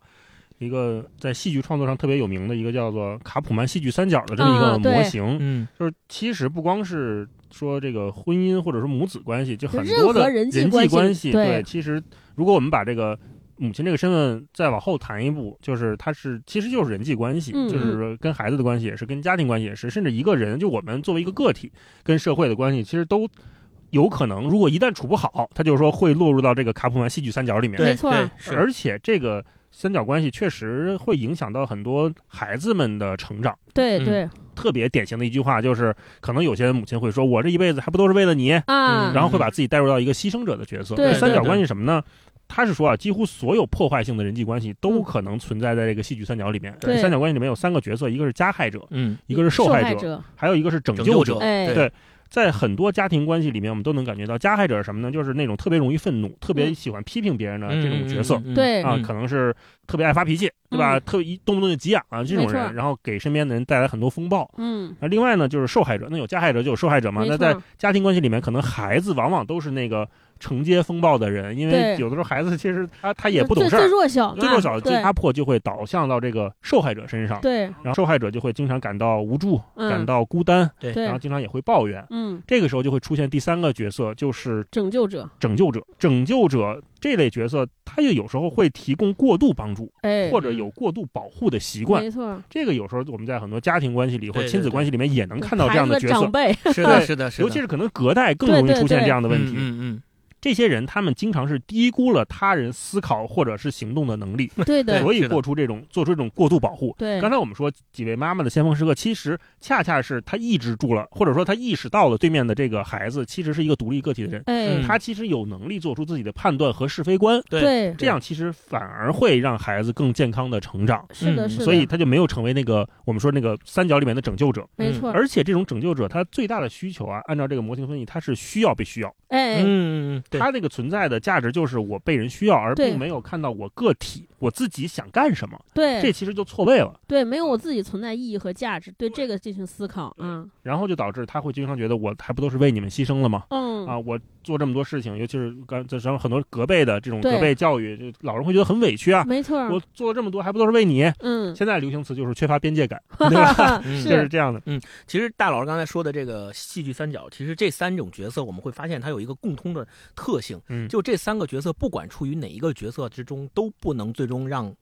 Speaker 1: 一个在戏剧创作上特别有名的一个叫做卡普曼戏剧三角的这么一个
Speaker 2: 嗯对
Speaker 1: 模型，
Speaker 3: 嗯，
Speaker 1: 就是其实不光是说这个婚姻或者说母子关系，就很
Speaker 2: 任
Speaker 1: 多
Speaker 2: 何
Speaker 1: 的
Speaker 2: 人际
Speaker 1: 际
Speaker 2: 关
Speaker 1: 系
Speaker 2: 系对
Speaker 1: 其实如果我们把这个母亲这个身份再往后谈一步，就是它是其实就是人际关系，
Speaker 2: 嗯
Speaker 1: 就是说跟孩子的关系也是，跟家庭关系也是，甚至一个人就我们作为一个个体跟社会的关系，其实都。有可能，如果一旦处不好，他就是说会落入到这个卡普曼戏剧三角里面。
Speaker 3: 对，
Speaker 2: 没错
Speaker 3: 对
Speaker 2: 是
Speaker 3: 是，
Speaker 1: 而且这个三角关系确实会影响到很多孩子们的成长。
Speaker 2: 对
Speaker 3: 嗯
Speaker 2: 对啊
Speaker 1: 特别典型的一句话就是，可能有些母亲会说：“我这一辈子还不都是为了你？”
Speaker 2: 啊
Speaker 1: 嗯然，后会把自己带入到一个牺牲者的角色。
Speaker 2: 对
Speaker 1: 这三
Speaker 3: 嗯对
Speaker 1: 角
Speaker 3: 对
Speaker 1: 关系什么呢？他是说啊，几乎所有破坏性的人际关系都可能存在在这个戏剧三角里面。
Speaker 2: 对
Speaker 1: 这三角关系里面有三个角色，一个是加害者，
Speaker 3: 嗯，
Speaker 1: 一个是
Speaker 2: 受
Speaker 1: 受害者，
Speaker 2: 者，
Speaker 1: 还有一个是拯
Speaker 3: 拯
Speaker 1: 救
Speaker 3: 者，
Speaker 2: 哎
Speaker 3: 对
Speaker 1: 对在很多家庭关系里面，我们都能感觉到加害者是什么呢？就是那种特别容易愤怒、特别
Speaker 2: 嗯
Speaker 1: 喜欢批评别人的
Speaker 3: 嗯
Speaker 1: 这种角色。，
Speaker 3: 嗯
Speaker 2: 对
Speaker 1: 啊，可能是特别爱发脾气，对吧？
Speaker 2: 嗯
Speaker 1: 特别一动不动就急眼啊，这种
Speaker 2: 没错
Speaker 1: 人，然后给身边的人带来很多风暴。
Speaker 2: 嗯，
Speaker 1: 那另外呢，就是受害者，那有加害者就有受害者嘛。
Speaker 2: 没
Speaker 1: 那
Speaker 2: 错
Speaker 1: 在家庭关系里面，可能孩子往往都是那个承接风暴的人，因为
Speaker 2: 对
Speaker 1: 有的时候孩子其实他他也不懂
Speaker 2: 最
Speaker 1: 事
Speaker 2: 最
Speaker 1: 儿，
Speaker 2: 弱小嘛，
Speaker 1: 最弱小的最
Speaker 2: 对
Speaker 1: 压迫就会导向到这个受害者身上，
Speaker 2: 对，
Speaker 1: 然后受害者就会经常感到无助，
Speaker 2: 嗯
Speaker 1: 感到孤单，
Speaker 3: 对
Speaker 1: 然后
Speaker 2: 对，
Speaker 1: 经常也会抱怨。
Speaker 2: 嗯，
Speaker 1: 这个时候就会出现第三个角色，就是
Speaker 2: 拯救者，
Speaker 1: 拯救者。拯救者这类角色，他也有时候会提供过度帮助，
Speaker 2: 哎，
Speaker 1: 或者
Speaker 3: 嗯
Speaker 1: 有过度保护的习惯。
Speaker 2: 没错，
Speaker 1: 这个有时候我们在很多家庭关系里或
Speaker 3: 对
Speaker 1: 者
Speaker 3: 对
Speaker 1: 亲子关系里面也能看到这
Speaker 2: 孩
Speaker 1: 样
Speaker 2: 子
Speaker 1: 的
Speaker 2: 的
Speaker 1: 角色
Speaker 2: 长，辈，
Speaker 3: 是的，是的，是的，
Speaker 1: 尤其是可能隔代更容易
Speaker 2: 对对
Speaker 1: 出现
Speaker 2: 对
Speaker 1: 这样的问
Speaker 3: 嗯
Speaker 1: 题。
Speaker 3: 嗯嗯，
Speaker 1: 这些人他们经常是低估了他人思考或者是行动的能力，
Speaker 2: 对的，
Speaker 1: 所以
Speaker 3: 是的
Speaker 1: 做出这种做出这种过度保护。
Speaker 2: 对
Speaker 1: 刚才我们说几位妈妈的先锋时刻，其实恰恰是她抑制住了，或者说她意识到了对面的这个孩子其实是一个独立个体的人，
Speaker 2: 哎
Speaker 3: 嗯，
Speaker 1: 他其实有能力做出自己的判断和是非观，
Speaker 2: 对，
Speaker 1: 这样其实反而会让孩子更健康的成长。
Speaker 2: 是的，
Speaker 3: 嗯
Speaker 2: 是的，
Speaker 1: 所以他就没有成为那个我们说那个三角里面的拯救者，
Speaker 2: 没错，
Speaker 1: 而且这种拯救者他最大的需求啊，按照这个模型分析，他是需要被需要，
Speaker 2: 哎，
Speaker 3: 嗯，对，
Speaker 1: 他这个存在的价值就是我被人需要，而
Speaker 2: 对
Speaker 1: 并没有看到我个体我自己想干什么，这
Speaker 2: 对
Speaker 1: 其实就错位了。
Speaker 2: 对，没有我自己存在意义和价值，对这个进行思考，嗯
Speaker 1: 然后就导致他会经常觉得我还不都是为你们牺牲了吗？啊，
Speaker 2: 嗯，
Speaker 1: 我做这么多事情，尤其是刚这然后很多隔辈的这种
Speaker 2: 对
Speaker 1: 隔辈教育，就老人会觉得很委屈啊，
Speaker 2: 没错，
Speaker 1: 我做了这么多还不都是为你？
Speaker 2: 嗯，
Speaker 1: 现在流行词就是缺乏边 界感，
Speaker 2: 哈
Speaker 1: 对吧？
Speaker 2: 哈
Speaker 3: 嗯
Speaker 1: 就是
Speaker 2: 是
Speaker 1: 这样的，
Speaker 3: 其实大老师刚才说的这个戏剧三角，其实这三种角色我们会发现它有一个共通的特性，
Speaker 1: 嗯，
Speaker 3: 就这三个角色，不管处于哪一个角色之中，都不能最终让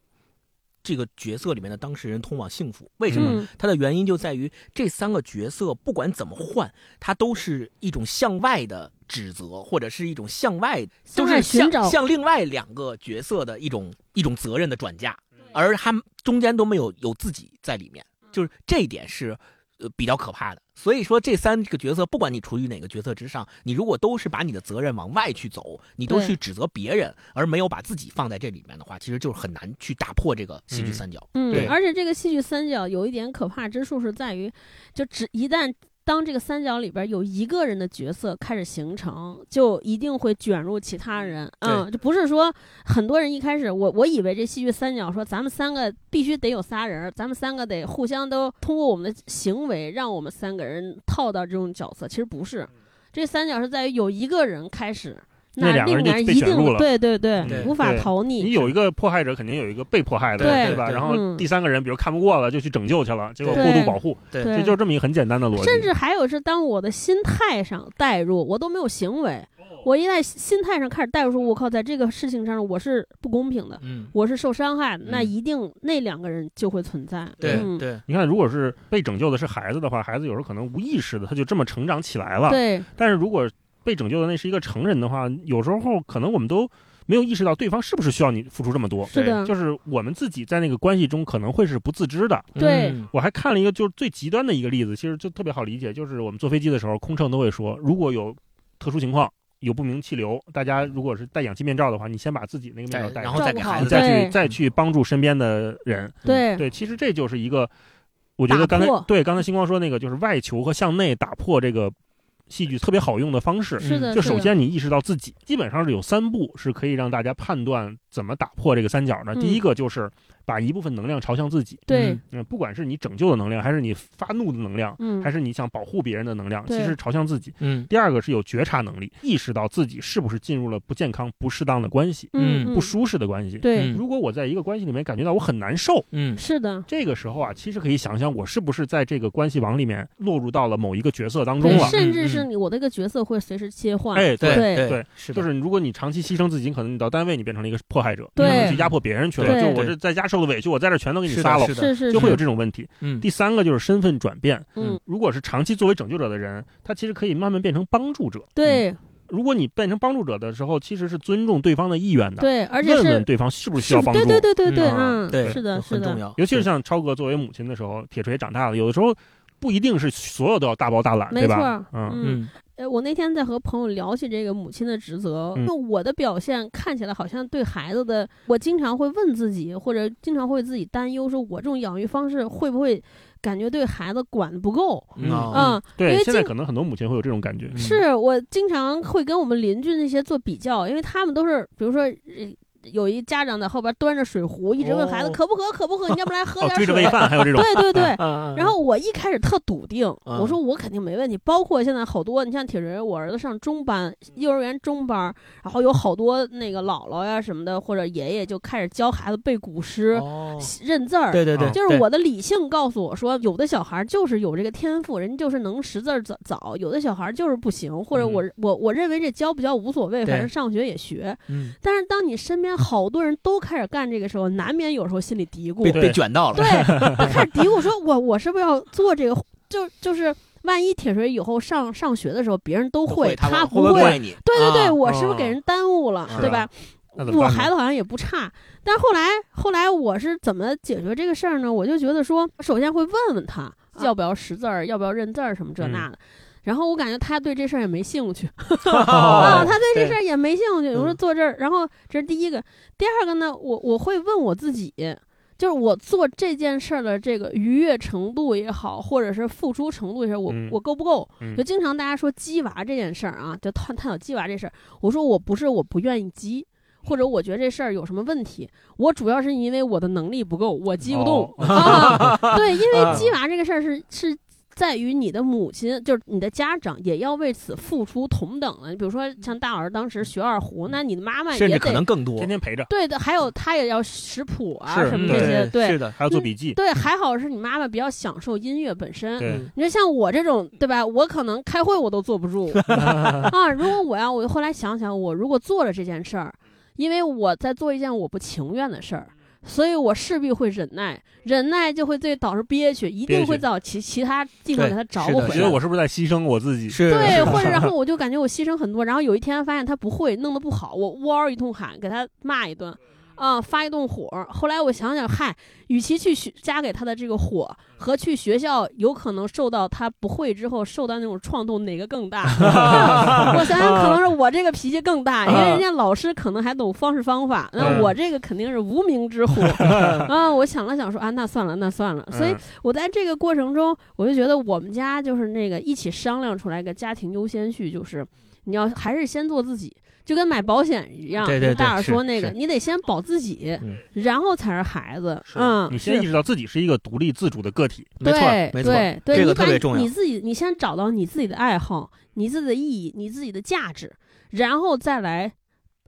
Speaker 3: 这个角色里面的当事人通往幸福。为什么？
Speaker 2: 嗯
Speaker 3: 它的原因就在于这三个角色不管怎么换，它都是一种向外的指责，或者是一种向外，
Speaker 2: 向
Speaker 3: 就
Speaker 2: 外
Speaker 3: 是
Speaker 2: 寻
Speaker 3: 向
Speaker 2: 找
Speaker 3: 向另外两个角色的一种一种责任的转嫁，而他们中间都没有有自己在里面，就是这一点是。呃，比较可怕的，所以说这三个角色，不管你处于哪个角色之上，你如果都是把你的责任往外去走，你都
Speaker 2: 对
Speaker 3: 去指责别人，而没有把自己放在这里面的话，其实就是很难去打破这个戏剧
Speaker 1: 嗯
Speaker 3: 三角。
Speaker 1: 对
Speaker 2: 嗯，而且这个戏剧三角有一点可怕之处是在于，就只一旦当这个三角里边有一个人的角色开始形成，就一定会卷入其他人。嗯，就不是说很多人一开始我我以为这戏剧三角说咱们三个必须得有仨人儿，咱们三个得互相都通过我们的行为让我们三个人套到这种角色，其实不是，这三角是在于有一个人开始。
Speaker 1: 嗯那
Speaker 2: 那
Speaker 1: 两个
Speaker 2: 另
Speaker 1: 人就
Speaker 2: 外
Speaker 1: 被
Speaker 2: 一
Speaker 1: 卷入
Speaker 2: 定
Speaker 1: 了
Speaker 2: 对对对
Speaker 1: 嗯，
Speaker 2: 无法
Speaker 1: 对
Speaker 2: 逃匿。
Speaker 1: 你有一个迫害者，肯定有一个被迫害的，
Speaker 2: 对
Speaker 1: 吧？
Speaker 3: 对
Speaker 1: 然
Speaker 2: 嗯
Speaker 1: 后第三个人，比如看不过了，就去拯救去了，结果
Speaker 2: 对
Speaker 1: 过度保护，
Speaker 3: 对
Speaker 1: 这
Speaker 2: 对
Speaker 1: 就是这么一个很简单的逻辑。
Speaker 2: 甚至还有是，当我的心态上代入，我都没有行为，
Speaker 1: 哦
Speaker 2: 我一在心态上开始代入说，我靠，在这个事情上我是不公平的，
Speaker 3: 嗯，
Speaker 2: 我是受伤害的，那
Speaker 3: 嗯
Speaker 2: 一定那两个人就会存在。
Speaker 3: 对
Speaker 2: 嗯、
Speaker 3: 对，
Speaker 1: 你看，如果是被拯救的是孩子的话，孩子有时候可能无意识的他就这么成长起来了。
Speaker 2: 对
Speaker 1: 但是如果被拯救的那是一个成人的话，有时候可能我们都没有意识到对方是不是需要你付出这么多。
Speaker 2: 是的，
Speaker 1: 就是我们自己在那个关系中可能会是不自知的。
Speaker 2: 对
Speaker 3: 嗯
Speaker 1: 我还看了一个就是最极端的一个例子，其实就特别好理解，就是我们坐飞机的时候，空乘都会说，如果有特殊情况，有不明气流，大家如果是戴氧气面罩的话，你先把自己那个面罩戴
Speaker 3: 然
Speaker 1: 上，
Speaker 3: 后再给孩
Speaker 1: 你
Speaker 3: 子
Speaker 2: 照顾好
Speaker 1: 再
Speaker 2: 对
Speaker 1: 去再去帮助身边的人。
Speaker 2: 对
Speaker 1: 对，其实这就是一个，我觉得
Speaker 2: 打
Speaker 1: 刚才
Speaker 2: 破
Speaker 1: 对刚才星光说那个，就是外求和向内打破这个戏剧特别好用的方式。
Speaker 2: 是的，
Speaker 1: 就是首
Speaker 2: 嗯的
Speaker 1: 先你意识到自己，基本上是有三步是可以让大家判断怎么打破这个三角的。第一
Speaker 2: 嗯
Speaker 1: 个就是把一部分能量朝向自己，
Speaker 2: 对，
Speaker 1: 嗯，不管是你拯救的能量，还是你发怒的能量，
Speaker 2: 嗯，
Speaker 1: 还是你想保护别人的能量，
Speaker 2: 对
Speaker 1: 其实朝向自己。
Speaker 3: 嗯
Speaker 1: 第二个是有觉察能力，意识到自己是不是进入了不健康、不适当的关系、
Speaker 2: 嗯
Speaker 3: 嗯
Speaker 1: 不舒适的关系。
Speaker 2: 对、
Speaker 3: 嗯
Speaker 1: 如果我在一个关系里面感觉到我很难受，
Speaker 3: 嗯
Speaker 2: 是的，
Speaker 1: 这个时候啊，其实可以想想我是不是在这个关系网里面落入到了某一个角色当中
Speaker 2: 对，
Speaker 1: 了。
Speaker 2: 甚
Speaker 3: 嗯
Speaker 2: 至是
Speaker 3: 嗯
Speaker 2: 你我的一个角色会随时切换。
Speaker 1: 哎，
Speaker 3: 对
Speaker 2: 对
Speaker 1: 对，
Speaker 3: 是
Speaker 1: 就
Speaker 3: 的，
Speaker 1: 是如果你长期牺牲自己，可能你到单位你变成了一个迫害者，
Speaker 2: 对
Speaker 1: 你可能去压迫别人去了。
Speaker 2: 对
Speaker 1: 就我这在家受了委屈，我在这全都给你
Speaker 3: 是的
Speaker 1: 撒了
Speaker 3: 是，的
Speaker 2: 是是
Speaker 1: 就会有
Speaker 2: 是，
Speaker 1: 这种问题。
Speaker 3: 嗯
Speaker 1: 第三个就是身份转变，
Speaker 2: 嗯，
Speaker 1: 如果是长期作为拯救者的人，他其实可以慢慢变成帮助者。
Speaker 2: 对
Speaker 1: 如果你变成帮助者的时候，其实是尊重对方的意愿的，
Speaker 2: 对，而且
Speaker 1: 问问
Speaker 2: 是
Speaker 1: 对方是不是需
Speaker 2: 是
Speaker 1: 要帮助。
Speaker 2: 对对对对对，
Speaker 1: 嗯
Speaker 2: 嗯，
Speaker 3: 对，
Speaker 2: 是的，是
Speaker 3: 很重
Speaker 2: 的，
Speaker 3: 要，
Speaker 1: 尤其是
Speaker 3: 对
Speaker 1: 像超哥作为母亲的时候，铁锤长大了，有的时候不一定是所有都要大包大揽，
Speaker 2: 没
Speaker 1: 对
Speaker 2: 错
Speaker 1: 吧
Speaker 2: 儿，？
Speaker 1: 嗯，
Speaker 3: 嗯
Speaker 2: 呃，我那天在和朋友聊起这个母亲的职责，
Speaker 1: 嗯
Speaker 2: 那我的表现看起来好像对孩子的，我经常会问自己，或者经常会自己担忧，说我这种养育方式会不会感觉对孩子管得不够？
Speaker 1: 嗯
Speaker 3: 啊
Speaker 2: 嗯，因
Speaker 1: 对，
Speaker 2: 为
Speaker 1: 现在
Speaker 2: 经嗯
Speaker 1: 可能很多母亲会有这种感觉。
Speaker 2: 是我经常会跟我们邻居那些做比较，因为他们都是，比如说。呃有一家长在后边端着水壶，一直问孩子
Speaker 3: 哦
Speaker 2: 渴不渴，渴不渴，你要不来喝
Speaker 1: 哦，
Speaker 2: 点
Speaker 1: 追着喂
Speaker 2: 水？
Speaker 1: 饭还有这种，
Speaker 2: 对对对，
Speaker 3: 啊
Speaker 2: 然后我一开始特笃定，
Speaker 3: 嗯
Speaker 2: 我说我肯定没问题。包括现在好多，你像铁锤，我儿子上中班，幼儿园中班，然后有好多那个姥姥呀什么的，或者爷爷就开始教孩子背古诗、
Speaker 3: 哦
Speaker 2: 认字儿。啊
Speaker 3: 对对对，
Speaker 2: 就是我的理性告诉我说，有的小孩就是有这个天赋，人家就是能识字儿早早，有的小孩就是不行，或者我、我我认为这教不教无所谓，
Speaker 3: 嗯对
Speaker 2: 反正上学也学。
Speaker 3: 嗯
Speaker 2: 但是当你身边好多人都开始干这个时候，难免有时候心里嘀咕，
Speaker 3: 被
Speaker 1: 对
Speaker 3: 被卷到了，
Speaker 2: 对，他开始嘀咕说：“我我是不是要做这个？就就是万一铁锤以后上上学的时候别人都
Speaker 3: 会他
Speaker 2: 他
Speaker 3: 会
Speaker 2: 不
Speaker 3: 怪你？
Speaker 2: 对对对，
Speaker 3: 啊
Speaker 2: 我是
Speaker 1: 啊
Speaker 2: 不是给人耽误了，
Speaker 3: 是
Speaker 2: 对
Speaker 1: 啊
Speaker 2: 吧？
Speaker 1: 那怎么
Speaker 2: 我
Speaker 1: 办呢
Speaker 2: 孩子好像也不差，但后来后来我是怎么解决这个事儿呢？我就觉得说，首先会问问他要不要识字儿，要不要认字儿什么
Speaker 1: 嗯
Speaker 2: 这那的。然后我感觉他对这事儿也没兴趣、
Speaker 3: 哦
Speaker 2: 啊，他对这事儿也没兴趣。我说
Speaker 3: 嗯
Speaker 2: 坐这儿，然后这是第一个，第二个呢，我我会问我自己，就是我做这件事儿的这个愉悦程度也好，或者是付出程度也好，我、
Speaker 1: 嗯
Speaker 2: 我够不够？
Speaker 1: 嗯
Speaker 2: 就经常大家说鸡娃这件事儿啊，就探探讨鸡娃这事儿，我说我不是我不愿意鸡。或者我觉得这事儿有什么问题，我主要是因为我的能力不够，我鸡不动、啊。 对，因
Speaker 1: 嗯
Speaker 2: 为鸡娃这个事儿是是在于你的母亲，就是你的家长也要为此付出同等啊的。比如说像大老师当时学二胡，那你的妈妈也
Speaker 3: 甚
Speaker 2: 得
Speaker 3: 至可能更多
Speaker 1: 天。天陪着，
Speaker 2: 对的，还有他也要识谱啊
Speaker 1: 是
Speaker 2: 什么
Speaker 3: 嗯
Speaker 2: 这些，对
Speaker 3: 是的，
Speaker 1: 还要
Speaker 2: 嗯
Speaker 1: 做笔记，
Speaker 2: 对，还好是你妈妈比较享受音乐本 身。
Speaker 1: 对，
Speaker 3: 嗯
Speaker 2: 你说像我这种，对吧？我可能开会我都坐不 住啊。如果我要，我后来想想，我如果做了这件事儿，因为我在做一件我不情愿的事儿，所以我势必会忍耐，忍耐就会对导致憋屈，一
Speaker 1: 憋
Speaker 2: 定
Speaker 1: 屈
Speaker 2: 会找其其他地方
Speaker 3: 对
Speaker 2: 给他找
Speaker 3: 是的
Speaker 2: 我
Speaker 1: 我
Speaker 2: 回
Speaker 1: 觉
Speaker 2: 来
Speaker 1: 得。我是不是在牺牲我自己？
Speaker 3: 是
Speaker 2: 嗯对，
Speaker 3: 是
Speaker 2: 或者然后我就感觉我牺牲很多，然后有一天发现他不会，弄得不好，我呜嗷一通喊，给他骂一顿，啊、发一顿火。后来我想想，嗨，与其去学加给他的这个火，和去学校有可能受到他不会之后受到那种创痛，哪个更大？我想想，可能是我这个脾气更大，因为人家老师可能还懂方式方法，那
Speaker 1: 嗯
Speaker 2: 我这个肯定是无名之火啊。我想了想说啊，那算了，那算了，所以
Speaker 1: 嗯
Speaker 2: 我在这个过程中，我就觉得我们家就是那个一起商量出来一个家庭优先序，就是你要还是先做自己，就跟买保险一样。
Speaker 3: 对对对
Speaker 2: 大耳
Speaker 3: 是
Speaker 2: 说那个，
Speaker 3: 是
Speaker 2: 你得先保自己，
Speaker 3: 嗯
Speaker 2: 然后才是孩子。
Speaker 1: 是
Speaker 2: 嗯，
Speaker 1: 你先意
Speaker 2: 是
Speaker 1: 识到自己是一个独立自主的个体，
Speaker 3: 没错
Speaker 2: 对
Speaker 3: 没错，
Speaker 2: 对对，
Speaker 3: 这个
Speaker 2: 你把
Speaker 3: 特别
Speaker 2: 你
Speaker 3: 重要
Speaker 2: 你自己，你先找到你自己的爱好、你自己的意义、你自己的价值，然后再来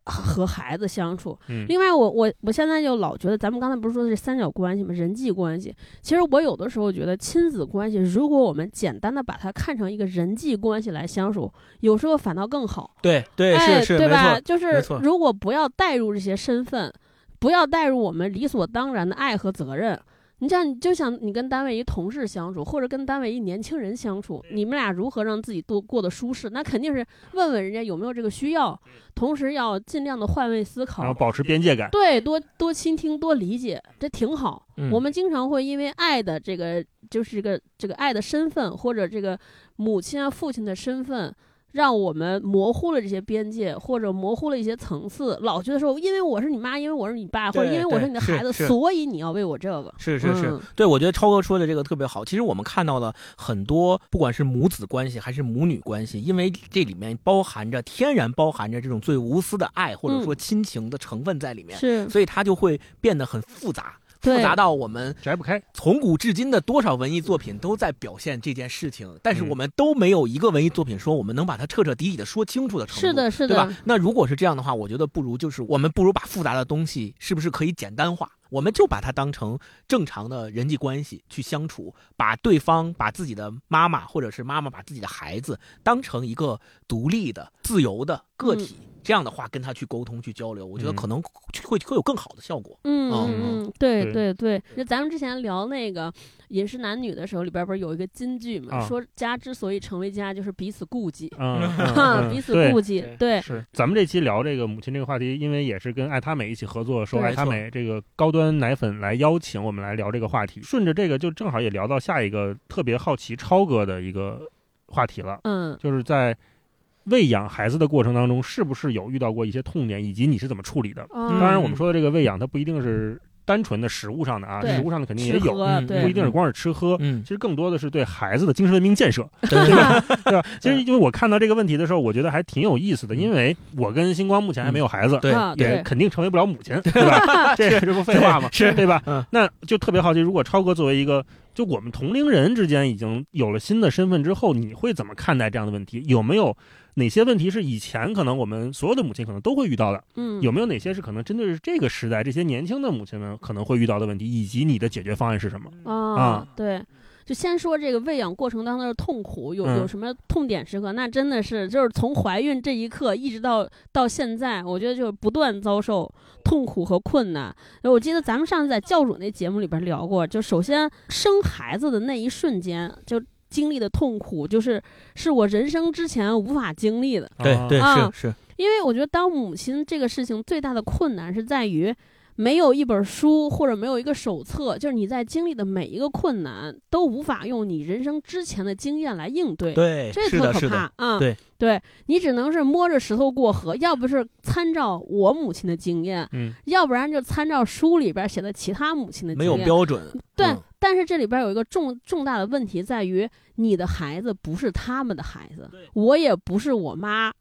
Speaker 2: 和孩子相处。
Speaker 1: 嗯，
Speaker 2: 另外我，我我现在就老觉得，咱们刚才不是说的是三角关系吗？人际关系，其实我有的时候觉得亲子关系，如果我们简单的把它看成一个人际关系来相处，有时候反倒更好。
Speaker 3: 对对
Speaker 2: 哎，
Speaker 3: 是是
Speaker 2: 对
Speaker 3: 没
Speaker 2: 吧？
Speaker 3: 错，
Speaker 2: 就是
Speaker 3: 没错
Speaker 2: 如果不要带入这些身份，不要带入我们理所当然的爱和责任。你像，你就像你跟单位一同事相处，或者跟单位一年轻人相处，
Speaker 3: 嗯
Speaker 2: 你们俩如何让自己多过得舒适？那肯定是问问人家有没有这个需
Speaker 3: 嗯
Speaker 2: 要，同时要尽量的换位思考，
Speaker 1: 然后保持边界感，
Speaker 2: 对，多多倾听，多理解，这挺好。
Speaker 3: 嗯
Speaker 2: 我们经常会因为爱的这个，就是这个这个爱的身份，或者这个母亲啊、父亲的身份，让我们模糊了这些边界，或者模糊了一些层次。老觉得说，因为我是你妈，因为我是你爸，或者
Speaker 3: 对
Speaker 2: 因为我
Speaker 3: 对
Speaker 2: 是你的
Speaker 3: 是
Speaker 2: 孩子，
Speaker 3: 是
Speaker 2: 所以你要为我这个。
Speaker 3: 是是是
Speaker 2: 嗯，
Speaker 3: 对我觉得超哥说的这个特别好。其实我们看到了很多，不管是母子关系还是母女关系，因为这里面包含着天然包含着这种最无私的爱或者说亲情的成分在里面，
Speaker 2: 嗯是，
Speaker 3: 所以它就会变得很复杂，复
Speaker 2: 对
Speaker 3: 杂到我们
Speaker 1: 摘不开，
Speaker 3: 从古至今的多少文艺作品都在表现这件事情，但是
Speaker 1: 嗯
Speaker 3: 我们都没有一个文艺作品说我们能把它彻彻底底的说清楚的程度，
Speaker 2: 是的是的
Speaker 3: 对吧？那如果是这样的话，我觉得不如就是我们不如把复杂的东西是不是可以简单化？我们就把它当成正常的人际关系去相处，把对方、把自己的妈妈，或者是妈妈把自己的孩子当成一个独立的、自由的个体，这样的话跟他去沟通、去交流，我觉得
Speaker 1: 嗯
Speaker 3: 可能会会有更好的效果。
Speaker 2: 嗯
Speaker 3: 哦
Speaker 2: 嗯嗯，对
Speaker 1: 对
Speaker 2: 对对，就咱们之前聊那个《饮食男女》的时候，里边不是有一个金句嘛，
Speaker 1: 啊
Speaker 2: 说家之所以成为家，就是彼此顾忌，
Speaker 1: 嗯，
Speaker 2: 哈、
Speaker 1: 嗯
Speaker 2: 彼此
Speaker 1: 对
Speaker 2: 顾忌，
Speaker 3: 对
Speaker 2: 对
Speaker 1: 是，咱们这期聊这个母亲这个话题，因为也是跟爱他美一起合作，受
Speaker 2: 对
Speaker 1: 爱他美这个高端奶粉来邀请我们来聊这个话题。顺着这个，就正好也聊到下一个特别好奇超哥的一个话题了，
Speaker 2: 嗯，
Speaker 1: 就是在喂养孩子的过程当中，是不是有遇到过一些痛点，以及你是怎么处理的？
Speaker 2: 当
Speaker 1: 当然，
Speaker 3: 嗯
Speaker 1: 我们说的这个喂养，它不一定是单纯的食物上的啊，
Speaker 2: 对
Speaker 1: 食物上的肯定也有，
Speaker 3: 嗯
Speaker 1: 不
Speaker 2: 对
Speaker 1: 一定是光是吃喝。
Speaker 3: 嗯
Speaker 1: 其，实更多的是对孩子的精神文明建 设，
Speaker 3: 对
Speaker 1: 对吧？其实因为我看到这个问题的时候，我觉得还挺有意思的，因为我跟星光目前还没有孩子，
Speaker 3: 嗯对
Speaker 2: 啊
Speaker 1: 也
Speaker 2: 对
Speaker 1: 肯定成为不了母 亲，对吧？这这不废话吗？
Speaker 3: 是
Speaker 1: 对吧
Speaker 3: 嗯？
Speaker 1: 那就特别好奇，如果超哥作为一个就我们同龄人之间已经有了新的身份之后，你会怎么看待这样的问题？有没有哪些问题是以前可能我们所有的母亲可能都会遇到的？
Speaker 2: 嗯
Speaker 1: 有没有哪些是可能针对这个时代这些年轻的母亲们可能会遇到的问题，以及你的解决方案是什么？
Speaker 2: 啊
Speaker 1: 啊，
Speaker 2: 对。就先说这个喂养过程当中的痛苦，有
Speaker 1: 嗯
Speaker 2: 有什么痛点时刻？那真的是就是从怀孕这一刻一直到到现在，我觉得就是不断遭受痛苦和困难。呃我记得咱们上次在教主那节目里边聊过，就首先生孩子的那一瞬间，就经历的痛苦，就是是我人生之前无法经历的。
Speaker 3: 对对
Speaker 2: 啊
Speaker 3: 是是，
Speaker 2: 因为我觉得当母亲这个事情最大的困难是在于。没有一本书或者没有一个手册，就是你在经历的每一个困难都无法用你人生之前的经验来应对，
Speaker 3: 对
Speaker 2: 这
Speaker 3: 是
Speaker 2: 特
Speaker 3: 的
Speaker 2: 可
Speaker 3: 是的，
Speaker 2: 怕啊！
Speaker 3: 对
Speaker 2: 你只能是摸着石头过河，要不是参照我母亲的经验，
Speaker 1: 嗯，
Speaker 2: 要不然就参照书里边写的其他母亲的经
Speaker 3: 没
Speaker 2: 验。
Speaker 3: 有标准，
Speaker 2: 对，
Speaker 3: 嗯
Speaker 2: 但是这里边有一个重重大的问题在于，你的孩子不是他们的孩子，我也不是我妈，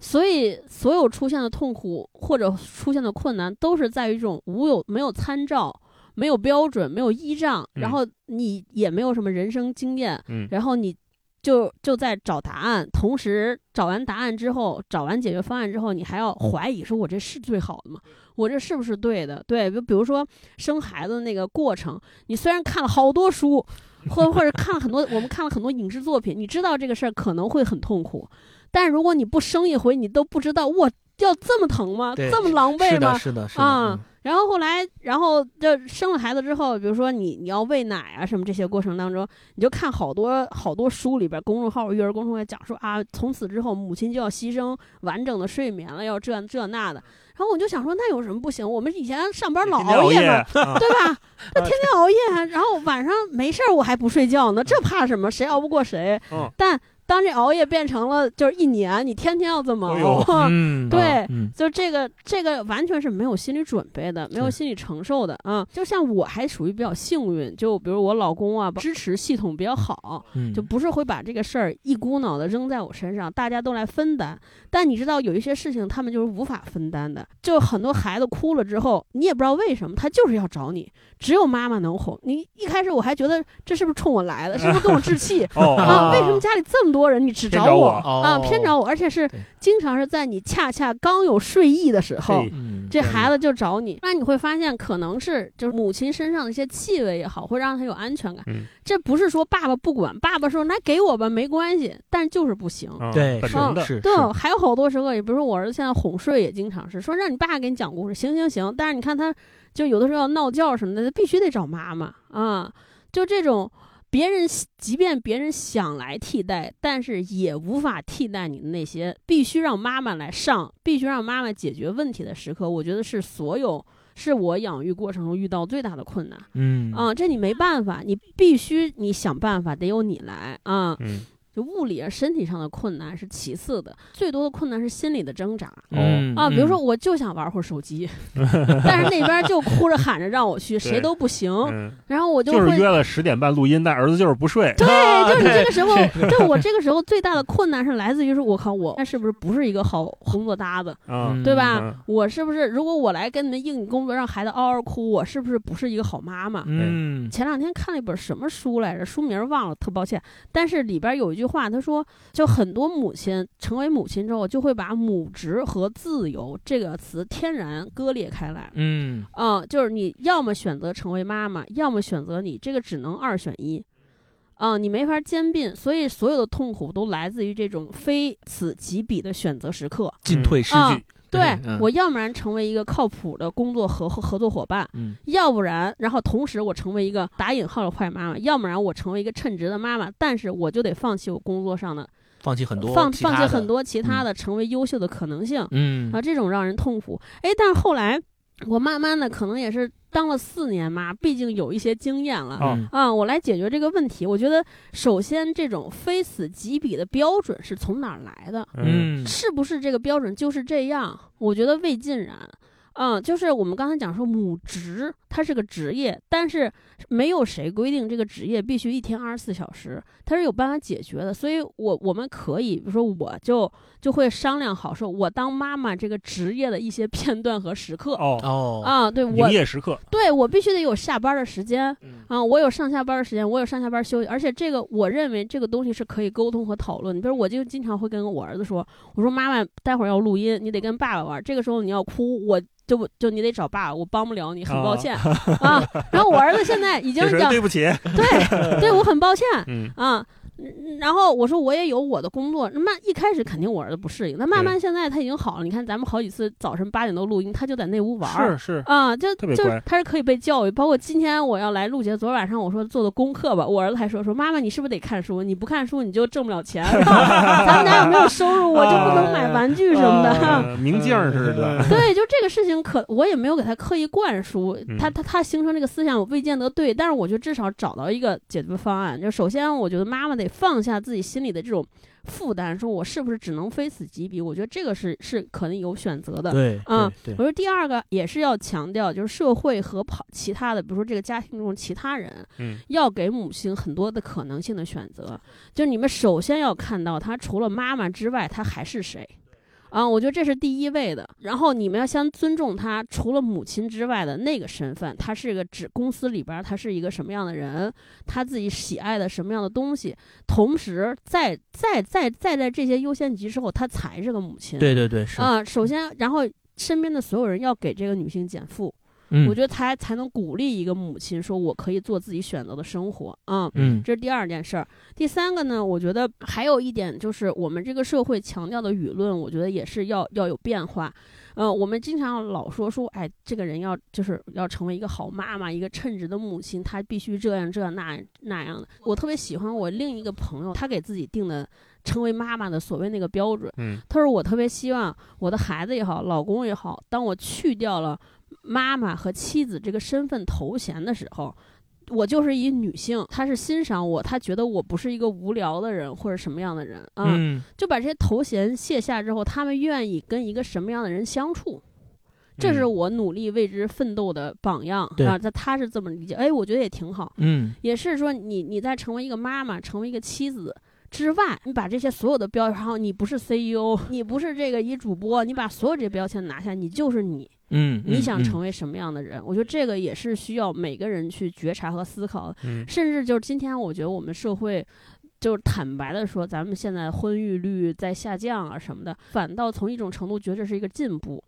Speaker 2: 所以所有出现的痛苦或者出现的困难，都是在于这种无有没有参照、没有标准、没有依仗，
Speaker 1: 嗯
Speaker 2: 然后你也没有什么人生经验，
Speaker 1: 嗯
Speaker 2: 然后你。就就在找答案，同时找完答案之后，找完解决方案之后，你还要怀疑，说我这是最好的吗？我这是不是对的？对，就比如说生孩子的那个过程，你虽然看了好多书，或或者看了很多，我们看了很多影视作品，你知道这个事儿可能会很痛苦，但如果你不生一回，你都不知道哇，要这么疼吗？
Speaker 3: 对
Speaker 2: 这么狼狈
Speaker 3: 是
Speaker 2: 吗
Speaker 3: 的，？是的，是的，
Speaker 2: 啊、
Speaker 3: 嗯
Speaker 2: 然后后来，然后就生了孩子之后，比如说你你要喂奶啊什么这些过程当中，你就看好多好多书里边公众号、育儿公众号讲说啊，从此之后母亲就要牺牲完整的睡眠了，要这这那的。然后我就想说，那有什么不行？我们以前上班老
Speaker 1: 天天熬
Speaker 2: 夜
Speaker 1: 夜
Speaker 2: 嘛，
Speaker 1: 啊
Speaker 2: 对 吧？那天天熬夜，啊然后晚上没事儿我还不睡觉呢，这怕什么？谁熬不过谁？
Speaker 1: 嗯
Speaker 2: 但当这熬夜变成了就是一年，你天天要这么
Speaker 1: 哎呦？
Speaker 2: 熬，
Speaker 3: 嗯，
Speaker 2: 对
Speaker 3: 啊嗯，
Speaker 2: 就这个这个完全是没有心理准备的，没有
Speaker 3: 对
Speaker 2: 心理承受的啊、就像我还属于比较幸运，就比如我老公啊，支持系统比较好，
Speaker 3: 嗯
Speaker 2: 就不是会把这个事儿一股脑的扔在我身上，大家都来分担。但你知道有一些事情他们就是无法分担的，就很多孩子哭了之后，你也不知道为什么，他就是要找你，只有妈妈能哄你。一开始我还觉得这是不是冲我来的，是不是跟我置气
Speaker 1: 哦
Speaker 2: 啊，
Speaker 3: 啊
Speaker 2: 为什么家里这么多人，你只
Speaker 1: 偏找
Speaker 2: 我
Speaker 1: 我
Speaker 2: 啊？
Speaker 3: 哦
Speaker 2: 偏找我，而且是
Speaker 3: 对
Speaker 2: 经常是在你恰恰刚有睡意的时候
Speaker 1: 嘿，
Speaker 3: 嗯
Speaker 2: 这孩子就找你。那你会发现，可能是就是母亲身上的一些气味也好，会让他有安全感。
Speaker 1: 嗯
Speaker 2: 这不是说爸爸不管，爸爸说来给我吧，没关系，但就是不行。
Speaker 1: 啊
Speaker 3: 对
Speaker 1: 本
Speaker 3: 是
Speaker 1: 能的，
Speaker 3: 是
Speaker 2: 对
Speaker 3: 是，
Speaker 2: 还有好多时候，也比如说我儿子现在哄睡也经常是说让你爸给你讲故事，行行行，但是你看他就有的时候要闹觉什么的，他必须得找妈妈啊，就这种。别人即便别人想来替代，但是也无法替代你的那些必须让妈妈来上、必须让妈妈解决问题的时刻，我觉得是所有是我养育过程中遇到最大的困难
Speaker 3: 嗯
Speaker 2: 啊、这你没办法，你必须你想办法，得由你来啊。
Speaker 1: 嗯
Speaker 2: 就物理啊身体上的困难是其次的，最多的困难是心理的挣扎。
Speaker 3: 嗯
Speaker 2: 啊，比如说
Speaker 3: 嗯
Speaker 2: 我就想玩会儿手机，但是那边就哭着喊着让我去，谁都不行。
Speaker 1: 嗯，
Speaker 2: 然后我就
Speaker 1: 就是
Speaker 2: 会，
Speaker 1: 约了十点半录音，但儿子就是不睡，啊
Speaker 2: 对，就是这
Speaker 3: 对
Speaker 2: 个时候，就我这个时候最大的困难是来自于是我靠，我那是不是不是一个好工作搭子，
Speaker 1: 啊，
Speaker 2: 对吧？
Speaker 1: 嗯
Speaker 2: 我是不是如果我来跟你们应工作，让孩子嗷嗷哭，我是不是不是一个好妈妈？
Speaker 3: 嗯
Speaker 2: 前两天看了一本什么书来着，书名儿忘了，特抱歉。但是里边儿有一句话，他说，就很多母亲成为母亲之后，就会把母职和自由这个词天然割裂开来。
Speaker 3: 嗯
Speaker 2: 嗯，就是你要么选择成为妈妈，要么选择你这个只能二选一。嗯，你没法兼并，所以所有的痛苦都来自于这种非此即彼的选择时刻。
Speaker 3: 进退失
Speaker 2: 啊
Speaker 3: 据，
Speaker 2: 对、
Speaker 3: 嗯
Speaker 2: 我，要不然成为一个靠谱的工作合合作伙伴，
Speaker 3: 嗯
Speaker 2: 要不然，然后同时我成为一个打引号的坏妈妈，要不然我成为一个称职的妈妈，但是我就得放弃我工作上的，
Speaker 3: 放弃很多，
Speaker 2: 放放弃很
Speaker 3: 多，
Speaker 2: 多其他的，成为优秀的可能性
Speaker 3: 嗯
Speaker 2: 啊，这种让人痛苦。哎，但是后来我慢慢的可能也是当了四年妈，毕竟有一些经验了。
Speaker 1: 啊
Speaker 3: 嗯
Speaker 2: 啊、我来解决这个问题。我觉得，首先这种非此即彼的标准是从哪儿来的？
Speaker 1: 嗯
Speaker 3: 嗯
Speaker 2: 是不是这个标准就是这样？我觉得未尽然。嗯，就是我们刚才讲说母职，它是个职业，但是没有谁规定这个职业必须一天二十四小时，它是有办法解决的。所以我，我们可以，比如说，我就就会商量好，说我当妈妈这个职业的一些 片段和时刻。
Speaker 1: 哦，
Speaker 3: 哦
Speaker 2: 啊，对我
Speaker 1: 营业时刻，
Speaker 2: 对我必须得有下班的时间
Speaker 3: 嗯
Speaker 2: 啊，我有上下班的时间，我有上下班休息，而且这个我认为这个东西是可以沟通和讨论的。比如我就经常会跟我儿子说，我说妈妈待会儿要录音，你得跟爸爸玩，这个时候你要哭，我就就你得找爸，我帮不了你，很抱
Speaker 1: 啊
Speaker 2: 歉啊。然后我儿子现在已经
Speaker 1: 这是
Speaker 2: 养
Speaker 1: 对不起，
Speaker 2: 对对我很抱歉
Speaker 1: 嗯
Speaker 2: 啊，嗯然后我说我也有我的工作，那慢一开始肯定我儿子不适应，那慢慢现在他已经好了。你看咱们好几次早晨八点多录音，他就在那屋玩儿
Speaker 1: 是 是，
Speaker 2: 啊、就
Speaker 1: 特别
Speaker 2: 就
Speaker 1: 乖
Speaker 2: 是他是可以被教育。包括今天我要来录节，昨晚上我说做的功课吧，我儿子还说说妈妈你是不是得看书？你不看书你就挣不了 钱，咱们家有没有收入我就不能买玩具什么的。
Speaker 1: 呃明镜儿似的，
Speaker 2: 对，就这个事情可我也没有给他刻意灌输，他
Speaker 1: 嗯
Speaker 2: 他他形成这个思想，我未见得对，但是我觉得至少找到一个解决方案。就首先，我觉得妈妈得放下自己心里的这种负担，说我是不是只能非死即彼？我觉得这个是是可能有选择的。
Speaker 3: 对，
Speaker 2: 嗯
Speaker 3: 对，
Speaker 2: 我
Speaker 3: 对，
Speaker 2: 说第二个也是要强调，就是社会和跑其他的，比如说这个家庭中其他人，
Speaker 1: 嗯
Speaker 2: 要给母亲很多的可能性的选择。就是你们首先要看到，她除了妈妈之外，她还是谁。啊，我觉得这是第一位的。然后你们要先尊重她除了母亲之外的那个身份，她是个指公司里边儿她是一个什么样的人，她自己喜爱的什么样的东西。同时，在在在在在这些优先级之后，她才是个母亲。
Speaker 3: 对对对，是，
Speaker 2: 啊、首先，然后身边的所有人要给这个女性减负，
Speaker 3: 嗯
Speaker 2: 我觉得才才能鼓励一个母亲说，我可以做自己选择的生活啊。
Speaker 3: 嗯
Speaker 2: 这是第二件事儿，第三个呢，我觉得还有一点就是我们这个社会强调的舆论，我觉得也是要要有变化。呃，我们经常老说说，哎，这个人要就是要成为一个好妈妈，一个称职的母亲，她必须这样这样那样那样的。我特别喜欢我另一个朋友，他给自己定的成为妈妈的所谓那个标准。
Speaker 1: 嗯
Speaker 2: 他说我特别希望我的孩子也好，老公也好，当我去掉了妈妈和妻子这个身份头衔的时候。我就是一女性，他是欣赏我，他觉得我不是一个无聊的人或者什么样的人啊、
Speaker 3: 嗯
Speaker 2: 就把这些头衔卸下之后，他们愿意跟一个什么样的人相处，这是
Speaker 1: 嗯
Speaker 2: 我努力为之奋斗的榜样、
Speaker 3: 对
Speaker 2: 啊。他他是这么理解，哎，我觉得也挺好。
Speaker 3: 嗯
Speaker 2: 也是说你你在成为一个妈妈、成为一个妻子之外，你把这些所有的标签，然后你不是 CEO，你不是这个一主播，你把所有这些标签拿下，你就是你，
Speaker 3: 嗯，
Speaker 2: 你想成
Speaker 3: 为
Speaker 2: 为什么样的人？我觉得这个也是需要每个人去觉察和思考的，
Speaker 1: 嗯
Speaker 2: 甚至就是今天，我觉得我们社会。就是坦白的说，咱们现在婚育率在下降啊什么的，反倒从一种程度觉得这是一个进步，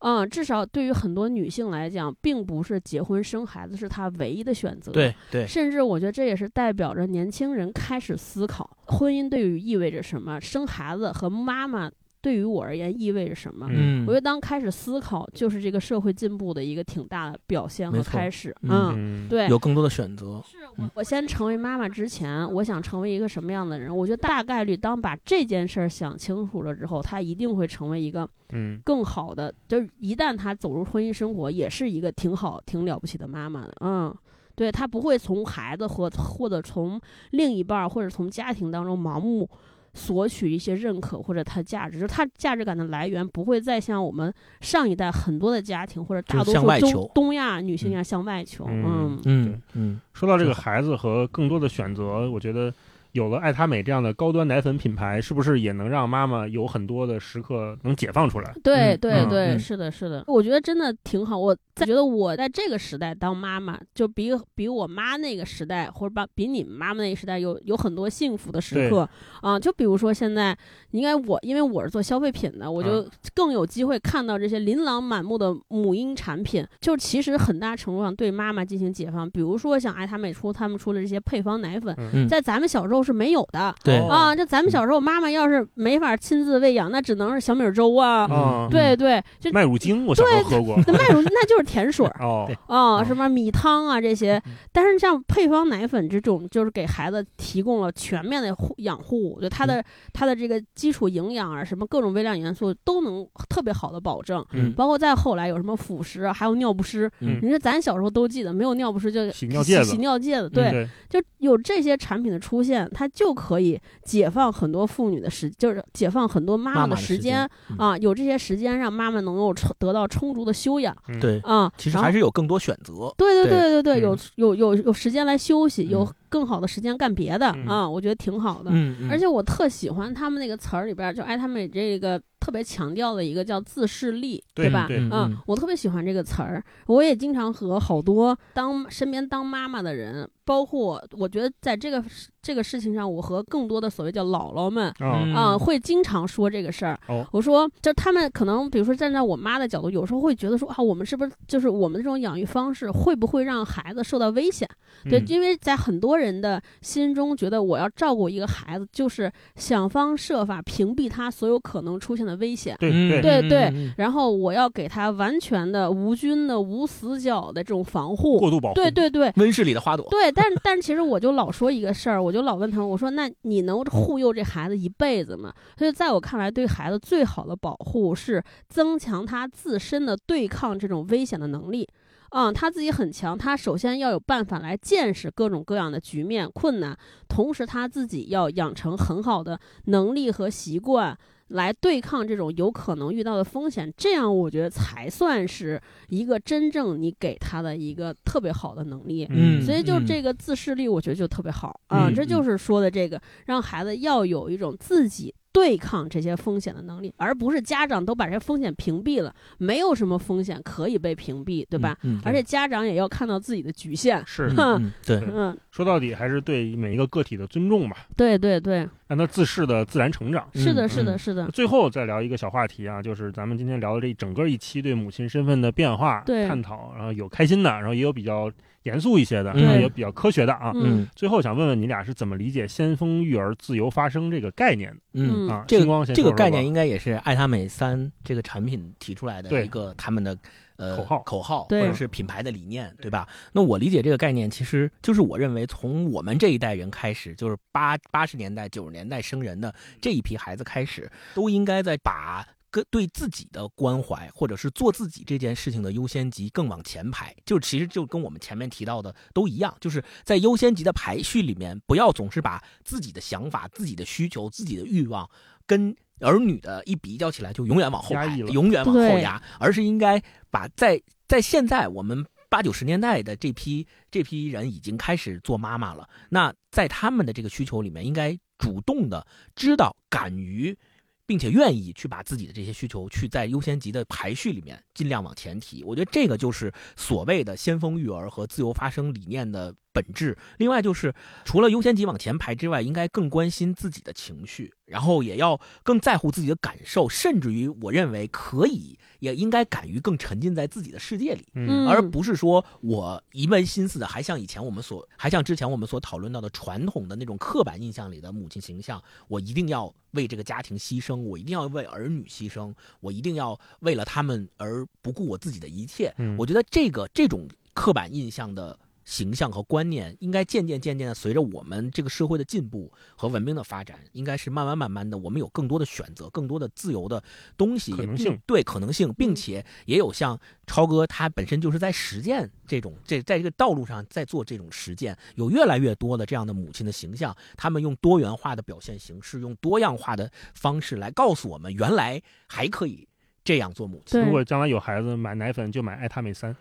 Speaker 2: 嗯，至少对于很多女性来讲，并不是结婚生孩子是她唯一的选择，
Speaker 3: 对对，
Speaker 2: 甚至我觉得这也是代表着年轻人开始思考婚姻对于意味着什么，生孩子和妈妈对于我而言意味着什么。
Speaker 3: 嗯
Speaker 2: 我觉得当开始思考，就是这个社会进步的一个挺大的表现和
Speaker 3: 没错
Speaker 2: 开始。
Speaker 3: 嗯
Speaker 1: 嗯，
Speaker 2: 对。
Speaker 3: 有更多的选择，嗯
Speaker 2: 我先成为妈妈之前，我想成为一个什么样的人？我觉得大概率，当把这件事儿想清楚了之后，他一定会成为一个
Speaker 1: 嗯
Speaker 2: 更好的，就是一旦她走入婚姻生活，也是一个挺好、挺了不起的妈妈的，嗯。对她不会从孩子或或者从另一半儿或者从家庭当中盲目索取一些认可或者她价值，就是她价值感的来源不会再像我们上一代很多的家庭或者大
Speaker 3: 就
Speaker 2: 多
Speaker 3: 向外
Speaker 2: 数
Speaker 3: 求
Speaker 2: 中东亚女性一样向外求。
Speaker 1: 嗯
Speaker 2: 嗯，
Speaker 3: 嗯嗯，
Speaker 1: 说到这个孩子和更多的选择，我觉得有了爱他美这样的高端奶粉品牌，是不是也能让妈妈有很多的时刻能解放出来？
Speaker 2: 对
Speaker 3: 嗯
Speaker 2: 对
Speaker 1: 嗯
Speaker 2: 对，
Speaker 3: 嗯
Speaker 2: 是的，是的，我觉得真的挺好。我在觉得我在这个时代当妈妈，就比比我妈那个时代，或者把比你们妈妈那个时代有有很多幸福的时
Speaker 1: 对
Speaker 2: 刻啊、就比如说现在，应该我因为我是做消费品的，我
Speaker 1: 嗯
Speaker 2: 就更有机会看到这些琳琅满目的母婴产品，就其实很大程度上对妈妈进行解放。比如说像爱他美出他们出的这些配方奶粉，
Speaker 1: 嗯
Speaker 2: 在咱们小时候是没有的。
Speaker 3: 对
Speaker 1: 哦
Speaker 2: 啊，这咱们小时候，妈妈要是没法亲自喂养，那只能是小米粥啊，
Speaker 1: 啊，
Speaker 3: 嗯
Speaker 2: 对对，就
Speaker 1: 麦乳精我小时候喝过。
Speaker 2: 那麦乳那就是甜水儿
Speaker 1: 哦，
Speaker 2: 啊，
Speaker 1: 嗯
Speaker 2: 什么米汤啊这些
Speaker 1: 嗯。
Speaker 2: 但是像配方奶粉这种，就是给孩子提供了全面的护养护，就它
Speaker 1: 嗯
Speaker 2: 的它的这个基础营养啊，什么各种微量元素都能特别好的保证。
Speaker 1: 嗯
Speaker 2: 包括再后来有什么辅食啊，还有尿不湿，
Speaker 3: 嗯
Speaker 2: 你说咱小时候都记得，没有尿不湿就
Speaker 1: 洗尿介
Speaker 2: 洗
Speaker 1: 子，
Speaker 2: 尿介子，
Speaker 3: 嗯
Speaker 2: 对，
Speaker 1: 对，
Speaker 2: 就有这些产品的出现，它就可以解放很多妇女的时，就是解放很多妈
Speaker 3: 妈
Speaker 2: 的
Speaker 3: 妈的时
Speaker 2: 间
Speaker 3: 间嗯
Speaker 2: 啊，有这些时间让妈妈能够充得到充足的休养
Speaker 1: 嗯
Speaker 3: 对，
Speaker 2: 啊。
Speaker 3: 其实
Speaker 2: 然后
Speaker 3: 还是有更多选择，
Speaker 2: 对对对对对，
Speaker 1: 嗯
Speaker 2: 有有有有时间来休息，有
Speaker 3: 嗯
Speaker 2: 更好的时间干别的
Speaker 1: 嗯
Speaker 2: 啊，我觉得挺好的。
Speaker 3: 嗯
Speaker 2: 而且我特喜欢他们那个词儿里边儿，就爱哎他们这个特别强调的一个叫自视力，
Speaker 1: 对
Speaker 2: 吧？
Speaker 1: 对
Speaker 2: 嗯，我特别喜欢这个词儿，我也经常和好多当身边当妈妈的人，包括我觉得在这个时这个事情上，我和更多的所谓叫姥姥们
Speaker 1: 啊
Speaker 3: 嗯
Speaker 2: 啊、会经常说这个事儿。
Speaker 1: 哦
Speaker 2: 我说，就他们可能，比如说站在我妈的角度，有时候会觉得说啊，我们是不是就是我们这种养育方式会不会让孩子受到危险？对，
Speaker 1: 嗯
Speaker 2: 因为在很多人的心中，觉得我要照顾一个孩子，就是想方设法屏蔽他所有可能出现的危险。
Speaker 1: 对
Speaker 3: 嗯
Speaker 1: 对
Speaker 2: 对对
Speaker 3: 嗯
Speaker 2: 然后我要给他完全的无菌的无死角的这种防护，
Speaker 1: 过度保护，
Speaker 2: 对对对，
Speaker 3: 温室里的花朵，
Speaker 2: 对，但但其实我就老说一个事儿，我就老问他们，我说那你能护佑这孩子一辈子吗？所以在我看来，对孩子最好的保护是增强他自身的对抗这种危险的能力。嗯，他自己很强，他首先要有办法来见识各种各样的局面困难，同时他自己要养成很好的能力和习惯。来对抗这种有可能遇到的风险，这样我觉得才算是一个真正你给他的一个特别好的能力。
Speaker 1: 嗯，
Speaker 2: 所以就
Speaker 3: 嗯
Speaker 2: 这个自制力，我觉得就特别好啊、
Speaker 1: 嗯
Speaker 2: 这就是说的这个，让孩子要有一种自己对抗这些风险的能力，而不是家长都把这些风险屏蔽了，没有什么风险可以被屏蔽，对吧？
Speaker 3: 嗯？嗯，
Speaker 2: 而且家长也要看到自己的局限。
Speaker 1: 是
Speaker 3: 嗯
Speaker 2: 哼
Speaker 3: 嗯对，
Speaker 2: 嗯，
Speaker 1: 说到底还是对每一个个体的尊重吧，
Speaker 2: 对对对，
Speaker 1: 让他自适的自然成长。
Speaker 2: 是的，
Speaker 3: 嗯
Speaker 2: 是的，是的，哦
Speaker 1: 最后再聊一个小话题啊，就是咱们今天聊的这一整个一期对母亲身份的变化
Speaker 2: 对
Speaker 1: 探讨，然后有开心的，然后也有比较严肃一些的，
Speaker 3: 对
Speaker 1: 然后也比较科学的啊。
Speaker 2: 嗯
Speaker 3: 嗯
Speaker 1: 最后想问问你俩是怎么理解“先锋育儿自由发生”这个概念的
Speaker 2: 嗯
Speaker 3: 嗯
Speaker 1: 啊？
Speaker 3: 这
Speaker 1: 星光
Speaker 3: 个
Speaker 1: 先
Speaker 3: 这
Speaker 1: 说说
Speaker 3: 个
Speaker 1: 吧
Speaker 3: 概念应该也是爱他美三这个产品提出来的
Speaker 1: 对
Speaker 3: 一个他们的呃
Speaker 1: 口号嗯
Speaker 3: 口号或
Speaker 2: 对
Speaker 3: 者是品牌的理念，对吧？那我理解这个概念，其实就是我认为从我们这一代人开始，就是八八十年代九十年代生人
Speaker 1: 嗯
Speaker 3: 的这一批孩子开始，都应该在把。跟对自己的关怀，或者是做自己这件事情的优先级更往前排，就其实就跟我们前面提到的都一样，就是在优先级的排序里面，不要总是把自己的想法、自己的需求、自己的欲望跟儿女的一比较起来，就永远往后
Speaker 1: 压
Speaker 3: 排，
Speaker 1: 抑了
Speaker 3: 永远往后
Speaker 2: 对
Speaker 3: 压，而是应该把在在现在我们八九十年代的这批这批人已经开始做妈妈了，那在他们的这个需求里面，应该主动的知道、敢于。并且愿意去把自己的这些需求去在优先级的排序里面尽量往前提，我觉得这个就是所谓的先锋育儿和自由发生理念的本质。另外就是除了优先级往前排之外，应该更关心自己的情绪，然后也要更在乎自己的感受，甚至于我认为可以也应该敢于更沉浸在自己的世界里。
Speaker 2: 嗯
Speaker 3: 而不是说我一门心思的还像以前我们所还像之前我们所讨论到的传统的那种刻板印象里的母亲形象，我一定要为这个家庭牺牲，我一定要为儿女牺牲，我一定要为了他们而不顾我自己的一切。
Speaker 1: 嗯
Speaker 3: 我觉得这个这种刻板印象的。形象和观念应该渐渐渐渐的随着我们这个社会的进步和文明的发展，应该是慢慢慢慢的，我们有更多的选择，更多的自由的东西，
Speaker 1: 可能
Speaker 3: 也并
Speaker 1: 性
Speaker 3: 对可能性，并且也有像超哥他本身就是在实践这种这在这个道路上在做这种实践，有越来越多的这样的母亲的形象，他们用多元化的表现形式，用多样化的方式来告诉我们，原来还可以这样做母亲。
Speaker 1: 如
Speaker 2: 对
Speaker 1: 果将来有孩子买奶粉，就买爱他美三。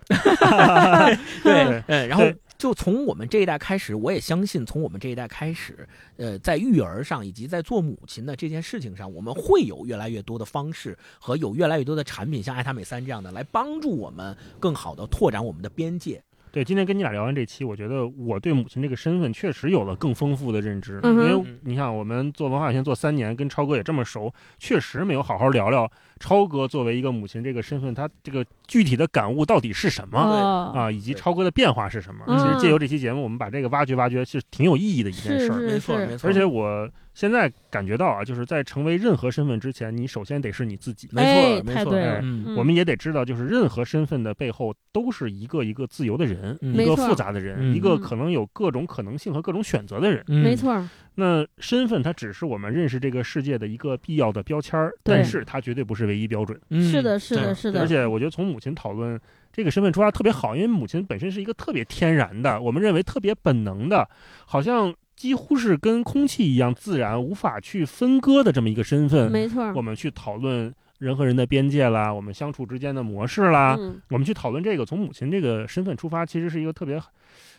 Speaker 3: 对，嗯，然后
Speaker 1: 对
Speaker 3: 就从我们这一代开始，我也相信从我们这一代开始，呃，在育儿上以及在做母亲的这件事情上，我们会有越来越多的方式和有越来越多的产品，像爱他美三这样的，来帮助我们更好的拓展我们的边界。
Speaker 1: 对，今天跟你俩聊完这期，我觉得我对母亲这个身份确实有了更丰富的认知，
Speaker 2: 嗯哼
Speaker 1: 因为你看，我们做文化有限做三年，跟超哥也这么熟，确实没有好好聊聊超哥作为一个母亲这个身份，他这个具体的感悟到底是什
Speaker 3: 嗯
Speaker 1: 么。
Speaker 2: 哦，
Speaker 1: 啊，以及
Speaker 3: 对
Speaker 1: 超哥的变化是什么？
Speaker 2: 嗯
Speaker 1: 其实借由这期节目，我们把这个挖掘挖掘，是挺有意义的一件
Speaker 2: 是
Speaker 1: 事儿。
Speaker 2: 是
Speaker 3: 没错，
Speaker 2: 嗯是
Speaker 3: 没错，
Speaker 1: 而且我现在感觉到啊，就是在成为任何身份之前，你首先得是你自己。
Speaker 3: 没
Speaker 2: 哎
Speaker 3: 错，没
Speaker 2: 太
Speaker 3: 错，
Speaker 2: 对
Speaker 1: 了
Speaker 3: 嗯，
Speaker 1: 我们也得知道，就是任何身份的背后都是一个一个自由的人，
Speaker 3: 嗯
Speaker 1: 一个
Speaker 2: 没错
Speaker 1: 复杂的人，
Speaker 3: 嗯
Speaker 1: 一个可能有各种可能性和各种选择的人。
Speaker 3: 嗯
Speaker 2: 没，错儿，
Speaker 1: 那身份它只是我们认识这个世界的一个必要的标签儿，
Speaker 2: 对
Speaker 1: 但是它绝对不是唯一标准。
Speaker 3: 嗯
Speaker 2: 是的，是的，
Speaker 3: 对
Speaker 2: 是
Speaker 1: 而
Speaker 2: 的，
Speaker 1: 且我觉得从母亲讨论这个身份出发特别好，因为母亲本身是一个特别天然的，我们认为特别本能的，好像几乎是跟空气一样自然，无法去分割的这么一个身份。
Speaker 2: 没错儿
Speaker 1: 我。们去讨论人和人的边界啦，我们相处之间的模式啦，
Speaker 3: 啊
Speaker 2: 嗯，
Speaker 1: 我们去讨论这个，从母亲这个身份出发，其实是一个特别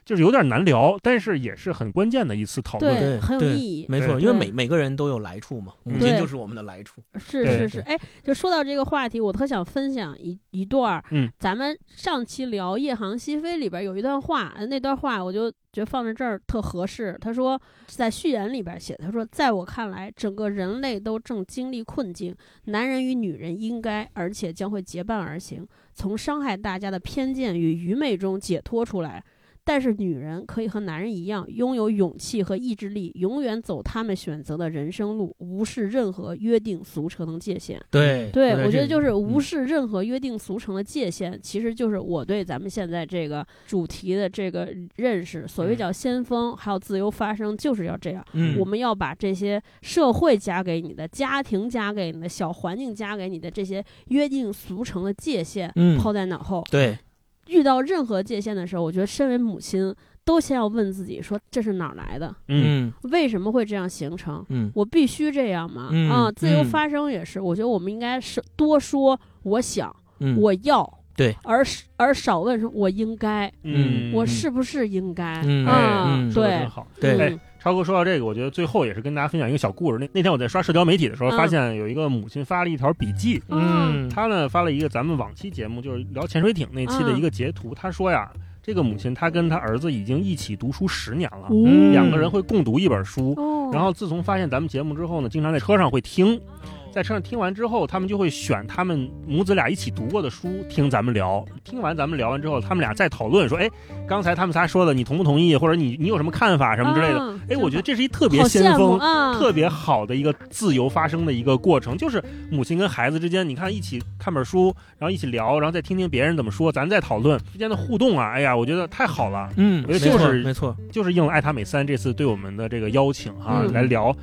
Speaker 1: 就是有点难聊，但是也是很关键的一次讨论。嗯
Speaker 3: 对
Speaker 2: 很有
Speaker 3: 对
Speaker 2: 意义。
Speaker 3: 没错，
Speaker 1: 对
Speaker 3: 因
Speaker 2: 对
Speaker 3: 为每每个人都有来处嘛，母亲
Speaker 2: 对
Speaker 3: 就是我们的来处。
Speaker 2: 是
Speaker 1: 对
Speaker 2: 是是，哎，就说到这个话题，我特想分享一一段儿，
Speaker 1: 嗯，
Speaker 2: 咱们上期聊《夜航西飞》里边儿有一段话，呃那段话我就觉得放在这儿特合适。他说在序言里边儿写，他说在我看来，整个人类都正经历困境，男人与女人应该而且将会结伴而行，从伤害大家的偏见与愚昧中解脱出来。但是女人可以和男人一样，拥有勇气和意志力，永远走他们选择的人生路，无视任何约定俗成的界限。
Speaker 3: 嗯对
Speaker 2: 对，我觉得就是是无视任何约定俗成的界限，其实就是我对咱们现在这个主题的这个认识。所
Speaker 1: 嗯
Speaker 2: 谓叫先锋，还有自由发声，就是要这样。
Speaker 3: 嗯
Speaker 2: 我们要把这些社会加给你的、家庭加给你的、小环境加给你的这些约定俗成的界限
Speaker 3: 嗯
Speaker 2: 抛在脑后。
Speaker 3: 对
Speaker 2: 遇到任何界限的时候，我觉得身为母亲都先要问自己说这是哪儿来的，
Speaker 1: 嗯，
Speaker 2: 为什么会这样形成？
Speaker 3: 嗯
Speaker 2: 我必须这样吗？
Speaker 3: 嗯
Speaker 2: 啊，自由
Speaker 3: 嗯
Speaker 2: 发声也是，我觉得我们应该是多说我想
Speaker 3: 嗯
Speaker 2: 我要。
Speaker 3: 对，
Speaker 2: 而是而少问说“我应该”，
Speaker 1: 嗯，
Speaker 2: 我是不是应该
Speaker 3: 嗯
Speaker 1: 哎
Speaker 2: 啊
Speaker 3: 嗯？
Speaker 1: 说的
Speaker 2: 对
Speaker 1: 真，好。
Speaker 3: 对
Speaker 1: 哎超哥说到这个，我觉得最后也是跟大家分享一个小故事。那那天我在刷社交媒体的时候，
Speaker 2: 嗯
Speaker 1: 发现有一个母亲发了一条笔记，
Speaker 2: 嗯
Speaker 3: 嗯
Speaker 1: 她呢发了一个咱们往期节目就是聊潜水艇那期的一个截
Speaker 3: 嗯
Speaker 1: 图，她说呀，这个母亲她跟她儿子已经一起读书十年了，
Speaker 3: 嗯
Speaker 1: 两个人会共读一本书。嗯
Speaker 2: 哦，
Speaker 1: 然后自从发现咱们节目之后呢，经常在车上会听，在车上听完之后，他们就会选他们母子俩一起读过的书听咱们聊。听完咱们聊完之后，他们俩再讨论说，哎，刚才他们仨说的，你同不同意？或者你你有什么看法什么之类的？
Speaker 2: 啊
Speaker 1: 哎，我觉得这是一特
Speaker 2: 真
Speaker 1: 别
Speaker 2: 好好
Speaker 1: 先
Speaker 2: 羡慕
Speaker 1: 锋。
Speaker 2: 啊，
Speaker 1: 特别好的一个自由发声的一个过程，就是母亲跟孩子之间，你看一起看本书，然后一起聊，然后再听听别人怎么说，咱再讨论之间的互动啊，哎呀，我觉得太好了。
Speaker 3: 嗯，
Speaker 1: 我觉得
Speaker 3: 没错
Speaker 1: 就是
Speaker 3: 没错，
Speaker 1: 就是应了爱他美三这次对我们的这个邀请哈、
Speaker 2: 嗯
Speaker 1: 来聊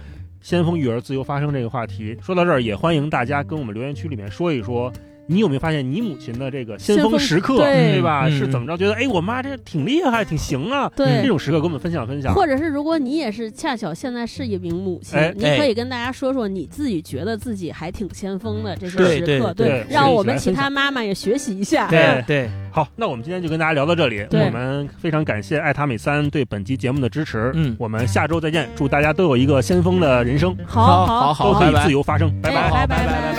Speaker 1: 先锋育儿自由发声这个话题。说到这儿，也欢迎大家跟我们留言区里面说一说，你有没有发现你母亲的这个先锋时刻，
Speaker 2: 先锋对
Speaker 1: 吧？
Speaker 3: 嗯
Speaker 1: 是怎么着？觉得哎，我妈这挺厉害，挺行啊，
Speaker 2: 对
Speaker 1: 这，种时刻跟我们分享分享。
Speaker 2: 或者是如果你也是恰巧现在是一名母亲，
Speaker 1: 啊哎
Speaker 2: 你可以跟大家说说你自己觉得自己还挺先锋的这些
Speaker 3: 对
Speaker 2: 时刻，
Speaker 1: 嗯
Speaker 3: 对
Speaker 1: 对
Speaker 2: 让
Speaker 1: 是
Speaker 2: 我
Speaker 1: 一起来
Speaker 2: 们其
Speaker 1: 分
Speaker 2: 他
Speaker 1: 享
Speaker 2: 妈妈也学习一下。
Speaker 3: 对对，
Speaker 1: 好，那我们今天就跟大家聊到这里，
Speaker 2: 对
Speaker 1: 我们非常感谢爱他美三对本期节目的支持。
Speaker 3: 嗯
Speaker 1: 我们下周再见，祝大家都有一个先锋的人生，
Speaker 2: 好
Speaker 3: 好
Speaker 1: 都
Speaker 2: 好
Speaker 1: 可
Speaker 3: 拜
Speaker 1: 以
Speaker 3: 拜
Speaker 1: 自由发声，拜
Speaker 2: 哎
Speaker 1: 拜
Speaker 3: 好
Speaker 2: 拜拜
Speaker 3: 拜拜